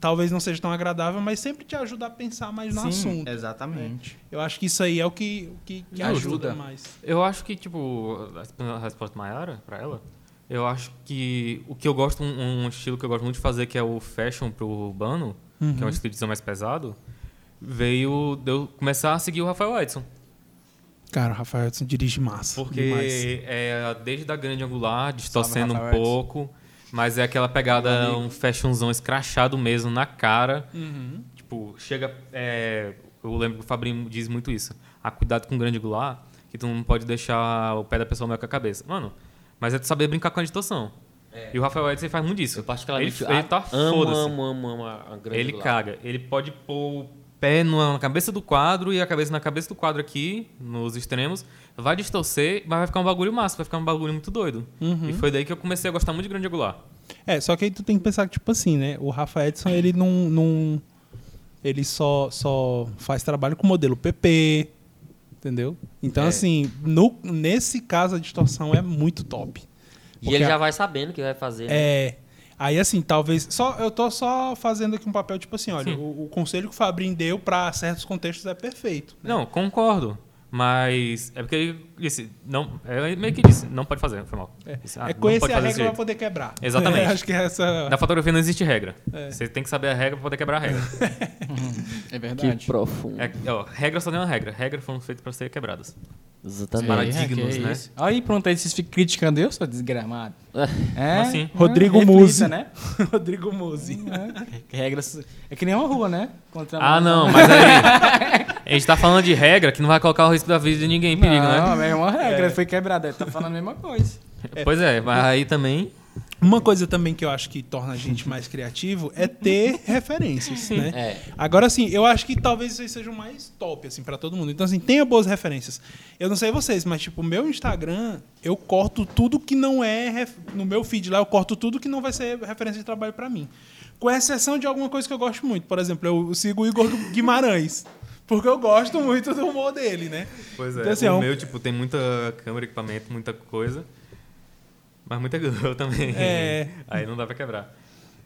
Speaker 3: Talvez não seja tão agradável, mas sempre te ajuda a pensar mais no
Speaker 1: Sim, é.
Speaker 3: assunto.
Speaker 1: Exatamente.
Speaker 3: Eu acho que isso aí é o que, o que, que
Speaker 1: Justo.
Speaker 3: ajuda mais.
Speaker 2: Eu acho que, tipo, a resposta maior é pra ela, eu acho que o que eu gosto, um, um estilo que eu gosto muito de fazer, que é o fashion pro urbano, que
Speaker 3: Uhum.
Speaker 2: é um estilo de design mais pesado, veio de eu começar a seguir o Rafael Edson.
Speaker 3: Cara, o Rafael Edson dirige massa. demais.
Speaker 2: Porque é desde a grande angular, distorcendo um
Speaker 1: Rafael Edson.
Speaker 2: pouco, mas é aquela pegada, um fashionzão escrachado mesmo na cara.
Speaker 4: Uhum.
Speaker 2: Tipo, chega. é, eu lembro que o Fabrinho diz muito isso. Ah, cuidado com o grande gular, que tu não pode deixar o pé da pessoa maior que a cabeça. Mano, mas é tu saber brincar com a distorção. E o Rafael Edson faz muito isso.
Speaker 4: É. Eu particularmente
Speaker 2: ele, ele tá
Speaker 4: amo,
Speaker 2: foda-se.
Speaker 4: amo, amo, amo a a grande
Speaker 2: Ele
Speaker 4: Lula.
Speaker 2: caga. Ele pode pôr o pé na cabeça do quadro e a cabeça na cabeça do quadro aqui, nos extremos. Vai distorcer, mas vai ficar um bagulho massa, vai ficar um bagulho muito doido.
Speaker 3: Uhum.
Speaker 2: E foi daí que eu comecei a gostar muito de grande angular.
Speaker 3: É, só que aí tu tem que pensar que, tipo assim, né? O Rafa Edson, ele não. não ele só, só faz trabalho com modelo PP, entendeu? Então,
Speaker 4: É.
Speaker 3: assim, no, nesse caso a distorção é muito top.
Speaker 4: E
Speaker 3: Porque
Speaker 4: ele
Speaker 3: a-
Speaker 4: já vai sabendo o que vai fazer. né?
Speaker 3: É. Aí, assim, talvez. Só, eu tô só fazendo aqui um papel, tipo assim, olha, o, o conselho que o Fabrinho deu pra certos contextos é perfeito. né?
Speaker 2: Não, concordo. Mas é porque ele disse, não, é meio que disse, não pode fazer, foi mal. Disse, ah,
Speaker 3: é
Speaker 2: não
Speaker 3: conhecer
Speaker 2: pode fazer
Speaker 3: a regra
Speaker 2: desse
Speaker 3: pra
Speaker 2: jeito.
Speaker 3: poder quebrar.
Speaker 2: Exatamente.
Speaker 3: Acho que essa.
Speaker 2: Na fotografia não existe regra.
Speaker 3: É.
Speaker 2: Você tem que saber a regra pra poder quebrar a regra.
Speaker 1: É
Speaker 4: Que
Speaker 1: verdade.
Speaker 4: profundo.
Speaker 2: É, ó, regra só não é uma regra. Regras foram feitas pra ser quebradas.
Speaker 1: É,
Speaker 4: Exatamente.
Speaker 2: paradigmas,
Speaker 1: que
Speaker 2: né?
Speaker 1: isso. Aí pronto, aí vocês ficam criticando eu, seu desgramado. É.
Speaker 2: Como assim?
Speaker 3: Rodrigo
Speaker 1: Reflita,
Speaker 3: Muzi.
Speaker 1: né?
Speaker 3: Rodrigo Mose.
Speaker 1: É. Que Regras. É que nem uma rua, né? Contra
Speaker 3: Tá
Speaker 2: Ah, não, mas aí. A gente tá falando de regra que não vai colocar o risco da vida de ninguém em perigo,
Speaker 1: Não,
Speaker 2: né?
Speaker 1: é uma regra, foi quebrada. Tá falando a mesma coisa.
Speaker 2: Pois é, mas aí também.
Speaker 3: Uma coisa também que eu acho que torna a gente mais criativo é ter referências, né?
Speaker 4: É.
Speaker 3: Agora sim, eu acho que talvez isso aí seja o mais top assim para todo mundo. Então assim, tenha boas referências. Eu não sei vocês, mas tipo, o meu Instagram, eu corto tudo que não é ref- no meu feed lá, eu corto tudo que não vai ser referência de trabalho para mim. Com exceção de alguma coisa que eu gosto muito. Por exemplo, eu sigo o Igor Guimarães, porque eu gosto muito do humor dele, né?
Speaker 2: Pois
Speaker 3: Então, assim, é um-
Speaker 2: tipo, tem muita câmera, equipamento, muita coisa. Mas muita girl também.
Speaker 3: É.
Speaker 2: Aí não dá pra quebrar.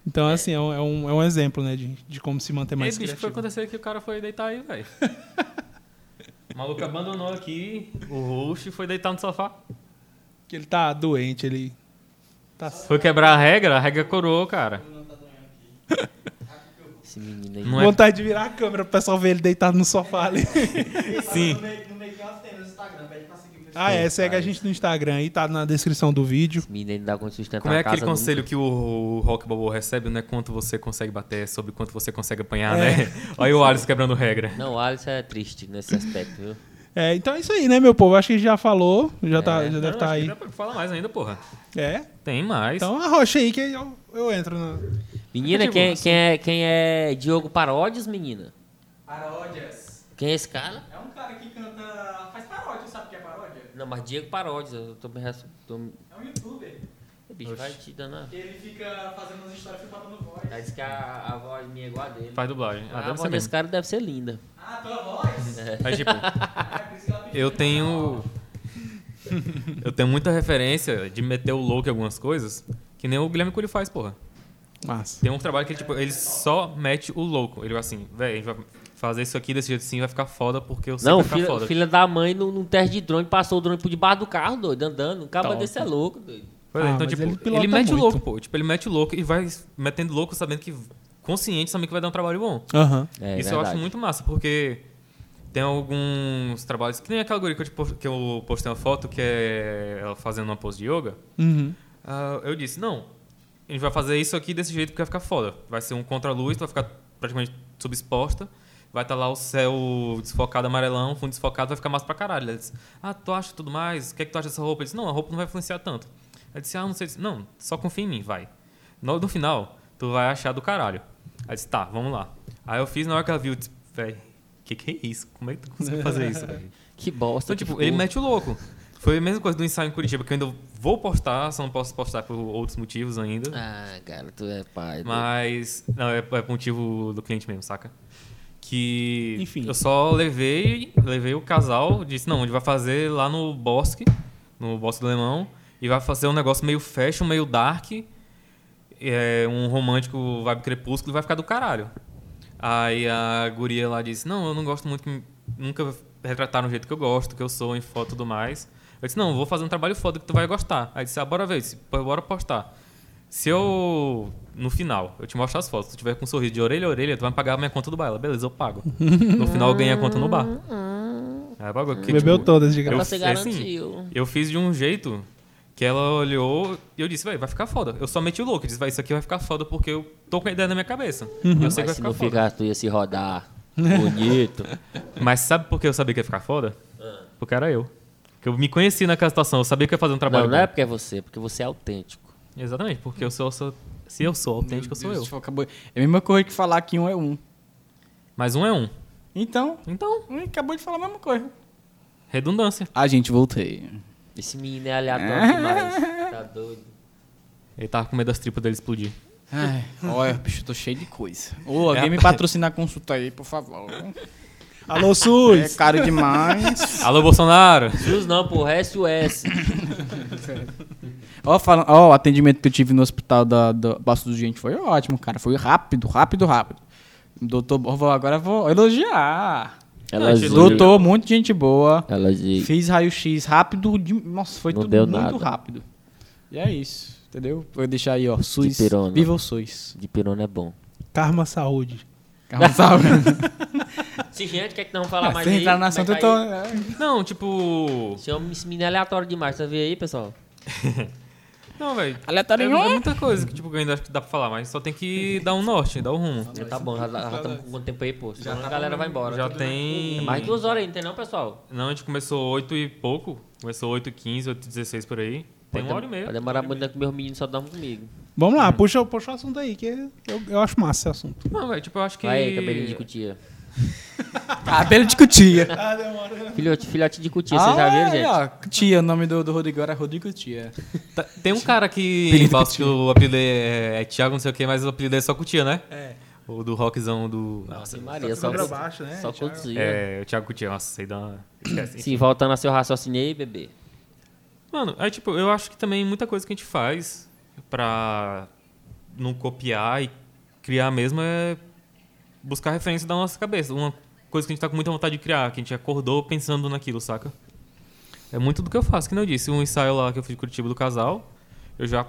Speaker 3: Então assim, é um, é um, é um exemplo, né, de, de como se manter mais
Speaker 2: Esse bicho foi
Speaker 3: criativo.
Speaker 2: acontecer que o cara foi deitar aí, velho. O maluco abandonou aqui o host e foi deitar no sofá.
Speaker 3: Que ele tá doente, ele tá
Speaker 2: Foi quebrar a regra, a regra corou, cara.
Speaker 4: Esse menino aí.
Speaker 2: Não é-
Speaker 3: Vontade de virar a câmera pro pessoal ver ele deitado no sofá ali.
Speaker 2: Sim.
Speaker 3: ah, é, segue a gente no Instagram aí, tá na descrição do vídeo.
Speaker 4: Esse menino aí não dá conta de sustentar
Speaker 2: Como é
Speaker 4: a casa
Speaker 2: aquele conselho
Speaker 4: nunca.
Speaker 2: que o, o Rock Balboa recebe, não é quanto você consegue bater, é sobre quanto você consegue apanhar,
Speaker 3: É.
Speaker 2: né? Olha o Alisson quebrando regra.
Speaker 4: Não, o Alisson é triste nesse aspecto, viu?
Speaker 3: É, então é isso aí, né, meu povo? Acho que já falou, já, tá, já deve
Speaker 2: É, Não,
Speaker 3: estar
Speaker 2: acho que
Speaker 3: aí.
Speaker 2: dá pra- Fala mais ainda, porra.
Speaker 3: É,
Speaker 2: Tem mais.
Speaker 3: então arrocha aí que eu, eu entro. No...
Speaker 4: Menina,
Speaker 2: Fica de
Speaker 4: quem,
Speaker 2: boa,
Speaker 4: quem, é, quem é Diogo Paródias, menina?
Speaker 1: Paródias.
Speaker 4: Quem é esse cara?
Speaker 1: É um cara que canta. faz paródia, sabe o que é paródia?
Speaker 4: Não, mas Diego Paródias, eu tô me... res- Tô... me-
Speaker 1: É um youtuber.
Speaker 4: Ih, Bicho, vai te dando a...
Speaker 1: Ele fica fazendo umas histórias filmando voz.
Speaker 4: Aí diz que a, a voz minha é igual a dele.
Speaker 2: Faz dublagem. Ah,
Speaker 4: Ah, a
Speaker 2: deve ser
Speaker 4: voz desse
Speaker 2: mesmo.
Speaker 4: cara deve ser linda.
Speaker 1: Ah, tua voz?
Speaker 2: Mas, tipo, eu tenho... eu tenho muita referência de meter o louco em algumas coisas, que nem o Guilherme Coelho faz, porra.
Speaker 3: Massa.
Speaker 2: Tem um trabalho que ele, tipo, ele só mete o louco. Ele vai assim, velho, a gente vai fazer isso aqui desse jeito assim, vai ficar foda, porque eu sei
Speaker 4: Não,
Speaker 2: que vai ficar
Speaker 4: filha,
Speaker 2: foda.
Speaker 4: filha da mãe num, num teste de drone, passou o drone por debaixo do carro, doido, andando. Um cabo
Speaker 2: Top.
Speaker 4: desse é louco, doido.
Speaker 2: Pois é,
Speaker 3: Ah,
Speaker 2: então,
Speaker 3: mas
Speaker 2: tipo,
Speaker 3: ele
Speaker 2: ele,
Speaker 3: pilota
Speaker 2: mete o
Speaker 3: muito.
Speaker 2: louco, pô. Tipo, ele mete o louco e vai metendo louco sabendo que, consciente, sabendo que vai dar um trabalho bom.
Speaker 3: Aham.
Speaker 4: É,
Speaker 2: Isso eu
Speaker 4: verdade.
Speaker 2: acho muito massa, porque tem alguns trabalhos, que nem aquela guria que eu, te pos- que eu postei uma foto, que é ela fazendo uma pose de yoga.
Speaker 3: Uhum.
Speaker 2: Ah, eu disse, não, a gente vai fazer isso aqui desse jeito que vai ficar foda. Vai ser um contra-luz, tu vai ficar praticamente subexposta. Vai estar lá o céu desfocado, amarelão, fundo desfocado, vai ficar massa pra caralho. Ela disse, ah, tu acha tudo mais? O que é que tu acha dessa roupa? Eu disse, não, a roupa não vai influenciar tanto. Ela disse, ah, não sei. Eu disse, não, só confia em mim, vai. No, no final, tu vai achar do caralho. Ela disse, tá, vamos lá. Aí eu fiz, na hora que ela viu, eu disse, véi, que que é isso? Como é que tu conseguiu fazer isso, velho?
Speaker 4: Que bosta.
Speaker 2: Então,
Speaker 4: que
Speaker 2: tipo,
Speaker 4: ficou.
Speaker 2: ele mete o louco. Foi a mesma coisa do ensaio em Curitiba, que eu ainda vou postar, só não posso postar por outros motivos ainda.
Speaker 4: Ah, cara, tu é pai. doido.
Speaker 2: Mas, não, é, é por motivo do cliente mesmo, saca? que
Speaker 3: Enfim.
Speaker 2: eu só levei, levei o casal, disse, não, a gente vai fazer lá no bosque, no Bosque do Alemão, e vai fazer um negócio meio fashion, meio dark, é, um romântico vibe crepúsculo, e vai ficar do caralho. Aí a guria lá disse, não, eu não gosto muito, que me- nunca retrataram o jeito que eu gosto, que eu sou em foto e tudo mais. Eu disse, não, eu vou fazer um trabalho foda que tu vai gostar. Aí disse, ah, bora ver, eu disse, "Pô, bora postar. Se eu, no final, eu te mostro as fotos, se tu tiver com um sorriso de orelha a orelha, tu vai me pagar a minha conta do bar. Ela, beleza, eu pago. No final, eu ganhei a conta no bar. Aí, pagou, porque,
Speaker 3: Bebeu
Speaker 2: tipo,
Speaker 3: todas de graça.
Speaker 2: eu-
Speaker 4: Você
Speaker 2: é
Speaker 4: garantiu.
Speaker 2: eu fiz de um jeito que ela olhou e eu disse, vai, vai ficar foda. Eu só meti o louco, eu disse, vai, isso aqui vai ficar foda porque eu tô com a ideia na minha cabeça. E Eu sei que é vai
Speaker 4: Mas se
Speaker 2: ficar
Speaker 4: não
Speaker 2: foda.
Speaker 4: ficar, tu ia se rodar. Bonito.
Speaker 2: Mas sabe por que eu sabia que ia ficar foda? Porque era eu. Porque eu me conheci naquela situação, eu sabia que ia fazer um trabalho.
Speaker 4: não, não é
Speaker 2: bom.
Speaker 4: porque é você, é porque você é autêntico.
Speaker 2: Exatamente, porque eu sou, sou- se eu sou autêntico, eu sou eu.
Speaker 1: Deus, acabou. É a mesma coisa que falar que um é um.
Speaker 2: Mas um é um.
Speaker 1: Então,
Speaker 2: Então,
Speaker 1: hum, acabou de falar a mesma coisa.
Speaker 2: redundância.
Speaker 1: Ah, gente, voltei.
Speaker 4: Esse menino é aleatório demais. Tá doido.
Speaker 2: Ele tava com medo das tripas dele explodir.
Speaker 1: Ai, olha, bicho, tô cheio de coisa. Ô, alguém
Speaker 2: É.
Speaker 1: me patrocinar a consulta aí, por favor.
Speaker 3: Alô,
Speaker 1: É
Speaker 3: SUS!
Speaker 1: caro demais.
Speaker 2: Alô, Bolsonaro!
Speaker 4: SUS não, pô, S.U.S.
Speaker 1: Ó, falam- ó, o atendimento que eu tive no hospital da, da Basto do Gente foi ótimo, cara. Foi rápido, rápido, rápido. Doutor, eu vou- agora eu vou elogiar.
Speaker 4: Ela
Speaker 2: Gente,
Speaker 4: zica.
Speaker 1: Doutor, muito gente boa.
Speaker 4: Ela zica.
Speaker 1: Fiz raio-x rápido. de- nossa, foi
Speaker 4: Não
Speaker 1: tudo
Speaker 4: deu
Speaker 1: muito
Speaker 4: nada.
Speaker 1: rápido. E é isso, entendeu? Vou deixar aí, ó. SUS.
Speaker 4: Dipirona.
Speaker 1: Viva o SUS.
Speaker 4: De pirona é bom.
Speaker 3: Karma Saúde.
Speaker 1: Calma, salve.
Speaker 4: Se gente, o que é que não falar mais
Speaker 1: Ah, Se
Speaker 4: aí?
Speaker 1: entrar no
Speaker 4: Como é
Speaker 1: assunto,
Speaker 4: que
Speaker 1: eu
Speaker 4: tá
Speaker 1: tô.
Speaker 4: aí?
Speaker 2: Não, tipo.
Speaker 4: Esse homem- esse menino é aleatório demais, tá vendo aí, pessoal?
Speaker 2: Não, velho. É,
Speaker 4: Tá
Speaker 1: Aleatório um.
Speaker 2: é muita coisa que, tipo, eu ainda acho que dá pra falar, mas só tem que dar um norte, dar um rumo.
Speaker 4: Já tá bom, já estamos com quanto tempo aí, pô. Senão a galera vai embora.
Speaker 2: Já tem.
Speaker 4: É mais duas horas aí, não tem não, pessoal?
Speaker 2: Não, a gente começou 8 e pouco. Começou 8 e 15, 8 e 16 por aí. Tem uma hora e meia.
Speaker 4: Vai demorar muito, né, que meus meninos só dão comigo.
Speaker 3: Vamos
Speaker 2: Uhum.
Speaker 3: lá, puxa, puxa o assunto aí, que eu, eu acho massa esse assunto.
Speaker 2: Não, velho, tipo, eu acho que.
Speaker 4: Vai aí, cabelinho de cutia.
Speaker 1: Cabelo de cutia.
Speaker 3: Ah, demora.
Speaker 4: Filhote, filhote de cutia, vocês já viram,
Speaker 1: Ah, aí,
Speaker 4: gente?
Speaker 1: ó, Tia, o nome do, do Rodrigo era Rodrigo Tia.
Speaker 2: Tá- Tem um cara que em Bosque que o apelido é, é Thiago, não sei o que, mas o apelido é só Cutia, né?
Speaker 3: É.
Speaker 2: O do rockzão do. Nossa,
Speaker 4: Sim, Maria, só,
Speaker 3: Pra
Speaker 4: só,
Speaker 3: baixo, né?
Speaker 4: só
Speaker 3: Thiago?
Speaker 4: conduzir.
Speaker 2: é, o Thiago Cutia, nossa, sei da. Esquece.
Speaker 4: Sim, voltando a seu raciocínio aí, bebê.
Speaker 2: Mano, é tipo, eu acho que também muita coisa que a gente faz pra não copiar e criar mesmo é buscar referência da nossa cabeça. Uma coisa que a gente tá com muita vontade de criar, que a gente acordou pensando naquilo, saca? É muito do que eu faço, que nem eu disse. Um ensaio lá que eu fiz de Curitiba do casal, eu já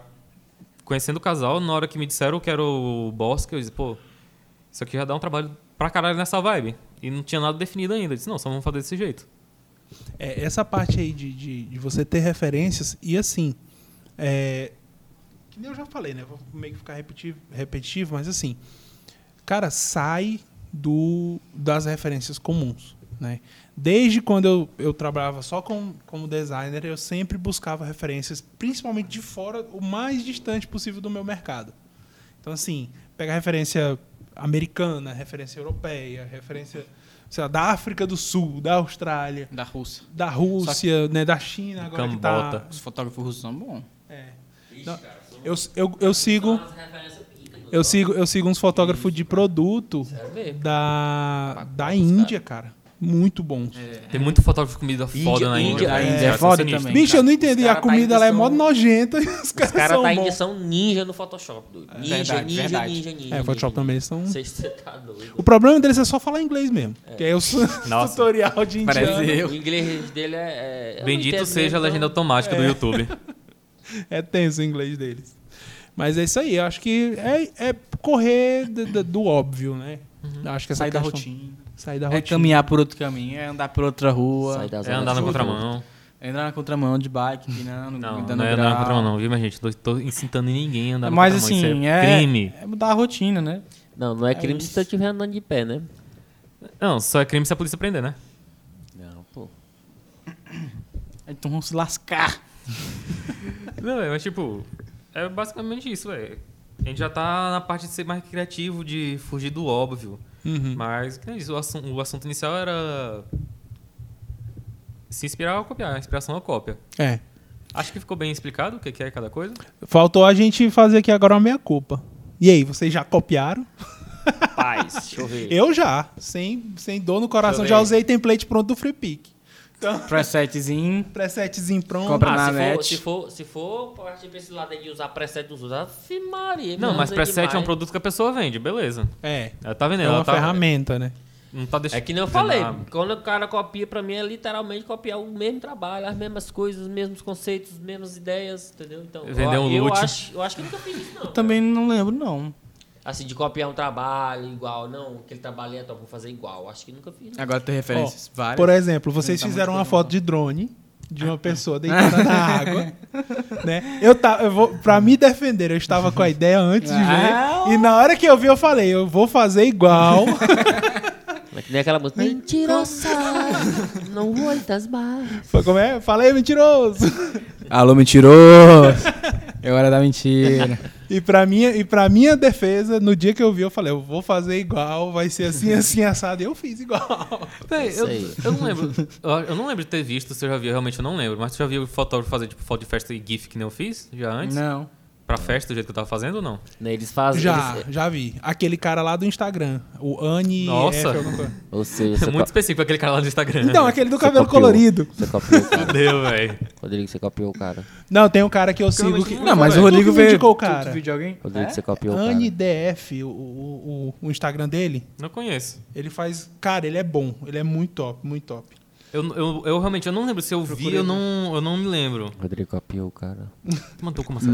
Speaker 2: conhecendo o casal, na hora que me disseram que era o Bosque, eu disse, pô, isso aqui já dá um trabalho pra caralho nessa vibe. E não tinha nada definido ainda. Eu disse, não, só vamos fazer desse jeito.
Speaker 3: É, essa parte aí de, de, de você ter referências e assim. é, que nem eu já falei, né? Vou meio que ficar repetitivo, repetitivo mas assim. Cara, sai do, das referências comuns, né? Desde quando eu, eu trabalhava só com, como designer, eu sempre buscava referências, principalmente de fora, o mais distante possível do meu mercado. Então, assim, pega referência americana, referência europeia, referência sei lá, da África do Sul, da Austrália
Speaker 1: Da Rússia.
Speaker 3: da Rússia, né, da China agora
Speaker 2: Cambota.
Speaker 1: Os fotógrafos russos são bons.
Speaker 3: que tá. É. Não, eu, eu, eu sigo eu sigo eu sigo uns fotógrafos de produto
Speaker 4: mesmo.
Speaker 3: da da Índia, cara, muito bons.
Speaker 2: Tem muito fotógrafo de comida foda na
Speaker 4: Índia-
Speaker 2: Índia.
Speaker 1: É. Índia
Speaker 2: velho.
Speaker 4: Índia-
Speaker 2: Os
Speaker 1: é
Speaker 2: caras são
Speaker 1: foda
Speaker 2: sinistros.
Speaker 1: também.
Speaker 3: Bicho, eu não entendi,
Speaker 4: Os
Speaker 3: a
Speaker 4: cara tá
Speaker 3: comida ela é mó
Speaker 4: indo-
Speaker 3: nojenta e os caras
Speaker 4: Os caras
Speaker 3: são
Speaker 4: tá
Speaker 3: bons.
Speaker 4: ainda são ninja no Photoshop, doido. Ninja,
Speaker 1: É, verdade,
Speaker 4: ninja,
Speaker 1: verdade.
Speaker 4: ninja, ninja.
Speaker 3: É, Photoshop também eles são.
Speaker 4: Vocês cê tá doido.
Speaker 3: O problema deles é só falar inglês mesmo. Que aí eu sou
Speaker 2: Nossa.
Speaker 3: tutorial de indiano.
Speaker 1: Parece eu.
Speaker 4: O inglês dele é. é- eu não
Speaker 2: Bendito
Speaker 4: entendo
Speaker 2: seja a
Speaker 4: mesmo,
Speaker 2: legenda
Speaker 4: então.
Speaker 2: automática do YouTube.
Speaker 3: É tenso o inglês deles. Mas é isso aí, eu acho que é, é correr do, do- do óbvio, né? Eu Acho que essa
Speaker 1: Sair da
Speaker 3: questão-
Speaker 1: rotina.
Speaker 3: Sair da
Speaker 1: É
Speaker 3: rotina.
Speaker 1: caminhar por outro caminho, é andar por outra rua.
Speaker 4: Sai da
Speaker 2: É
Speaker 4: zona
Speaker 2: andar
Speaker 4: de
Speaker 2: na
Speaker 4: conforto.
Speaker 2: contramão.
Speaker 1: É Entrar na contramão de bike, pinando,
Speaker 2: Não,
Speaker 1: dando
Speaker 2: não é andar
Speaker 1: grau.
Speaker 2: na contramão, viu, minha gente? Tô, tô incitando ninguém a andar na
Speaker 1: Mas
Speaker 2: contramão.
Speaker 1: assim,
Speaker 2: Isso
Speaker 1: é,
Speaker 2: crime.
Speaker 1: é mudar a rotina, né?
Speaker 4: Não, não é crime se
Speaker 1: isso.
Speaker 4: você estiver andando de pé, né?
Speaker 2: Não, só é crime se a polícia prender, né?
Speaker 4: Não, pô.
Speaker 1: Então vamos se lascar.
Speaker 2: Não, véio, mas tipo, é basicamente isso, velho. A gente já tá na parte de ser mais criativo, de fugir do óbvio.
Speaker 3: Uhum.
Speaker 2: Mas que nem isso, o, assun- o assunto inicial era se inspirar ou copiar. A inspiração ou cópia.
Speaker 3: É.
Speaker 2: Acho que ficou bem explicado o que que é cada coisa.
Speaker 3: Faltou a gente fazer aqui agora uma meia-culpa. E aí, vocês já copiaram?
Speaker 4: Paz, deixa eu ver.
Speaker 3: Eu já, sem, sem dor no coração,
Speaker 4: Deixa
Speaker 3: já
Speaker 4: eu ver.
Speaker 3: usei template pronto do Free Pick.
Speaker 1: Presetzinho.
Speaker 3: Presetzinho pronto.
Speaker 1: Cobra-
Speaker 4: Ah,
Speaker 1: na
Speaker 4: se, for,
Speaker 1: net.
Speaker 4: se, for, se for partir pra esse lado aí de usar preset dos outros, aff, Maria.
Speaker 2: Não,
Speaker 4: me
Speaker 2: mas
Speaker 4: usa
Speaker 2: preset é um
Speaker 4: demais.
Speaker 2: produto que a pessoa vende, beleza.
Speaker 3: É,
Speaker 2: Ela tá
Speaker 4: né,
Speaker 2: vendendo,
Speaker 3: é uma
Speaker 2: ela tá,
Speaker 3: ferramenta, né?
Speaker 2: não tá deixando.
Speaker 4: É que nem eu falei, quando o cara copia, pra mim é literalmente copiar o mesmo trabalho, as mesmas coisas, os mesmos conceitos, as mesmas ideias, entendeu? Então,
Speaker 2: Vender
Speaker 4: eu,
Speaker 2: um
Speaker 4: eu,
Speaker 2: loot.
Speaker 4: acho, eu acho que eu nunca fiz isso, não.
Speaker 1: Também não lembro, não.
Speaker 4: Assim, de copiar um trabalho igual, não, aquele trabalho é top, vou fazer igual. Acho que nunca fiz. Não.
Speaker 1: Agora tem referências. várias.
Speaker 3: Por exemplo, vocês
Speaker 1: Não tá
Speaker 3: fizeram
Speaker 1: muito
Speaker 3: uma
Speaker 1: bom,
Speaker 3: foto de drone de uma pessoa deitada na água, né? Eu tava, eu vou, pra me defender, eu estava com a ideia antes de
Speaker 1: Ah.
Speaker 3: ver. E na hora que eu vi, eu falei, eu vou fazer igual.
Speaker 4: Mas que nem aquela música. Mentirosa! não muitas mais.
Speaker 3: Foi como é? Falei mentiroso.
Speaker 1: Alô, mentiroso! É hora da mentira.
Speaker 3: E pra minha e para minha defesa, no dia que eu vi, eu falei, eu vou fazer igual, vai ser assim, assim assado. E eu fiz igual.
Speaker 2: Véi,
Speaker 4: Isso
Speaker 2: eu,
Speaker 4: aí.
Speaker 2: eu não lembro. Eu, eu não lembro de ter visto, se eu já vi, eu realmente não lembro. Mas você já viu fotógrafo fazer tipo foto de festa e GIF que nem eu fiz já antes?
Speaker 1: Não.
Speaker 2: Pra festa, do jeito que eu tava fazendo ou não?
Speaker 4: Né, Eles fazem.
Speaker 3: Já,
Speaker 4: eles-
Speaker 3: já vi. Aquele cara lá do Instagram, o Anne.
Speaker 2: Nossa.
Speaker 3: F, alguma coisa.
Speaker 4: ou seja,
Speaker 2: É
Speaker 4: você,
Speaker 2: muito
Speaker 4: co-
Speaker 2: específico aquele cara lá do Instagram.
Speaker 3: Então,
Speaker 2: né?
Speaker 3: aquele do
Speaker 4: Você
Speaker 3: cabelo
Speaker 4: copiou.
Speaker 3: colorido.
Speaker 4: você copiou o cara.
Speaker 2: Deu, velho.
Speaker 4: Rodrigo, você copiou o cara.
Speaker 3: Não, tem um cara que eu sigo que.
Speaker 1: Não, mas o
Speaker 3: Todo
Speaker 1: Rodrigo
Speaker 3: mundo
Speaker 1: veio.
Speaker 3: indicou Ah, o
Speaker 1: Tu-
Speaker 3: cara.
Speaker 1: Tu viu de alguém?
Speaker 4: Rodrigo,
Speaker 2: É?
Speaker 4: você copiou o
Speaker 3: Anne
Speaker 4: cara.
Speaker 3: DF, o, o, o- o Instagram dele,
Speaker 2: Não conheço.
Speaker 3: ele faz. Cara, ele é bom. Ele é muito top, muito top.
Speaker 2: Eu, eu, eu realmente eu não lembro. Se eu vi, eu não, eu não me lembro.
Speaker 4: Rodrigo copiou o cara.
Speaker 2: Mandou como essa-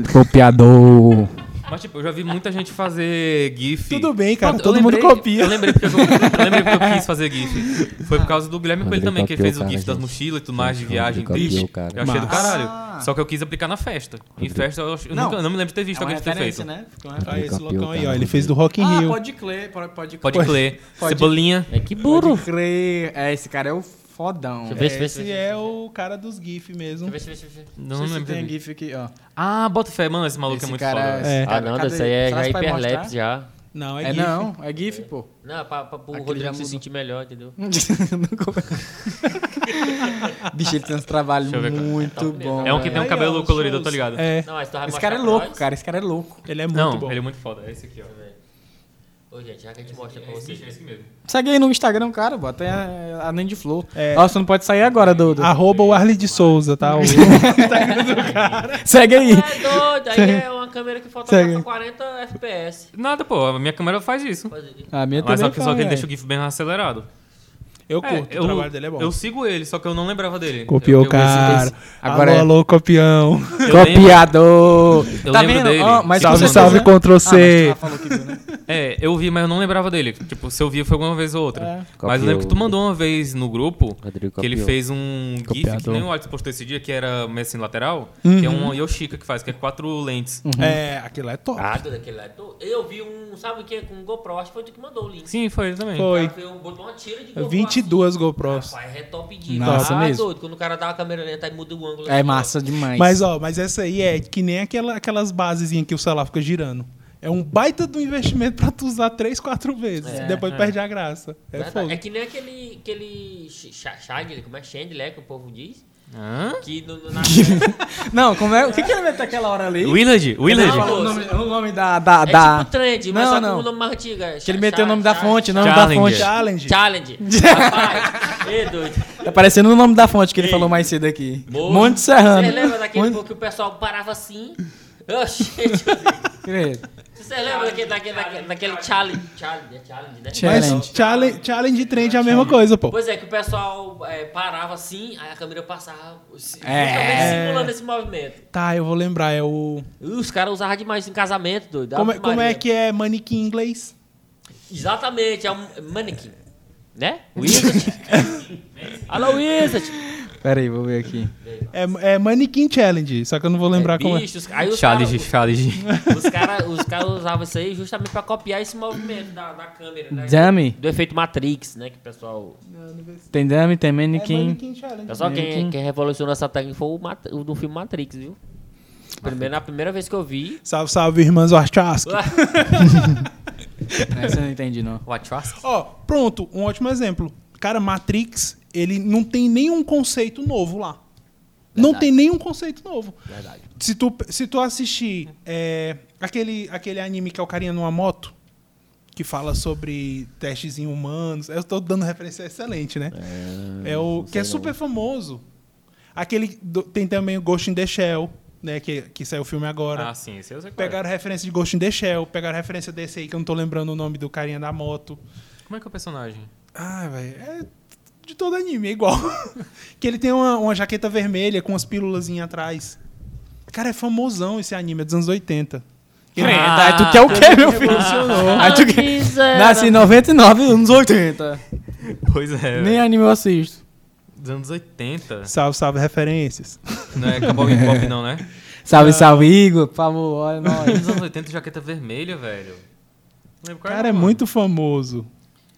Speaker 1: Copiador.
Speaker 2: Mas, tipo, eu já vi muita gente fazer GIF.
Speaker 3: Tudo bem, cara,
Speaker 2: Pronto, eu
Speaker 3: todo mundo
Speaker 2: lembrei-
Speaker 3: copia.
Speaker 2: Eu lembrei, porque eu, eu lembrei porque eu quis fazer GIF. Foi por causa do Guilherme Coelho
Speaker 4: Rodrigo
Speaker 2: também, que ele
Speaker 4: copiou
Speaker 2: fez
Speaker 4: o
Speaker 2: o
Speaker 4: cara,
Speaker 2: GIF das
Speaker 4: gente.
Speaker 2: mochilas e tudo mais, de
Speaker 4: Rodrigo
Speaker 2: viagem
Speaker 4: copiou
Speaker 2: triste.
Speaker 4: o cara.
Speaker 2: Eu achei do
Speaker 3: Mas-
Speaker 2: caralho. Só que eu quis aplicar na festa. Em festa, eu, acho- eu
Speaker 1: Não.
Speaker 2: nunca- não me lembro de ter visto
Speaker 1: É uma
Speaker 2: alguém ter feito.
Speaker 1: referência, né? Ficou uma-
Speaker 3: Olha esse
Speaker 4: copiou,
Speaker 3: loucão aí,
Speaker 4: cara.
Speaker 3: ó. Ele fez do Rock in
Speaker 1: Ah,
Speaker 3: Rio.
Speaker 1: pode crer. Pode, pode,
Speaker 2: Pode crer.
Speaker 1: Pode-
Speaker 2: Cebolinha.
Speaker 4: É que burro.
Speaker 1: Pode crer. É, esse cara é o fodão.
Speaker 4: Deixa eu ver.
Speaker 3: Esse é o cara dos GIF mesmo.
Speaker 4: Deixa eu ver, deixa eu ver, deixa eu ver.
Speaker 2: Não, não
Speaker 1: se
Speaker 2: lembro. de ter
Speaker 1: tem
Speaker 2: visto.
Speaker 1: GIF aqui, ó.
Speaker 2: Ah, bota fé, mano, esse maluco
Speaker 1: Esse
Speaker 2: é muito
Speaker 1: cara-
Speaker 2: foda. velho.
Speaker 3: É.
Speaker 4: Ah,
Speaker 1: Cadê-
Speaker 4: não,
Speaker 1: cadê?
Speaker 4: isso aí
Speaker 1: Será
Speaker 4: é já
Speaker 1: que vai
Speaker 4: hiperlapse
Speaker 1: mostrar?
Speaker 4: já.
Speaker 3: Não, é,
Speaker 1: É
Speaker 3: GIF.
Speaker 1: não, é GIF, pô.
Speaker 4: Não, pra, pra, pro
Speaker 1: Aquele já
Speaker 4: Rodrigo se
Speaker 1: mudou.
Speaker 4: sentir melhor, entendeu?
Speaker 1: Bicho, ele tem uns trabalhos
Speaker 2: Deixa eu ver qual-
Speaker 1: muito bons. né?
Speaker 2: É um que tem
Speaker 1: velho.
Speaker 2: um
Speaker 3: Aí, ó,
Speaker 2: cabelo
Speaker 3: os
Speaker 2: colorido, eu tô
Speaker 3: shows.
Speaker 2: ligado.
Speaker 3: É,
Speaker 4: Não, mas tu vai
Speaker 1: Esse
Speaker 4: mostrar
Speaker 1: cara é
Speaker 4: pra
Speaker 1: louco,
Speaker 4: nós?
Speaker 1: cara. Esse cara é louco.
Speaker 3: ele é muito
Speaker 2: Não,
Speaker 3: bom.
Speaker 2: ele é muito foda. É esse aqui, ó.
Speaker 4: Ô, gente, já que a gente mostra pra
Speaker 2: Esse, é
Speaker 4: vocês.
Speaker 2: esse mesmo.
Speaker 1: Segue aí no Instagram, cara, bota aí a, a Nem de Flow.
Speaker 3: É. Ah.
Speaker 1: Ó, você não pode sair agora, Dudu.
Speaker 3: Arroba o Arley de Souza, tá? O-
Speaker 1: Segue aí.
Speaker 4: É doido, aí é uma câmera que fotografa
Speaker 3: Segue.
Speaker 4: 40 FPS.
Speaker 2: Nada, pô, a minha câmera faz isso.
Speaker 4: Faz aqui.
Speaker 1: A Ah, minha
Speaker 2: Mas só
Speaker 1: também
Speaker 2: que, só que ele
Speaker 1: faz,
Speaker 4: né?
Speaker 2: deixa o GIF bem acelerado.
Speaker 3: Eu
Speaker 2: É,
Speaker 3: curto, o trabalho dele é bom.
Speaker 2: Eu sigo ele, só que eu não lembrava dele.
Speaker 3: Copiou o
Speaker 2: Eu- eu- esse-
Speaker 3: cara.
Speaker 2: esse-
Speaker 1: Agora
Speaker 3: alô,
Speaker 1: é-
Speaker 3: alô, copião.
Speaker 2: eu lembro-
Speaker 1: Copiador.
Speaker 2: Eu
Speaker 1: tá
Speaker 2: lembro
Speaker 1: vendo?
Speaker 2: dele.
Speaker 1: Ó, mas
Speaker 2: Sim,
Speaker 1: com
Speaker 3: Salve,
Speaker 1: certeza-
Speaker 2: mano.
Speaker 3: salve, Ctrl C.
Speaker 1: Ah, mas tu já falou que viu, né?
Speaker 2: É, eu vi, mas eu não lembrava dele. Tipo, se eu vi foi alguma vez ou outra.
Speaker 1: É.
Speaker 2: Mas eu
Speaker 4: Copiou.
Speaker 2: lembro que tu mandou uma vez no grupo
Speaker 4: Rodrigo
Speaker 2: que ele
Speaker 4: copiou.
Speaker 2: fez um GIF que
Speaker 1: Copiador.
Speaker 2: nem o Alisson postou esse dia, que era meio assim lateral, que é
Speaker 3: Uhum.
Speaker 2: uma Yoshika que faz, que é quatro lentes.
Speaker 3: É, aquilo é top.
Speaker 4: Ah, doido, aquele lá. é doido. Eu vi um, sabe o que? Com um GoPro, acho que foi tu que mandou o link.
Speaker 2: Sim, foi ele também.
Speaker 3: Foi.
Speaker 4: O cara fez um- botou uma tira de GoPro.
Speaker 3: 22 GoPros.
Speaker 4: Assim. Rapaz, é top de
Speaker 1: Nossa,
Speaker 4: ah,
Speaker 1: mesmo.
Speaker 4: doido, quando o cara dá uma câmera lenta e muda o ângulo. assim,
Speaker 1: É massa demais.
Speaker 3: Mas, ó, mas essa aí é que nem aquela, aquelas basezinhas que o celular fica girando. É um baita do investimento pra tu usar 3, 4 vezes.
Speaker 4: É,
Speaker 3: depois perde a graça. É
Speaker 4: Verdade.
Speaker 3: fogo.
Speaker 4: É, que nem aquele, aquele sh- sh- Shagler, como é Chandler, que o povo diz.
Speaker 2: Hã?
Speaker 4: Que no, no, na...
Speaker 1: Não, como é? O que que ele meteu aquela hora ali?
Speaker 2: Willard, Willard.
Speaker 1: Não, o nome, o nome da... da,
Speaker 4: É
Speaker 1: da...
Speaker 4: tipo trend, mas
Speaker 1: Não,
Speaker 4: só
Speaker 1: não.
Speaker 4: com o nome mais antigo. é
Speaker 1: Que ele
Speaker 4: Cha-
Speaker 1: meteu o
Speaker 4: Cha-
Speaker 1: nome da
Speaker 4: Cha-
Speaker 1: fonte, né? o
Speaker 4: Cha-
Speaker 1: nome da
Speaker 2: Challenger.
Speaker 1: fonte.
Speaker 3: Challenge.
Speaker 4: Challenge. Rapaz, é doido.
Speaker 1: Tá parecendo o nome da fonte que ele falou mais cedo aqui.
Speaker 4: Boa.
Speaker 1: Monte Serrano.
Speaker 4: Vocês lembram daquele
Speaker 1: Monte...
Speaker 4: povo que o pessoal parava assim? Oxi, vocês lembram daquele, daquele, daquele, daquele challenge? Challenge, é challenge, né?
Speaker 3: Mas challenge, challenge e trend é a mesma coisa, pô.
Speaker 4: Pois é, que o pessoal é, parava assim, aí a câmera passava. se-
Speaker 1: É.
Speaker 4: justamente simulando esse movimento.
Speaker 3: Tá, eu vou lembrar. É o.
Speaker 4: Uh, os caras usavam demais em casamento, doido.
Speaker 3: Como, é-
Speaker 4: Ave
Speaker 3: como é
Speaker 4: Maria.
Speaker 3: que é manequim em inglês?
Speaker 4: Exatamente, é um mannequin. Né? Wizard. Alô, Wizard.
Speaker 1: Pera aí, vou ver aqui.
Speaker 3: É, é manequim challenge, só que eu não vou lembrar como é.
Speaker 4: Bicho, os- aí os
Speaker 2: Challenge,
Speaker 4: caras
Speaker 2: challenge.
Speaker 4: os cara, os cara usavam isso aí justamente pra copiar esse movimento da, da câmera, né?
Speaker 1: Dummy.
Speaker 4: Do efeito Matrix, né? Que o pessoal.
Speaker 1: Tem dummy, tem
Speaker 3: É
Speaker 1: mannequin.
Speaker 3: manequim challenge.
Speaker 4: Pessoal, quem,
Speaker 1: Matrix.
Speaker 4: quem revolucionou essa técnica foi o, Mat- o do filme Matrix, viu? Primeiro, na primeira vez que eu vi.
Speaker 3: Salve, salve, irmãs Wachowski.
Speaker 1: Essa eu É, não entendi, não.
Speaker 2: Wachowski?
Speaker 3: Ó, pronto, um ótimo exemplo. Cara, Matrix, ele não tem nenhum conceito novo lá. Não tem nenhum conceito novo.
Speaker 4: Verdade.
Speaker 3: Se tu, se tu assistir é, aquele, aquele anime que é o carinha numa moto, que fala sobre testes em humanos. Eu estou dando referência excelente, né? É, o que é super famoso. Aquele do- tem também o Ghost in the Shell, né? Que, que saiu o filme agora.
Speaker 2: Ah, sim, esse eu sei qual é.
Speaker 3: pegaram referência de Ghost in the Shell, pegaram referência desse aí que eu não tô lembrando o nome do carinha da moto.
Speaker 2: Como é que é o personagem?
Speaker 3: Ah, velho, é de todo anime, é igual. que ele tem uma, uma jaqueta vermelha com umas pílulas atrás. Cara, é famosão esse anime, é dos anos 80.
Speaker 1: Crenta,
Speaker 2: Ah,
Speaker 3: tá, é
Speaker 1: aí Ah, tu quer o quê, meu filho? Aí tu quer...
Speaker 4: é
Speaker 1: Nasce em 99, anos 80.
Speaker 2: Pois é.
Speaker 1: Nem anime eu assisto.
Speaker 2: Dos anos 80.
Speaker 3: Salve, salve, referências.
Speaker 2: Não é Cowboy Bebop, não, né?
Speaker 1: Salve, salve, Igor. Por favor, olha nós.
Speaker 2: Dos anos 80, jaqueta vermelha, velho. Não lembro qual
Speaker 3: Cara,
Speaker 2: era,
Speaker 3: é
Speaker 2: mano.
Speaker 3: muito famoso.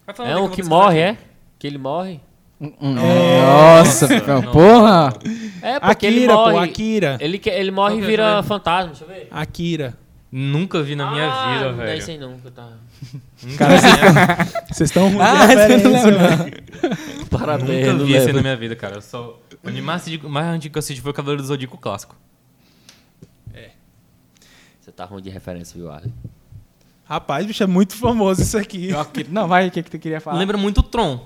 Speaker 2: Vai falar
Speaker 4: É
Speaker 2: onde
Speaker 4: um
Speaker 2: eu
Speaker 4: que
Speaker 2: vou
Speaker 4: morre,
Speaker 2: pesquisar
Speaker 4: é? Que ele morre?
Speaker 1: Hum, É. Nossa,
Speaker 2: Nossa.
Speaker 1: porra.
Speaker 4: É, porque ele
Speaker 3: Akira,
Speaker 4: morre.
Speaker 3: pô, Akira.
Speaker 4: Ele, que- ele morre
Speaker 2: Qual
Speaker 4: e
Speaker 2: que é
Speaker 4: vira
Speaker 2: essa?
Speaker 4: fantasma, deixa eu ver.
Speaker 3: Akira.
Speaker 4: é?
Speaker 2: aqui. Nunca vi na minha
Speaker 4: Ah,
Speaker 2: vida,
Speaker 4: não é isso
Speaker 2: velho.
Speaker 4: aí não, que eu tava...
Speaker 2: Nunca
Speaker 3: Cara,
Speaker 2: vi,
Speaker 3: vocês
Speaker 2: né?
Speaker 3: Vocês estão ruim de
Speaker 4: né?
Speaker 1: Ah, você não
Speaker 3: referência,
Speaker 1: lembra?
Speaker 3: velho.
Speaker 4: Parabéns,
Speaker 2: Nunca
Speaker 4: não
Speaker 2: vi isso aí
Speaker 4: lembro.
Speaker 2: na minha vida, cara. Eu Só... O anime mais antigo mais antigo que eu assisti foi o Cavaleiro do Zodíaco clássico.
Speaker 4: Você tá ruim de referência, viu, Arlen?
Speaker 3: Rapaz, bicho, é muito famoso isso aqui.
Speaker 1: Eu acredito- Não, vai, o que, que tu queria falar?
Speaker 2: Lembra muito o Tron.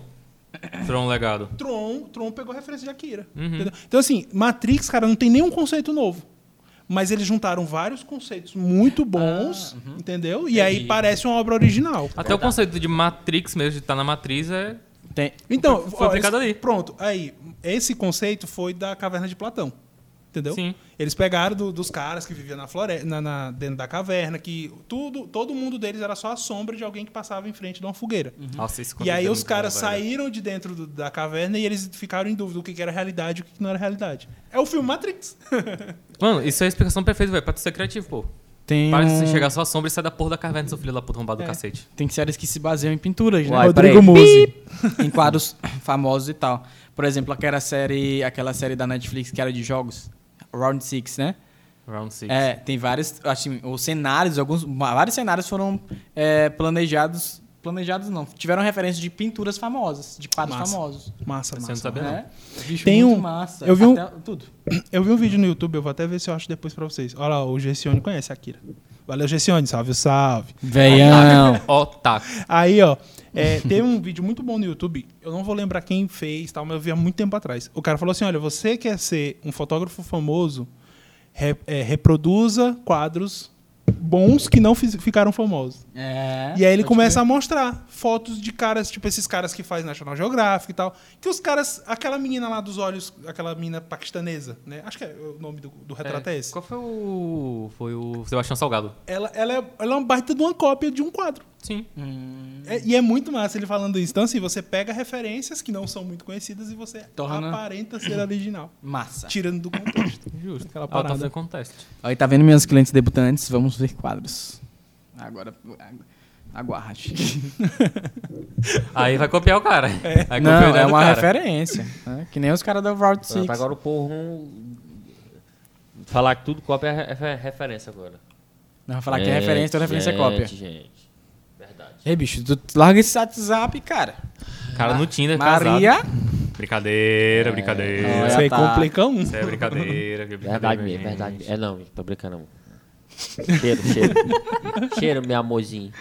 Speaker 2: Tron Legado.
Speaker 3: É Tron, Tron pegou referência de Akira.
Speaker 2: Uhum.
Speaker 3: entendeu? Então, assim, Matrix, cara, não tem nenhum conceito novo. Mas eles juntaram vários conceitos
Speaker 2: Ah,
Speaker 3: muito bons,
Speaker 2: uhum.
Speaker 3: entendeu? E aí
Speaker 4: Entendi.
Speaker 3: parece uma obra original.
Speaker 2: Até o conceito de Matrix mesmo, de estar na Matriz, é...
Speaker 1: Tem...
Speaker 3: Então,
Speaker 2: Foi
Speaker 3: ó,
Speaker 2: aplicado
Speaker 3: esse-
Speaker 2: ali.
Speaker 3: Pronto, aí, esse conceito foi da caverna de Platão. Entendeu?
Speaker 2: Sim.
Speaker 3: Eles pegaram do- dos caras que viviam na floresta, na, na- dentro da caverna, que tudo, todo mundo deles era só a sombra de alguém que passava em frente de uma fogueira.
Speaker 2: Nossa, esse
Speaker 3: E
Speaker 2: conceito
Speaker 3: aí
Speaker 2: é
Speaker 3: os
Speaker 2: muito
Speaker 3: caras
Speaker 2: bom, velho.
Speaker 3: saíram de dentro do- da caverna e eles ficaram em dúvida o que que era realidade e o que que não era realidade. É o filme Matrix.
Speaker 2: Mano, isso é a explicação perfeita, velho. Pra tu ser criativo, pô.
Speaker 1: Tem,
Speaker 2: Para de você
Speaker 1: um-
Speaker 2: chegar à sua sombra e sai da porra da caverna, seu filho da puta arrombado
Speaker 3: É.
Speaker 2: do cacete.
Speaker 1: tem séries que se baseiam em pinturas, né?
Speaker 4: Uai,
Speaker 3: Rodrigo
Speaker 4: peraí.
Speaker 3: Muzi.
Speaker 1: em quadros famosos e tal. Por exemplo, aquela série, aquela série da Netflix que era de jogos, Round Six, né?
Speaker 2: Round 6.
Speaker 1: É, tem vários, assim, os cenários, alguns, vários cenários foram é, planejados, planejados não, tiveram referência de pinturas famosas, de quadros
Speaker 3: Massa.
Speaker 1: famosos.
Speaker 3: Massa,
Speaker 2: Você não
Speaker 3: massa.
Speaker 2: sabia, não?
Speaker 1: Né? Bicho,
Speaker 3: Tem
Speaker 1: muito
Speaker 3: um-
Speaker 1: massa.
Speaker 3: eu vi um-
Speaker 1: Até tudo.
Speaker 3: Eu vi um vídeo no YouTube, eu vou até ver se eu acho depois pra vocês. Olha lá, o Gessione conhece a Akira. Valeu, Gessione. Salve, salve.
Speaker 1: Veião.
Speaker 2: Otaku.
Speaker 3: Aí, ó, é, tem um vídeo muito bom no YouTube. Eu não vou lembrar quem fez, tal, mas eu vi há muito tempo atrás. O cara falou assim: olha, você quer ser um fotógrafo famoso, re- é, reproduza quadros bons que não fiz- ficaram famosos.
Speaker 1: É,
Speaker 3: E aí ele
Speaker 1: pode
Speaker 3: começa
Speaker 1: crer.
Speaker 3: a mostrar fotos de caras, tipo esses caras que faz National Geographic e tal. Que os caras, aquela menina lá dos olhos, aquela menina paquistanesa, né? Acho que é o nome do, do retrato é, esse.
Speaker 2: Qual foi o. Foi o Sebastião Salgado?
Speaker 3: Ela, ela, é, ela é uma baita de uma cópia de um quadro.
Speaker 2: Sim.
Speaker 1: Hum,
Speaker 3: É- e é muito massa ele falando isso. Então, assim, você pega referências que não são muito conhecidas e você
Speaker 1: Torna.
Speaker 3: aparenta ser original.
Speaker 1: massa.
Speaker 3: Tirando do contexto.
Speaker 2: Justo.
Speaker 3: Aquela
Speaker 2: Ela tá
Speaker 3: parada.
Speaker 2: fazendo contest.
Speaker 1: Aí tá vendo meus clientes debutantes, vamos ver quadros. Agora agu- aguarde.
Speaker 2: Aí vai copiar o cara. Vai copiar a
Speaker 1: Não,
Speaker 2: ideia
Speaker 1: é
Speaker 2: do
Speaker 1: uma
Speaker 2: cara.
Speaker 1: referência. né? Que nem os caras da Route 6.
Speaker 4: Pronto, agora o povo... hum, Falar que tudo cópia é refer- referência agora.
Speaker 1: Não vai falar que é referência, toda referência é cópia.
Speaker 4: Gente, gente. Verdade.
Speaker 1: Ei, bicho, tu tu larga esse WhatsApp, cara.
Speaker 2: Cara no Tinder, é
Speaker 1: Maria.
Speaker 2: casado. Brincadeira,
Speaker 1: É.
Speaker 2: brincadeira.
Speaker 3: Isso aí
Speaker 1: tá.
Speaker 3: complica um.
Speaker 2: Isso é brincadeira. que é brincadeira,
Speaker 4: Verdade
Speaker 2: gente.
Speaker 4: mesmo, verdade. mesmo. É não, tô brincando. amor. Cheiro, cheiro. cheiro, meu amorzinho.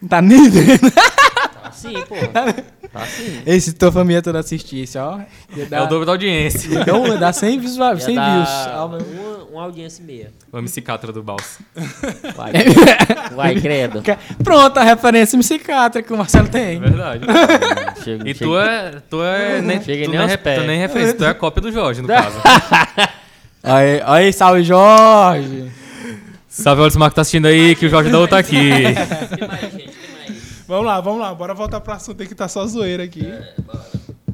Speaker 1: Não tá nem vendo.
Speaker 4: Tá assim, pô. Tá assim.
Speaker 1: Esse tua família toda assistisse, ó. Ia
Speaker 2: É o
Speaker 1: dar,
Speaker 2: dobro da audiência.
Speaker 1: ia dar, um- ia dar 100, visual,
Speaker 4: Ia
Speaker 1: 100
Speaker 4: dar
Speaker 1: views. Ah, mas-
Speaker 4: Uma, uma audiência e meia.
Speaker 2: O MC Catra do Balsa.
Speaker 4: Vai, credo. Vai, credo.
Speaker 1: Pronto, a referência psiquiatra que o Marcelo tem.
Speaker 2: É verdade.
Speaker 4: Chega,
Speaker 2: E
Speaker 4: chega.
Speaker 2: tu é. Tu é. Nem,
Speaker 4: Chega
Speaker 2: tu
Speaker 4: nem
Speaker 2: não é
Speaker 4: aos
Speaker 2: rep-
Speaker 4: pés.
Speaker 2: tu nem é referência, tu é a cópia do Jorge, no caso.
Speaker 1: Aí, aí, salve Jorge.
Speaker 2: Salve, olha o Marco tá assistindo aí, que o Jorge da tá aqui.
Speaker 4: Tem mais, gente, tem mais.
Speaker 3: Vamos lá, vamos lá. Bora voltar pro assunto aí que tá só zoeira aqui.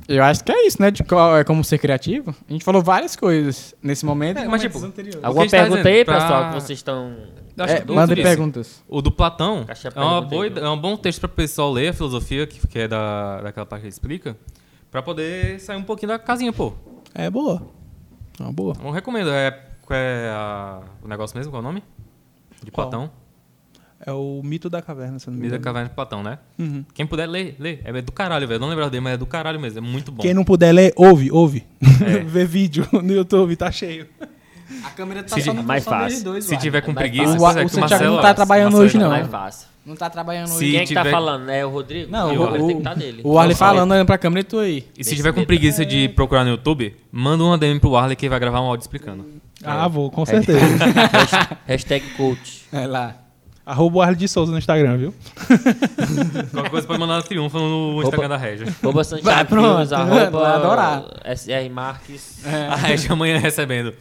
Speaker 1: Eu acho que é isso, né? De qual, é como ser criativo. A gente falou várias coisas nesse momento.
Speaker 2: É, mas tipo,
Speaker 4: Alguma
Speaker 2: que a gente tá
Speaker 4: pergunta
Speaker 2: dizendo?
Speaker 4: aí,
Speaker 2: Pra-
Speaker 4: pessoal, que vocês estão...
Speaker 2: Eu acho
Speaker 1: É,
Speaker 2: que o
Speaker 1: mandem
Speaker 2: outro disse.
Speaker 1: perguntas.
Speaker 2: O do Platão
Speaker 4: Caixa
Speaker 2: é, uma
Speaker 4: pergunta
Speaker 2: boa
Speaker 4: aí,
Speaker 2: ide- é um bom texto para o pessoal ler a filosofia, que, que é da, daquela parte que ele explica, para poder sair um pouquinho da casinha, pô.
Speaker 3: É boa. É uma boa.
Speaker 2: Eu recomendo. É, qual é a- o negócio mesmo? Qual é o nome? De
Speaker 3: Qual?
Speaker 2: Platão.
Speaker 3: É o mito da caverna, se eu não me
Speaker 2: Mesa
Speaker 3: engano.
Speaker 2: Caverna de Platão, né?
Speaker 3: Uhum.
Speaker 2: Quem puder ler, lê. É do caralho, velho. Eu Não lembrava dele, mas é do caralho mesmo. É muito bom.
Speaker 3: Quem não puder ler, ouve, ouve.
Speaker 2: É.
Speaker 3: Vê vídeo no YouTube, tá cheio.
Speaker 1: A câmera tá
Speaker 4: Se só no- mais só neles fácil.
Speaker 1: Dois,
Speaker 2: Se tiver com
Speaker 4: Vai
Speaker 2: preguiça,
Speaker 1: falar.
Speaker 2: pois é
Speaker 1: né? O
Speaker 2: que
Speaker 1: Santiago
Speaker 2: Marcelo-
Speaker 1: não tá trabalhando
Speaker 2: Marcelo
Speaker 1: hoje,
Speaker 2: ainda
Speaker 1: não.
Speaker 2: vai-
Speaker 4: mais fácil.
Speaker 1: Não tá trabalhando
Speaker 2: Se-
Speaker 1: hoje.
Speaker 4: Quem é que tá
Speaker 2: tiver-
Speaker 4: falando? É o Rodrigo?
Speaker 1: Não,
Speaker 4: o
Speaker 2: o-
Speaker 4: Rodrigo tem
Speaker 1: o-
Speaker 4: que tá dele.
Speaker 1: O Arley
Speaker 2: Não, fala.
Speaker 1: falando, olhando pra câmera e tu aí.
Speaker 2: E
Speaker 4: Nesse
Speaker 2: se tiver com
Speaker 4: medo.
Speaker 2: preguiça de procurar no YouTube, manda um uma DM pro Arley que ele vai gravar um áudio explicando.
Speaker 3: Ah, vou, com certeza.
Speaker 4: Hashtag coach.
Speaker 1: É lá.
Speaker 3: Arroba o Arley de Souza no Instagram, viu?
Speaker 2: Qualquer coisa pode mandar um no Triunfo no Instagram da Regia.
Speaker 4: Arroba Santiago
Speaker 1: Vai, pronto.
Speaker 4: Filmes,
Speaker 1: Vai adorar.
Speaker 4: arroba SR Marques.
Speaker 2: A Regia amanhã recebendo.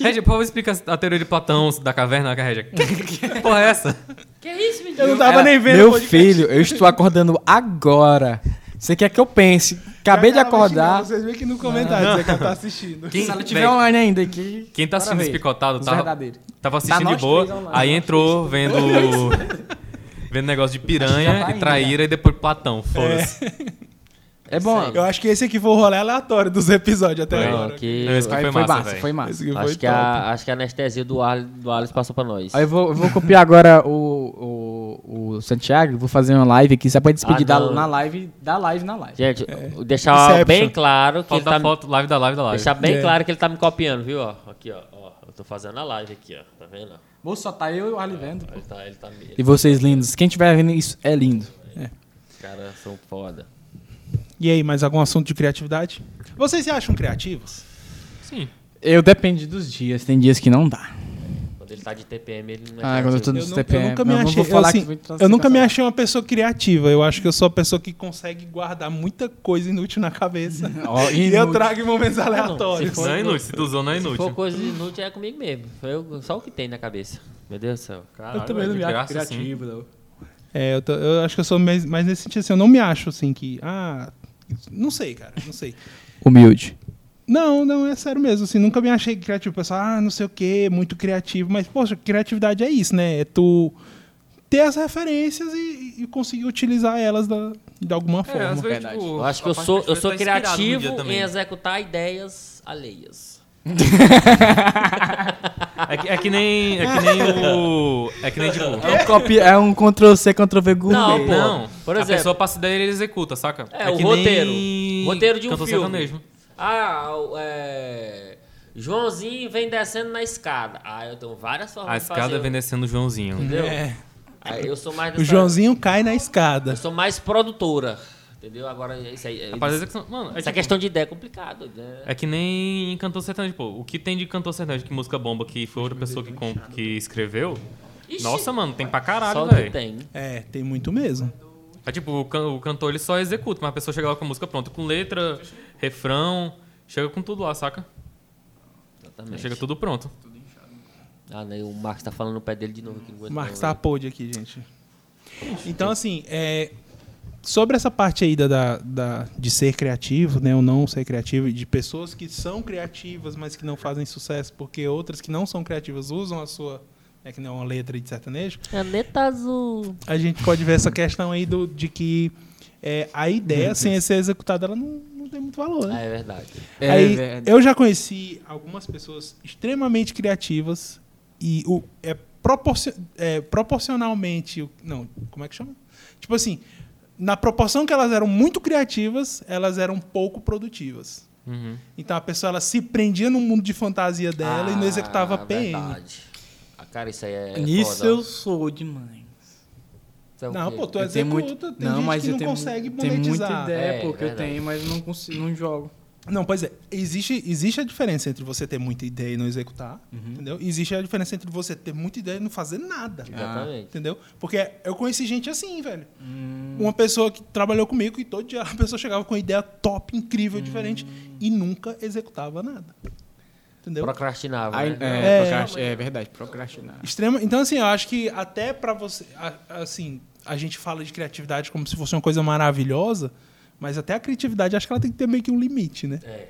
Speaker 2: Regia, por favor, explica a teoria de Platão da caverna, né, que a Regia. Que porra é essa?
Speaker 4: Que isso, menino?
Speaker 3: Eu não tava
Speaker 1: Ela,
Speaker 3: nem vendo.
Speaker 1: Meu
Speaker 3: o podcast.
Speaker 1: filho, eu estou acordando agora. Você quer que eu pense? Acabei de
Speaker 3: Ela vai xingar
Speaker 1: acordar.
Speaker 3: Vocês veem aqui no comentário, dizer que ela tá assistindo.
Speaker 2: Quem-
Speaker 1: Se ela tiver
Speaker 2: Véi,
Speaker 1: online ainda aqui.
Speaker 2: Quem tá assistindo
Speaker 1: parabéns.
Speaker 2: Despicotado
Speaker 1: Os
Speaker 2: tava,
Speaker 1: verdadeiros.
Speaker 2: tava
Speaker 1: Tá
Speaker 2: assistindo de
Speaker 1: nós três
Speaker 2: boa,
Speaker 1: online, Tá
Speaker 2: aí entrou vendo vendo negócio de piranha
Speaker 1: Acho que já É. tá
Speaker 2: e
Speaker 1: indo,
Speaker 2: traíra e depois Platão, foda-se.
Speaker 1: É bom.
Speaker 4: Isso
Speaker 3: Eu acho que esse aqui foi o rolê aleatório dos episódios até
Speaker 2: Foi.
Speaker 3: agora.
Speaker 4: Não, que...
Speaker 2: Não, esse
Speaker 1: Aí
Speaker 2: Foi
Speaker 1: foi
Speaker 2: massa,
Speaker 1: massa,
Speaker 2: véi.
Speaker 1: foi massa.
Speaker 3: Esse aqui foi
Speaker 4: Acho que, é
Speaker 3: top.
Speaker 4: a, acho que a anestesia do, Ar, do Alice passou pra nós.
Speaker 1: Aí eu vou, eu vou copiar agora o, o, o Santiago, vou fazer uma live aqui, só pra despedir
Speaker 4: Ah,
Speaker 1: da-
Speaker 4: não.
Speaker 1: na live, da live na live.
Speaker 4: Gente, deixar
Speaker 3: Inception.
Speaker 4: bem claro que ele
Speaker 2: Foto
Speaker 4: tá
Speaker 2: da
Speaker 4: me-
Speaker 2: foto, live da live da live.
Speaker 4: deixar bem
Speaker 3: É.
Speaker 4: claro que ele tá me copiando, viu? Ó, aqui, ó, ó. Eu tô fazendo a live aqui, ó. Tá vendo? ó?
Speaker 1: Moço, só tá eu e o Ali vendo.
Speaker 4: Ele tá, ele tá me. ele-
Speaker 1: E vocês lindos, quem tiver vendo isso é lindo.
Speaker 4: Os caras são foda.
Speaker 3: E aí, mais algum assunto de criatividade? Vocês se acham criativos?
Speaker 2: Sim.
Speaker 1: Eu depende dos dias, tem dias que não dá.
Speaker 4: Quando ele tá de TPM, ele não é.
Speaker 1: Ah, quando eu tô
Speaker 4: criativo.
Speaker 1: no
Speaker 3: eu, nu-
Speaker 1: CPM.
Speaker 3: eu nunca me
Speaker 1: não, não
Speaker 3: achei.
Speaker 1: vou
Speaker 3: Eu,
Speaker 1: falar
Speaker 3: assim,
Speaker 1: que vou entrar-
Speaker 3: eu nunca me
Speaker 1: cancelar.
Speaker 3: achei uma pessoa criativa. Eu acho que eu sou a pessoa que consegue guardar muita coisa inútil na cabeça.
Speaker 1: Ó,
Speaker 3: e eu
Speaker 1: inútil.
Speaker 3: trago em momentos aleatórios.
Speaker 2: Não é inútil, se tu usou não é
Speaker 4: Se for
Speaker 2: inútil.
Speaker 4: coisa inútil, é comigo mesmo. Eu, só o que tem na cabeça. Meu Deus do céu.
Speaker 2: Caralho,
Speaker 1: Eu também não
Speaker 2: de
Speaker 1: me acho
Speaker 2: graça, sim.
Speaker 1: criativo, não.
Speaker 3: É, eu, tô- eu acho que eu sou mais, mais nesse sentido. Assim, eu não me acho assim que. Ah, não sei, cara, não sei.
Speaker 1: Humilde.
Speaker 3: Não, não, é sério mesmo. Assim, nunca me achei criativo. Pessoal, ah, não sei o quê, muito criativo. Mas, poxa, criatividade é isso, né? É tu ter as referências e, e conseguir utilizar elas da, de alguma
Speaker 2: É, às
Speaker 3: forma.
Speaker 2: vezes,
Speaker 1: verdade.
Speaker 2: tipo,
Speaker 4: Eu acho que eu
Speaker 2: a parte
Speaker 4: sou,
Speaker 2: das
Speaker 4: eu
Speaker 2: vezes
Speaker 4: sou
Speaker 2: tá inspirado no dia
Speaker 4: criativo
Speaker 2: também.
Speaker 4: em executar ideias alheias.
Speaker 2: É que, é que nem. É que nem o. É que nem tipo.
Speaker 1: É um, copy, é um Ctrl C, Ctrl V gourmet.
Speaker 4: Não, pô.
Speaker 2: Não,
Speaker 4: Por
Speaker 2: a
Speaker 4: exemplo-
Speaker 2: pessoa passa ideia e ele executa, saca?
Speaker 4: É, o
Speaker 2: que
Speaker 4: roteiro.
Speaker 2: nem
Speaker 4: Roteiro de um
Speaker 2: cantor
Speaker 4: filme.
Speaker 2: Sertanejo.
Speaker 4: Ah, o- é... Joãozinho vem descendo na escada. Ah, eu tenho várias formas
Speaker 2: A
Speaker 4: de
Speaker 2: escada
Speaker 4: fazer.
Speaker 2: vem descendo o Joãozinho.
Speaker 4: Entendeu? Aí eu sou mais
Speaker 3: O
Speaker 4: dessa-
Speaker 3: Joãozinho cai na
Speaker 4: Eu
Speaker 3: escada.
Speaker 4: sou mais produtora. Entendeu? Agora, isso aí. É,
Speaker 2: Rapaz, é que são- mano, é,
Speaker 4: essa
Speaker 2: tipo,
Speaker 4: questão de ideia é complicado. Né?
Speaker 2: é que nem cantor sertanejo, pô. O que tem de cantor sertanejo que música bomba que foi outra pessoa que, com- que escreveu?
Speaker 4: Ixi.
Speaker 2: Nossa, mano, tem pra
Speaker 4: Só
Speaker 2: caralho,
Speaker 4: o que
Speaker 2: velho.
Speaker 4: tem.
Speaker 3: É, tem muito mesmo.
Speaker 2: É tipo, o, can- o cantor ele só executa, mas a pessoa chega lá com a música pronta, com letra, refrão, chega com tudo lá, saca?
Speaker 4: Exatamente.
Speaker 2: Chega tudo pronto.
Speaker 4: Ah, né, o Marcos tá falando no pé dele de novo. Que não aguenta
Speaker 3: O Marcos
Speaker 4: não,
Speaker 3: tá
Speaker 4: né?
Speaker 3: podre aqui, gente. Então, assim, é, sobre essa parte aí da, da, da- de ser criativo, né, ou não ser criativo, e de pessoas que são criativas, mas que não fazem sucesso porque outras que não são criativas usam a sua, né, que não é uma letra de sertanejo,
Speaker 4: Caneta azul.
Speaker 3: a gente pode ver essa questão aí do, de que é, a ideia, sem ser executada, ela não, não tem muito valor, né?
Speaker 4: Ah, é verdade.
Speaker 1: É,
Speaker 3: Aí,
Speaker 1: velho.
Speaker 3: eu já conheci algumas pessoas extremamente criativas e o, é, proporcio- é, proporcionalmente. o- Não, como é que chama? Tipo assim, na proporção que elas eram muito criativas, elas eram pouco produtivas.
Speaker 2: Uhum.
Speaker 3: Então a pessoa ela se prendia no mundo de fantasia dela e não
Speaker 4: Ah,
Speaker 3: executava PM.
Speaker 4: Verdade. Ah, cara, isso aí é.
Speaker 1: Nisso
Speaker 4: foda.
Speaker 1: eu sou demais.
Speaker 4: Isso é o
Speaker 3: Não,
Speaker 4: quê?
Speaker 3: pô, tu
Speaker 1: Eu tenho
Speaker 3: executa, tem
Speaker 1: não,
Speaker 3: gente
Speaker 1: mas
Speaker 3: que
Speaker 1: eu
Speaker 3: não
Speaker 1: tenho,
Speaker 3: consegue
Speaker 1: Tem muita
Speaker 3: monetizar.
Speaker 1: ideia,
Speaker 4: É,
Speaker 1: pô, que eu
Speaker 4: verdade.
Speaker 1: tenho, mas não consigo, não jogo.
Speaker 3: Não, pois é. Existe, existe a diferença entre você ter muita ideia e não executar, entendeu? Existe a diferença entre você ter muita ideia e não fazer nada.
Speaker 4: Exatamente.
Speaker 3: Entendeu? Porque eu conheci gente assim, velho. Uma pessoa que trabalhou comigo e todo dia a pessoa chegava com uma ideia top, incrível, diferente e nunca executava nada. Entendeu?
Speaker 4: Procrastinava.
Speaker 1: Aí-
Speaker 4: né?
Speaker 1: é,
Speaker 3: É.
Speaker 1: procrasti- é verdade, procrastinar.
Speaker 3: Extrema. Então, assim, eu acho que até pra você. a- Assim, a gente fala de criatividade como se fosse uma coisa maravilhosa, mas até a criatividade acho que ela tem que ter meio que um limite, né?
Speaker 4: É.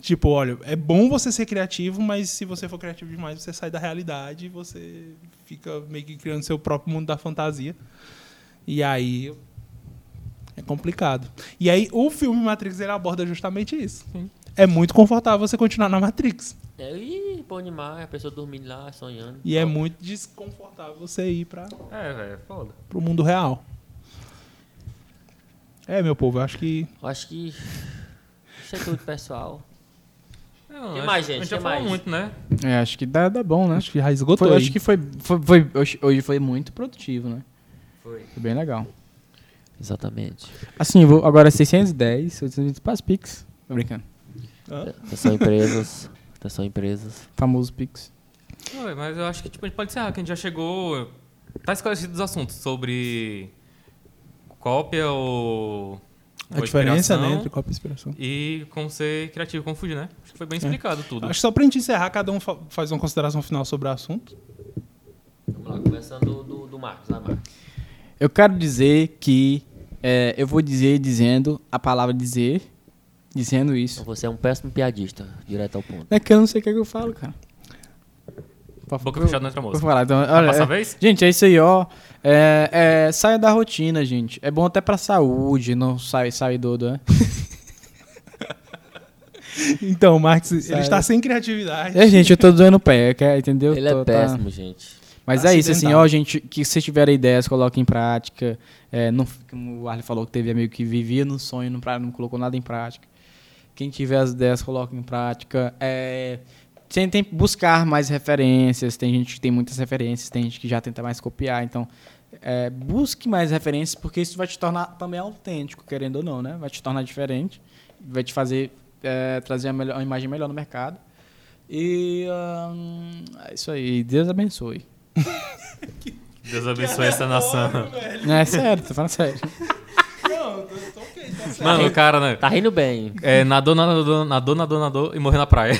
Speaker 3: Tipo, olha, é bom você ser criativo, mas se você for criativo demais, você sai da realidade e você fica meio que criando seu próprio mundo da fantasia. E aí é complicado. E aí o filme Matrix ele aborda justamente isso. É muito confortável você continuar na Matrix.
Speaker 4: É, Ih, bom demais. A pessoa dormindo lá, sonhando.
Speaker 3: E é muito desconfortável você ir para
Speaker 2: É, velho, é foda.
Speaker 3: o mundo real. É, meu povo, eu acho que
Speaker 4: Eu acho que. Isso é tudo, pessoal.
Speaker 2: Não,
Speaker 4: Que
Speaker 2: acho-
Speaker 4: mais, gente?
Speaker 2: A gente já
Speaker 4: Que
Speaker 2: falou
Speaker 4: mais?
Speaker 2: muito, né?
Speaker 1: É, acho que dá, dá bom, né?
Speaker 3: acho que já esgotou.
Speaker 1: Foi-
Speaker 3: hein?
Speaker 1: acho que foi, foi- foi- hoje, hoje foi muito produtivo, né?
Speaker 4: Foi.
Speaker 1: Foi bem legal.
Speaker 5: Exatamente.
Speaker 1: Assim, vou, agora 610, 820 para as Pix. Tô brincando.
Speaker 5: Atenção, empresas. Atenção, empresas.
Speaker 1: Famoso Pix.
Speaker 2: Ué, mas eu acho que tipo, a gente pode encerrar, que a gente já chegou. Tá esclarecido os assuntos sobre cópia ou.
Speaker 3: A
Speaker 2: ou
Speaker 3: diferença, né,
Speaker 2: inspiração
Speaker 3: entre copo e inspiração.
Speaker 2: E como ser criativo e confundir, né? Acho que foi bem explicado tudo.
Speaker 3: É. Acho que só pra gente encerrar, cada um fa- faz uma consideração final sobre o assunto.
Speaker 4: Vamos lá, começando do, do Marcos, lá, Marcos.
Speaker 1: Eu quero dizer que é, eu vou dizer dizendo a palavra dizer, dizendo
Speaker 5: Então
Speaker 1: isso.
Speaker 5: você é um péssimo piadista, direto ao ponto.
Speaker 1: É que eu não sei o que, é que eu falo, cara.
Speaker 2: Boca fechada não entra
Speaker 1: Vou
Speaker 2: moça.
Speaker 1: falar, então,
Speaker 2: Vai
Speaker 1: olha,
Speaker 2: passar a
Speaker 1: é-
Speaker 2: vez?
Speaker 1: Gente, é isso aí, ó. É, é, saia da rotina, gente. É bom até pra saúde, não sai, sai doido, né?
Speaker 3: Então, o Marx, ele
Speaker 1: Sério.
Speaker 3: está sem criatividade.
Speaker 1: É, gente, eu tô doendo o pé, quer- entendeu?
Speaker 5: Ele
Speaker 1: Tô-
Speaker 5: é
Speaker 1: tá-
Speaker 5: péssimo, gente.
Speaker 1: Mas é isso, assim, ó, gente, que se vocês tiverem ideias, coloquem em prática. É, não, como o Arley falou que teve amigo que vivia no sonho, não, pra- não colocou nada em prática. Quem tiver as ideias, coloca em prática. É, tentem buscar mais referências. Tem gente que tem muitas referências, tem gente que já tenta mais copiar. Então, é, busque mais referências, porque isso vai te tornar também autêntico, querendo ou não, né? Vai te tornar diferente, vai te fazer é, trazer a melhor- uma imagem melhor no mercado. E ahn, é isso aí. Deus abençoe.
Speaker 2: Deus abençoe essa nação.
Speaker 1: Não, é sério, tô falando sério.
Speaker 3: Não, tô, tô ok, tá certo.
Speaker 2: Mano, o cara, né?
Speaker 5: Tá rindo bem.
Speaker 2: É, nadou, nadou, nadou, nadou, nadou e morreu na praia.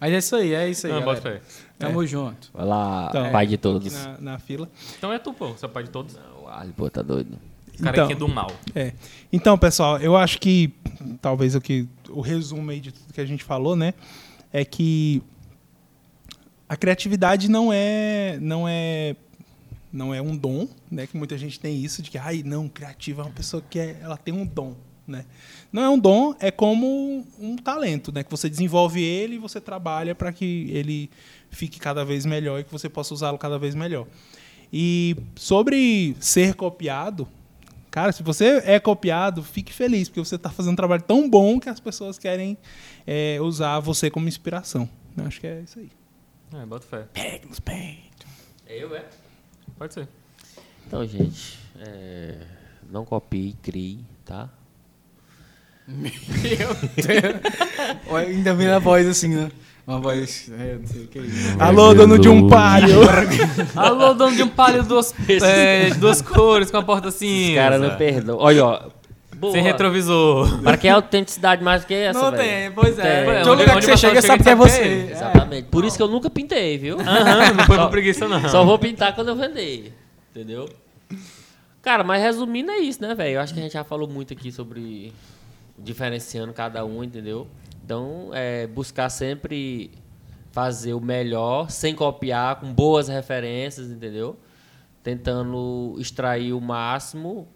Speaker 1: Mas é isso aí, é isso aí.
Speaker 2: Não, bota
Speaker 1: galera.
Speaker 2: fé. É.
Speaker 1: Tamo junto.
Speaker 5: Vai lá,
Speaker 3: Então,
Speaker 5: É.
Speaker 1: é.
Speaker 5: pai de
Speaker 3: Aqui
Speaker 5: todos.
Speaker 3: na, na fila.
Speaker 2: Então é tu, pô. Você é o pai de todos.
Speaker 5: O Ali, pô, tá doido.
Speaker 2: Carequinha
Speaker 3: Então.
Speaker 2: do mal.
Speaker 3: É. Então, pessoal, eu acho que talvez o que o resumo aí de tudo que a gente falou, né, é que a criatividade não é não é não é um dom, né, que muita gente tem isso de que ai, não, criativa é uma pessoa que é- ela tem um dom, né? Não é um dom, é como um talento, né, que você desenvolve ele e você trabalha para que ele fique cada vez melhor e que você possa usá-lo cada vez melhor. E sobre ser copiado, Cara, se você é copiado, fique feliz, porque você está fazendo um trabalho tão bom que as pessoas querem é, usar você como inspiração. Eu Acho que é isso aí.
Speaker 2: É, bota fé.
Speaker 4: É eu, é?
Speaker 2: Pode ser.
Speaker 5: Então, gente, é, não copie, crie, tá?
Speaker 1: Ainda vem na voz assim, né? Uma voz. É, não sei o que é isso.
Speaker 3: Alô, dono de um palio!
Speaker 2: Alô, dono de um palio duas, é, de duas cores, com a porta assim.
Speaker 5: Cara, não perdoa. Olha, ó.
Speaker 4: Boa.
Speaker 2: Sem retrovisor.
Speaker 5: Pra que é autenticidade mais que essa,
Speaker 1: Não
Speaker 5: velho?
Speaker 1: tem, pois é.
Speaker 5: Tem. um
Speaker 1: Todo
Speaker 2: Onde-
Speaker 1: lugar que
Speaker 2: onde
Speaker 1: você
Speaker 2: você
Speaker 1: chega,
Speaker 2: chega,
Speaker 1: sabe que é
Speaker 2: sabe que é
Speaker 1: você.
Speaker 5: Exatamente. Por isso que eu nunca pintei, viu?
Speaker 2: Aham, não foi por preguiça, não.
Speaker 5: Só
Speaker 2: Só...
Speaker 5: vou pintar quando eu vender. Entendeu?
Speaker 4: Cara, mas resumindo é isso, né, velho? Eu acho que a gente já falou muito aqui sobre diferenciando cada um, entendeu? Então, é buscar sempre fazer o melhor, sem copiar, com boas referências, entendeu? Tentando extrair o máximo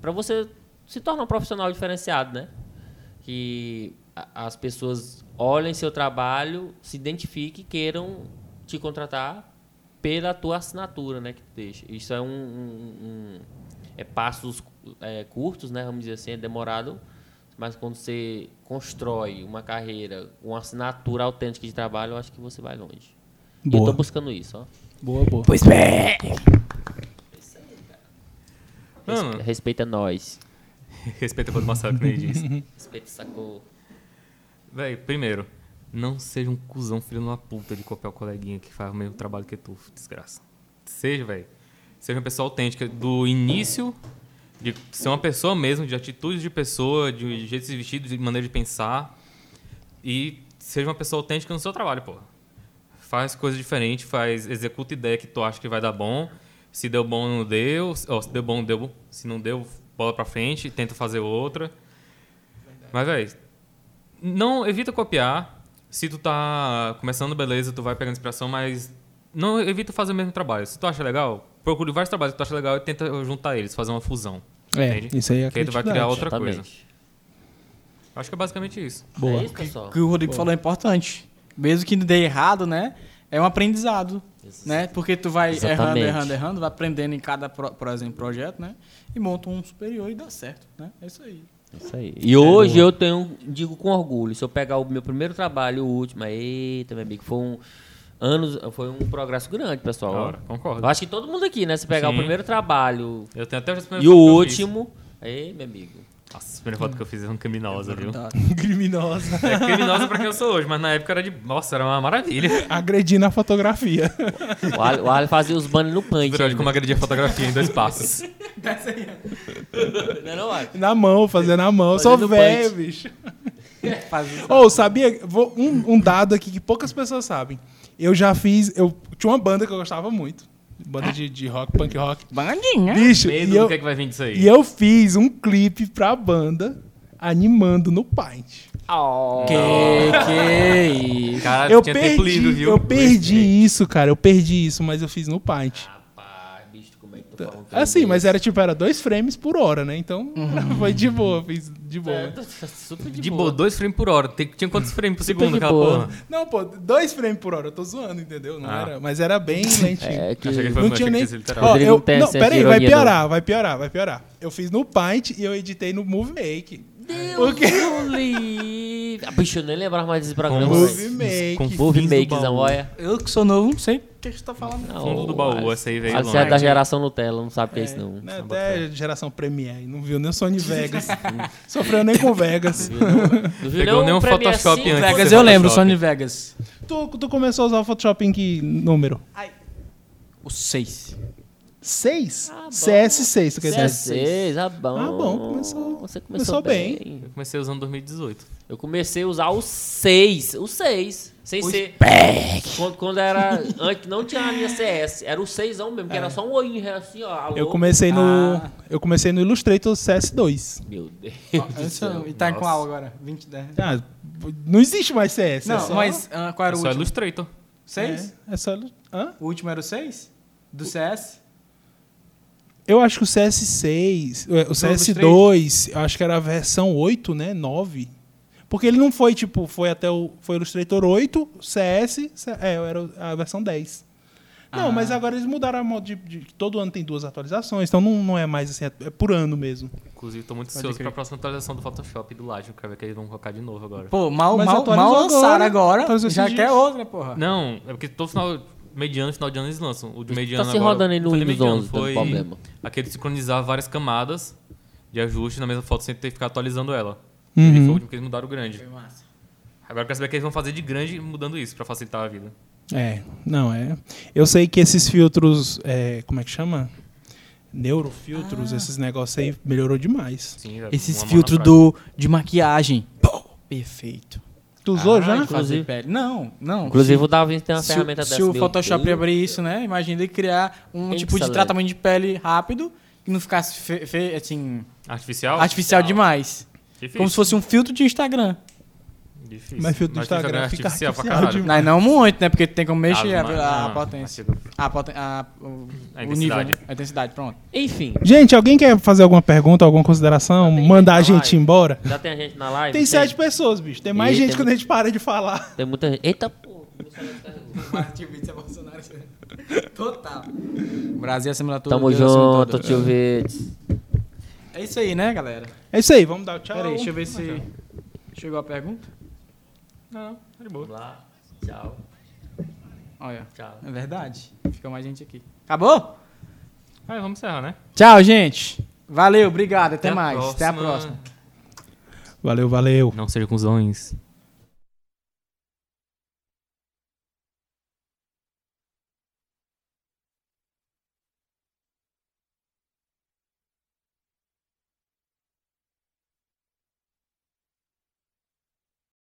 Speaker 4: para você se tornar um profissional diferenciado, né? Que a- as pessoas olhem seu trabalho, se identifiquem e queiram te contratar pela tua assinatura, né, que tu deixa. Isso é um, um- um- é passos é, curtos, né, vamos dizer assim, é demorado, mas quando você constrói uma carreira, uma assinatura autêntica de trabalho, eu acho que você vai longe. E eu tô
Speaker 3: Boa.
Speaker 4: buscando isso, ó.
Speaker 3: Boa, boa.
Speaker 5: Pois bem.
Speaker 4: Res-
Speaker 2: Mano.
Speaker 4: Respeita nós.
Speaker 2: Respeita quando o Marcelo que nem diz.
Speaker 4: Respeita essa cor.
Speaker 2: Véi, primeiro, não seja um cuzão filho de uma puta de copiar o coleguinha que faz o mesmo trabalho que tu, desgraça. Seja, véi. Seja uma pessoa autêntica, do início, de ser uma pessoa mesmo, de atitudes de pessoa, de jeito de se vestir, de maneira de pensar. E seja uma pessoa autêntica no seu trabalho, porra. Faz coisa diferente, faz, executa ideia que tu acha que vai dar bom. Se deu bom, não deu. Ó, se deu bom, deu bom. Se não deu, bola pra frente, tenta fazer outra. Mas, véi, não evita copiar. Se tu tá começando, beleza, tu vai pegando inspiração, mas não evita fazer o mesmo trabalho. Se tu acha legal, procure vários trabalhos que tu acha legal e tenta juntar eles, fazer uma fusão.
Speaker 3: É,
Speaker 2: Entende?
Speaker 3: isso aí é a
Speaker 2: Que aí tu vai criar outra coisa.
Speaker 5: Exatamente.
Speaker 2: Acho que é basicamente isso.
Speaker 3: Boa.
Speaker 4: É isso, pessoal.
Speaker 1: O que o Rodrigo falou é importante. Mesmo que dê errado, né? É um aprendizado. Né? Porque tu vai errando,
Speaker 5: Exatamente.
Speaker 1: errando, errando, vai aprendendo em cada, pro- por exemplo, projeto, né? E monta um superior e dá certo, né? É isso aí.
Speaker 5: Isso aí.
Speaker 2: É
Speaker 4: E hoje eu tenho, digo com orgulho, se eu pegar o meu primeiro trabalho, o último, eita, meu amigo, foi um, anos, foi um progresso grande, pessoal.
Speaker 2: Ora, concordo.
Speaker 4: Eu acho que todo mundo aqui, né? Se pegar
Speaker 2: Sim. é
Speaker 4: o primeiro trabalho
Speaker 2: Eu tenho até os primeiros
Speaker 4: e o
Speaker 2: fotos que eu fiz.
Speaker 5: último.
Speaker 4: Aí, meu amigo.
Speaker 2: Nossa, a primeira foto que eu fiz é um criminosa, viu?
Speaker 1: Tá,
Speaker 3: Criminosa.
Speaker 2: É criminosa pra quem eu sou hoje, mas na época era de. Nossa, era uma maravilha.
Speaker 3: Agredindo a fotografia.
Speaker 4: O Ali, o Ali fazia os banners no punch.
Speaker 2: Virou de
Speaker 4: ainda.
Speaker 2: como agredir a fotografia em dois passos.
Speaker 4: Não é não, Ali?
Speaker 3: Na mão, fazendo na mão. Eu Sou
Speaker 4: Fazendo
Speaker 3: velho,
Speaker 4: punch.
Speaker 3: bicho.
Speaker 1: Faz
Speaker 3: Ou, sabia? Vou- um, um dado aqui que poucas pessoas sabem. Eu já fiz. Eu tinha uma banda que eu gostava muito. Banda de, de rock, punk rock.
Speaker 1: Bandinha.
Speaker 3: Bicho,
Speaker 2: Medo
Speaker 3: e
Speaker 2: do
Speaker 3: eu,
Speaker 2: que, é que vai vir disso aí.
Speaker 3: e eu fiz um clipe pra banda animando no Paint.
Speaker 1: Que que isso.
Speaker 2: Cara,
Speaker 3: eu
Speaker 2: Ah, tinha
Speaker 3: perdi,
Speaker 2: tempo livre, viu? É.
Speaker 3: eu perdi isso, cara. Eu perdi isso, mas eu fiz no Paint.
Speaker 4: Rapaz, bicho, como é que tu falando?
Speaker 3: Assim, mas era tipo, era dois frames por hora, né? Então foi de boa, fiz de boa.
Speaker 4: É, tô- tô super de,
Speaker 2: De boa,
Speaker 4: boa.
Speaker 2: dois frames por hora. Tem- Tinha quantos frames por segundo
Speaker 4: de
Speaker 2: aquela
Speaker 4: boa.
Speaker 2: porra?
Speaker 3: Não, pô, dois frames por hora, eu tô zoando, entendeu? Não
Speaker 2: Ah.
Speaker 3: era, mas era bem lentinho.
Speaker 5: É que.
Speaker 2: Achei que ele foi
Speaker 3: Não
Speaker 2: achei
Speaker 3: tinha
Speaker 2: que
Speaker 3: nem.
Speaker 2: tinha sido literal.
Speaker 3: Ó,
Speaker 5: Rodrigo
Speaker 3: eu...
Speaker 5: não tem
Speaker 3: Não,
Speaker 5: essa
Speaker 3: peraí, vai
Speaker 5: ironia,
Speaker 3: piorar, vai piorar, vai piorar. Eu fiz no Paint e eu editei no Movie Make.
Speaker 4: Deus do livre. Ah, bicho, eu nem lembrava mais desse programa.
Speaker 2: Como
Speaker 4: velho.
Speaker 3: Movie Make.
Speaker 2: com
Speaker 4: Movie
Speaker 2: Fins do
Speaker 4: Makes,
Speaker 2: baú.
Speaker 4: olha.
Speaker 1: Eu que sou novo, não sei o que você tá falando.
Speaker 4: Não,
Speaker 2: Fundo do baú, essa aí veio
Speaker 4: Ali, Você é
Speaker 2: longe.
Speaker 4: da geração Nutella, não sabe o que é isso, não.
Speaker 3: Né, até geração Premiere, não viu nem o Sony Vegas. Sofreu nem com Vegas.
Speaker 4: Não viu
Speaker 2: Pegou
Speaker 4: nem
Speaker 2: nem
Speaker 4: um
Speaker 2: um
Speaker 4: Premiere
Speaker 2: Photoshop
Speaker 4: Sim,
Speaker 2: antes. né?
Speaker 4: velho.
Speaker 1: Vegas,
Speaker 2: Você
Speaker 1: eu lembro,
Speaker 2: Photoshop.
Speaker 1: Sony Vegas.
Speaker 3: tu, tu começou a usar o Photoshop em que número?
Speaker 1: O 6.
Speaker 3: 6?
Speaker 4: Ah, bom.
Speaker 3: CS6, tu quer dizer?
Speaker 4: Vocês, ah, bom.
Speaker 3: Ah, bom, começou-
Speaker 4: Você
Speaker 3: começou
Speaker 4: começou,
Speaker 3: bem.
Speaker 2: Eu comecei usando 2018.
Speaker 4: Eu comecei a usar o 6. O 6. Sem ser. Quando, quando era. Antes não tinha a linha CS. Era o 6 mesmo, que era só um olhinho assim, ó. Alô.
Speaker 3: É. Eu comecei no. Eu comecei no Illustrator CS2.
Speaker 4: Meu Deus. do céu.
Speaker 1: E tá em qual agora? 20, 10.
Speaker 3: Ah, não existe mais CS. é
Speaker 1: Não,
Speaker 3: só-
Speaker 1: mas ah, qual era o
Speaker 2: é Só
Speaker 1: último?
Speaker 2: Illustrator.
Speaker 1: 6?
Speaker 3: É, é só. Hã?
Speaker 1: O último era o 6? Do CS?
Speaker 3: Eu acho que o CS6. O CS2, eu acho que era a versão 8, né? 9. Porque ele não foi, tipo, foi até o. Foi Illustrator 8, CS. É, era a versão 10.
Speaker 1: Ah.
Speaker 3: Não, mas agora eles mudaram a modo de, de- Todo ano tem duas atualizações, então não, não é mais assim, é por ano mesmo.
Speaker 2: Inclusive, tô muito
Speaker 1: Pode
Speaker 2: ansioso
Speaker 1: crer.
Speaker 2: pra próxima atualização do Photoshop e do Laje. Eu quero ver que eles vão colocar de novo agora.
Speaker 1: Pô, mal,
Speaker 3: Mas
Speaker 1: mal,
Speaker 3: atualizou
Speaker 1: mal lançaram
Speaker 3: agora,
Speaker 1: agora,
Speaker 3: atualizou
Speaker 1: já
Speaker 3: esses
Speaker 1: quer
Speaker 3: dias.
Speaker 1: outra, porra.
Speaker 2: Não, é porque todo final, mediano, final de ano eles lançam.
Speaker 1: Tá
Speaker 2: O de mediano
Speaker 4: se
Speaker 2: agora,
Speaker 4: rodando aí no
Speaker 2: foi
Speaker 4: Windows
Speaker 2: mediano,
Speaker 4: 11, tá
Speaker 2: foi
Speaker 4: problema.
Speaker 2: aquele de sincronizar várias camadas de ajuste na mesma foto sem ter que ficar atualizando ela.
Speaker 3: Uhum.
Speaker 2: Ele foi o último que eles mudaram o grande. Agora eu quero saber o que eles vão fazer de grande mudando isso pra facilitar a vida.
Speaker 3: É, não é. Eu sei que esses filtros, é, como é que chama? Neurofiltros,
Speaker 1: Ah.
Speaker 3: esses negócios aí melhorou demais.
Speaker 2: Sim, é
Speaker 1: Esses
Speaker 2: uma mão na
Speaker 1: filtros
Speaker 2: praia.
Speaker 1: do, de maquiagem. Pô, perfeito.
Speaker 3: Tu usou
Speaker 1: Ah,
Speaker 3: já?
Speaker 1: de fazer pele. Não, não.
Speaker 4: Inclusive,
Speaker 1: se,
Speaker 4: o Davi tem uma
Speaker 1: se,
Speaker 4: ferramenta
Speaker 1: se
Speaker 4: dessa.
Speaker 1: o
Speaker 4: meu
Speaker 1: Photoshop
Speaker 4: Deus.
Speaker 1: abrir isso, né? Imagina ele criar um
Speaker 4: Tem que
Speaker 1: tipo de
Speaker 4: ser
Speaker 1: tratamento de pele rápido que não ficasse fe, fe- assim,
Speaker 2: Artificial?
Speaker 1: artificial demais.
Speaker 2: Difícil.
Speaker 1: Como se fosse um filtro de Instagram.
Speaker 2: Difícil.
Speaker 3: Mas filtro do Instagram
Speaker 2: é
Speaker 3: fica
Speaker 2: artificial, pra
Speaker 3: artificial
Speaker 2: caralho.
Speaker 1: Mas
Speaker 3: demais.
Speaker 1: não muito, né? Porque tem como mexer
Speaker 2: Ah,
Speaker 1: a-
Speaker 2: mas-
Speaker 1: a, a
Speaker 2: ah,
Speaker 1: potência.
Speaker 2: artigo.
Speaker 1: A, poten- a, o,
Speaker 2: A
Speaker 1: o nível,
Speaker 2: intensidade.
Speaker 1: né? a intensidade, pronto.
Speaker 4: Enfim,
Speaker 3: Gente, alguém quer fazer alguma pergunta, alguma consideração?
Speaker 4: Tem
Speaker 1: tá
Speaker 3: Mandar a
Speaker 4: gente na
Speaker 3: gente
Speaker 4: live.
Speaker 3: embora?
Speaker 4: já tem a gente na live?
Speaker 3: Tem sete pessoas, bicho. Tem mais
Speaker 4: Ih,
Speaker 3: gente
Speaker 4: tem
Speaker 3: quando a gente para de falar.
Speaker 4: Tem muita gente. Eita, pô. meu celular descarregou.
Speaker 1: Total. Brasil acima de tudo.
Speaker 4: Tamo
Speaker 1: Deus acima de
Speaker 2: um
Speaker 4: junto,
Speaker 1: tudo.
Speaker 4: tio
Speaker 2: né?
Speaker 4: Vites.
Speaker 1: É isso aí, né, galera?
Speaker 3: É isso aí, vamos dar o tchau.
Speaker 1: Peraí, deixa eu ver se chegou a pergunta.
Speaker 2: Não, tá de boa.
Speaker 4: Vamos lá. Tchau,
Speaker 1: Olha,
Speaker 4: tchau.
Speaker 1: é verdade. Fica mais gente aqui. Acabou?
Speaker 2: Aí, vamos encerrar, né?
Speaker 1: Tchau, gente. Valeu, obrigado. Até,
Speaker 2: a
Speaker 1: mais. Até a próxima.
Speaker 3: Valeu, valeu.
Speaker 2: Não seja cuzões.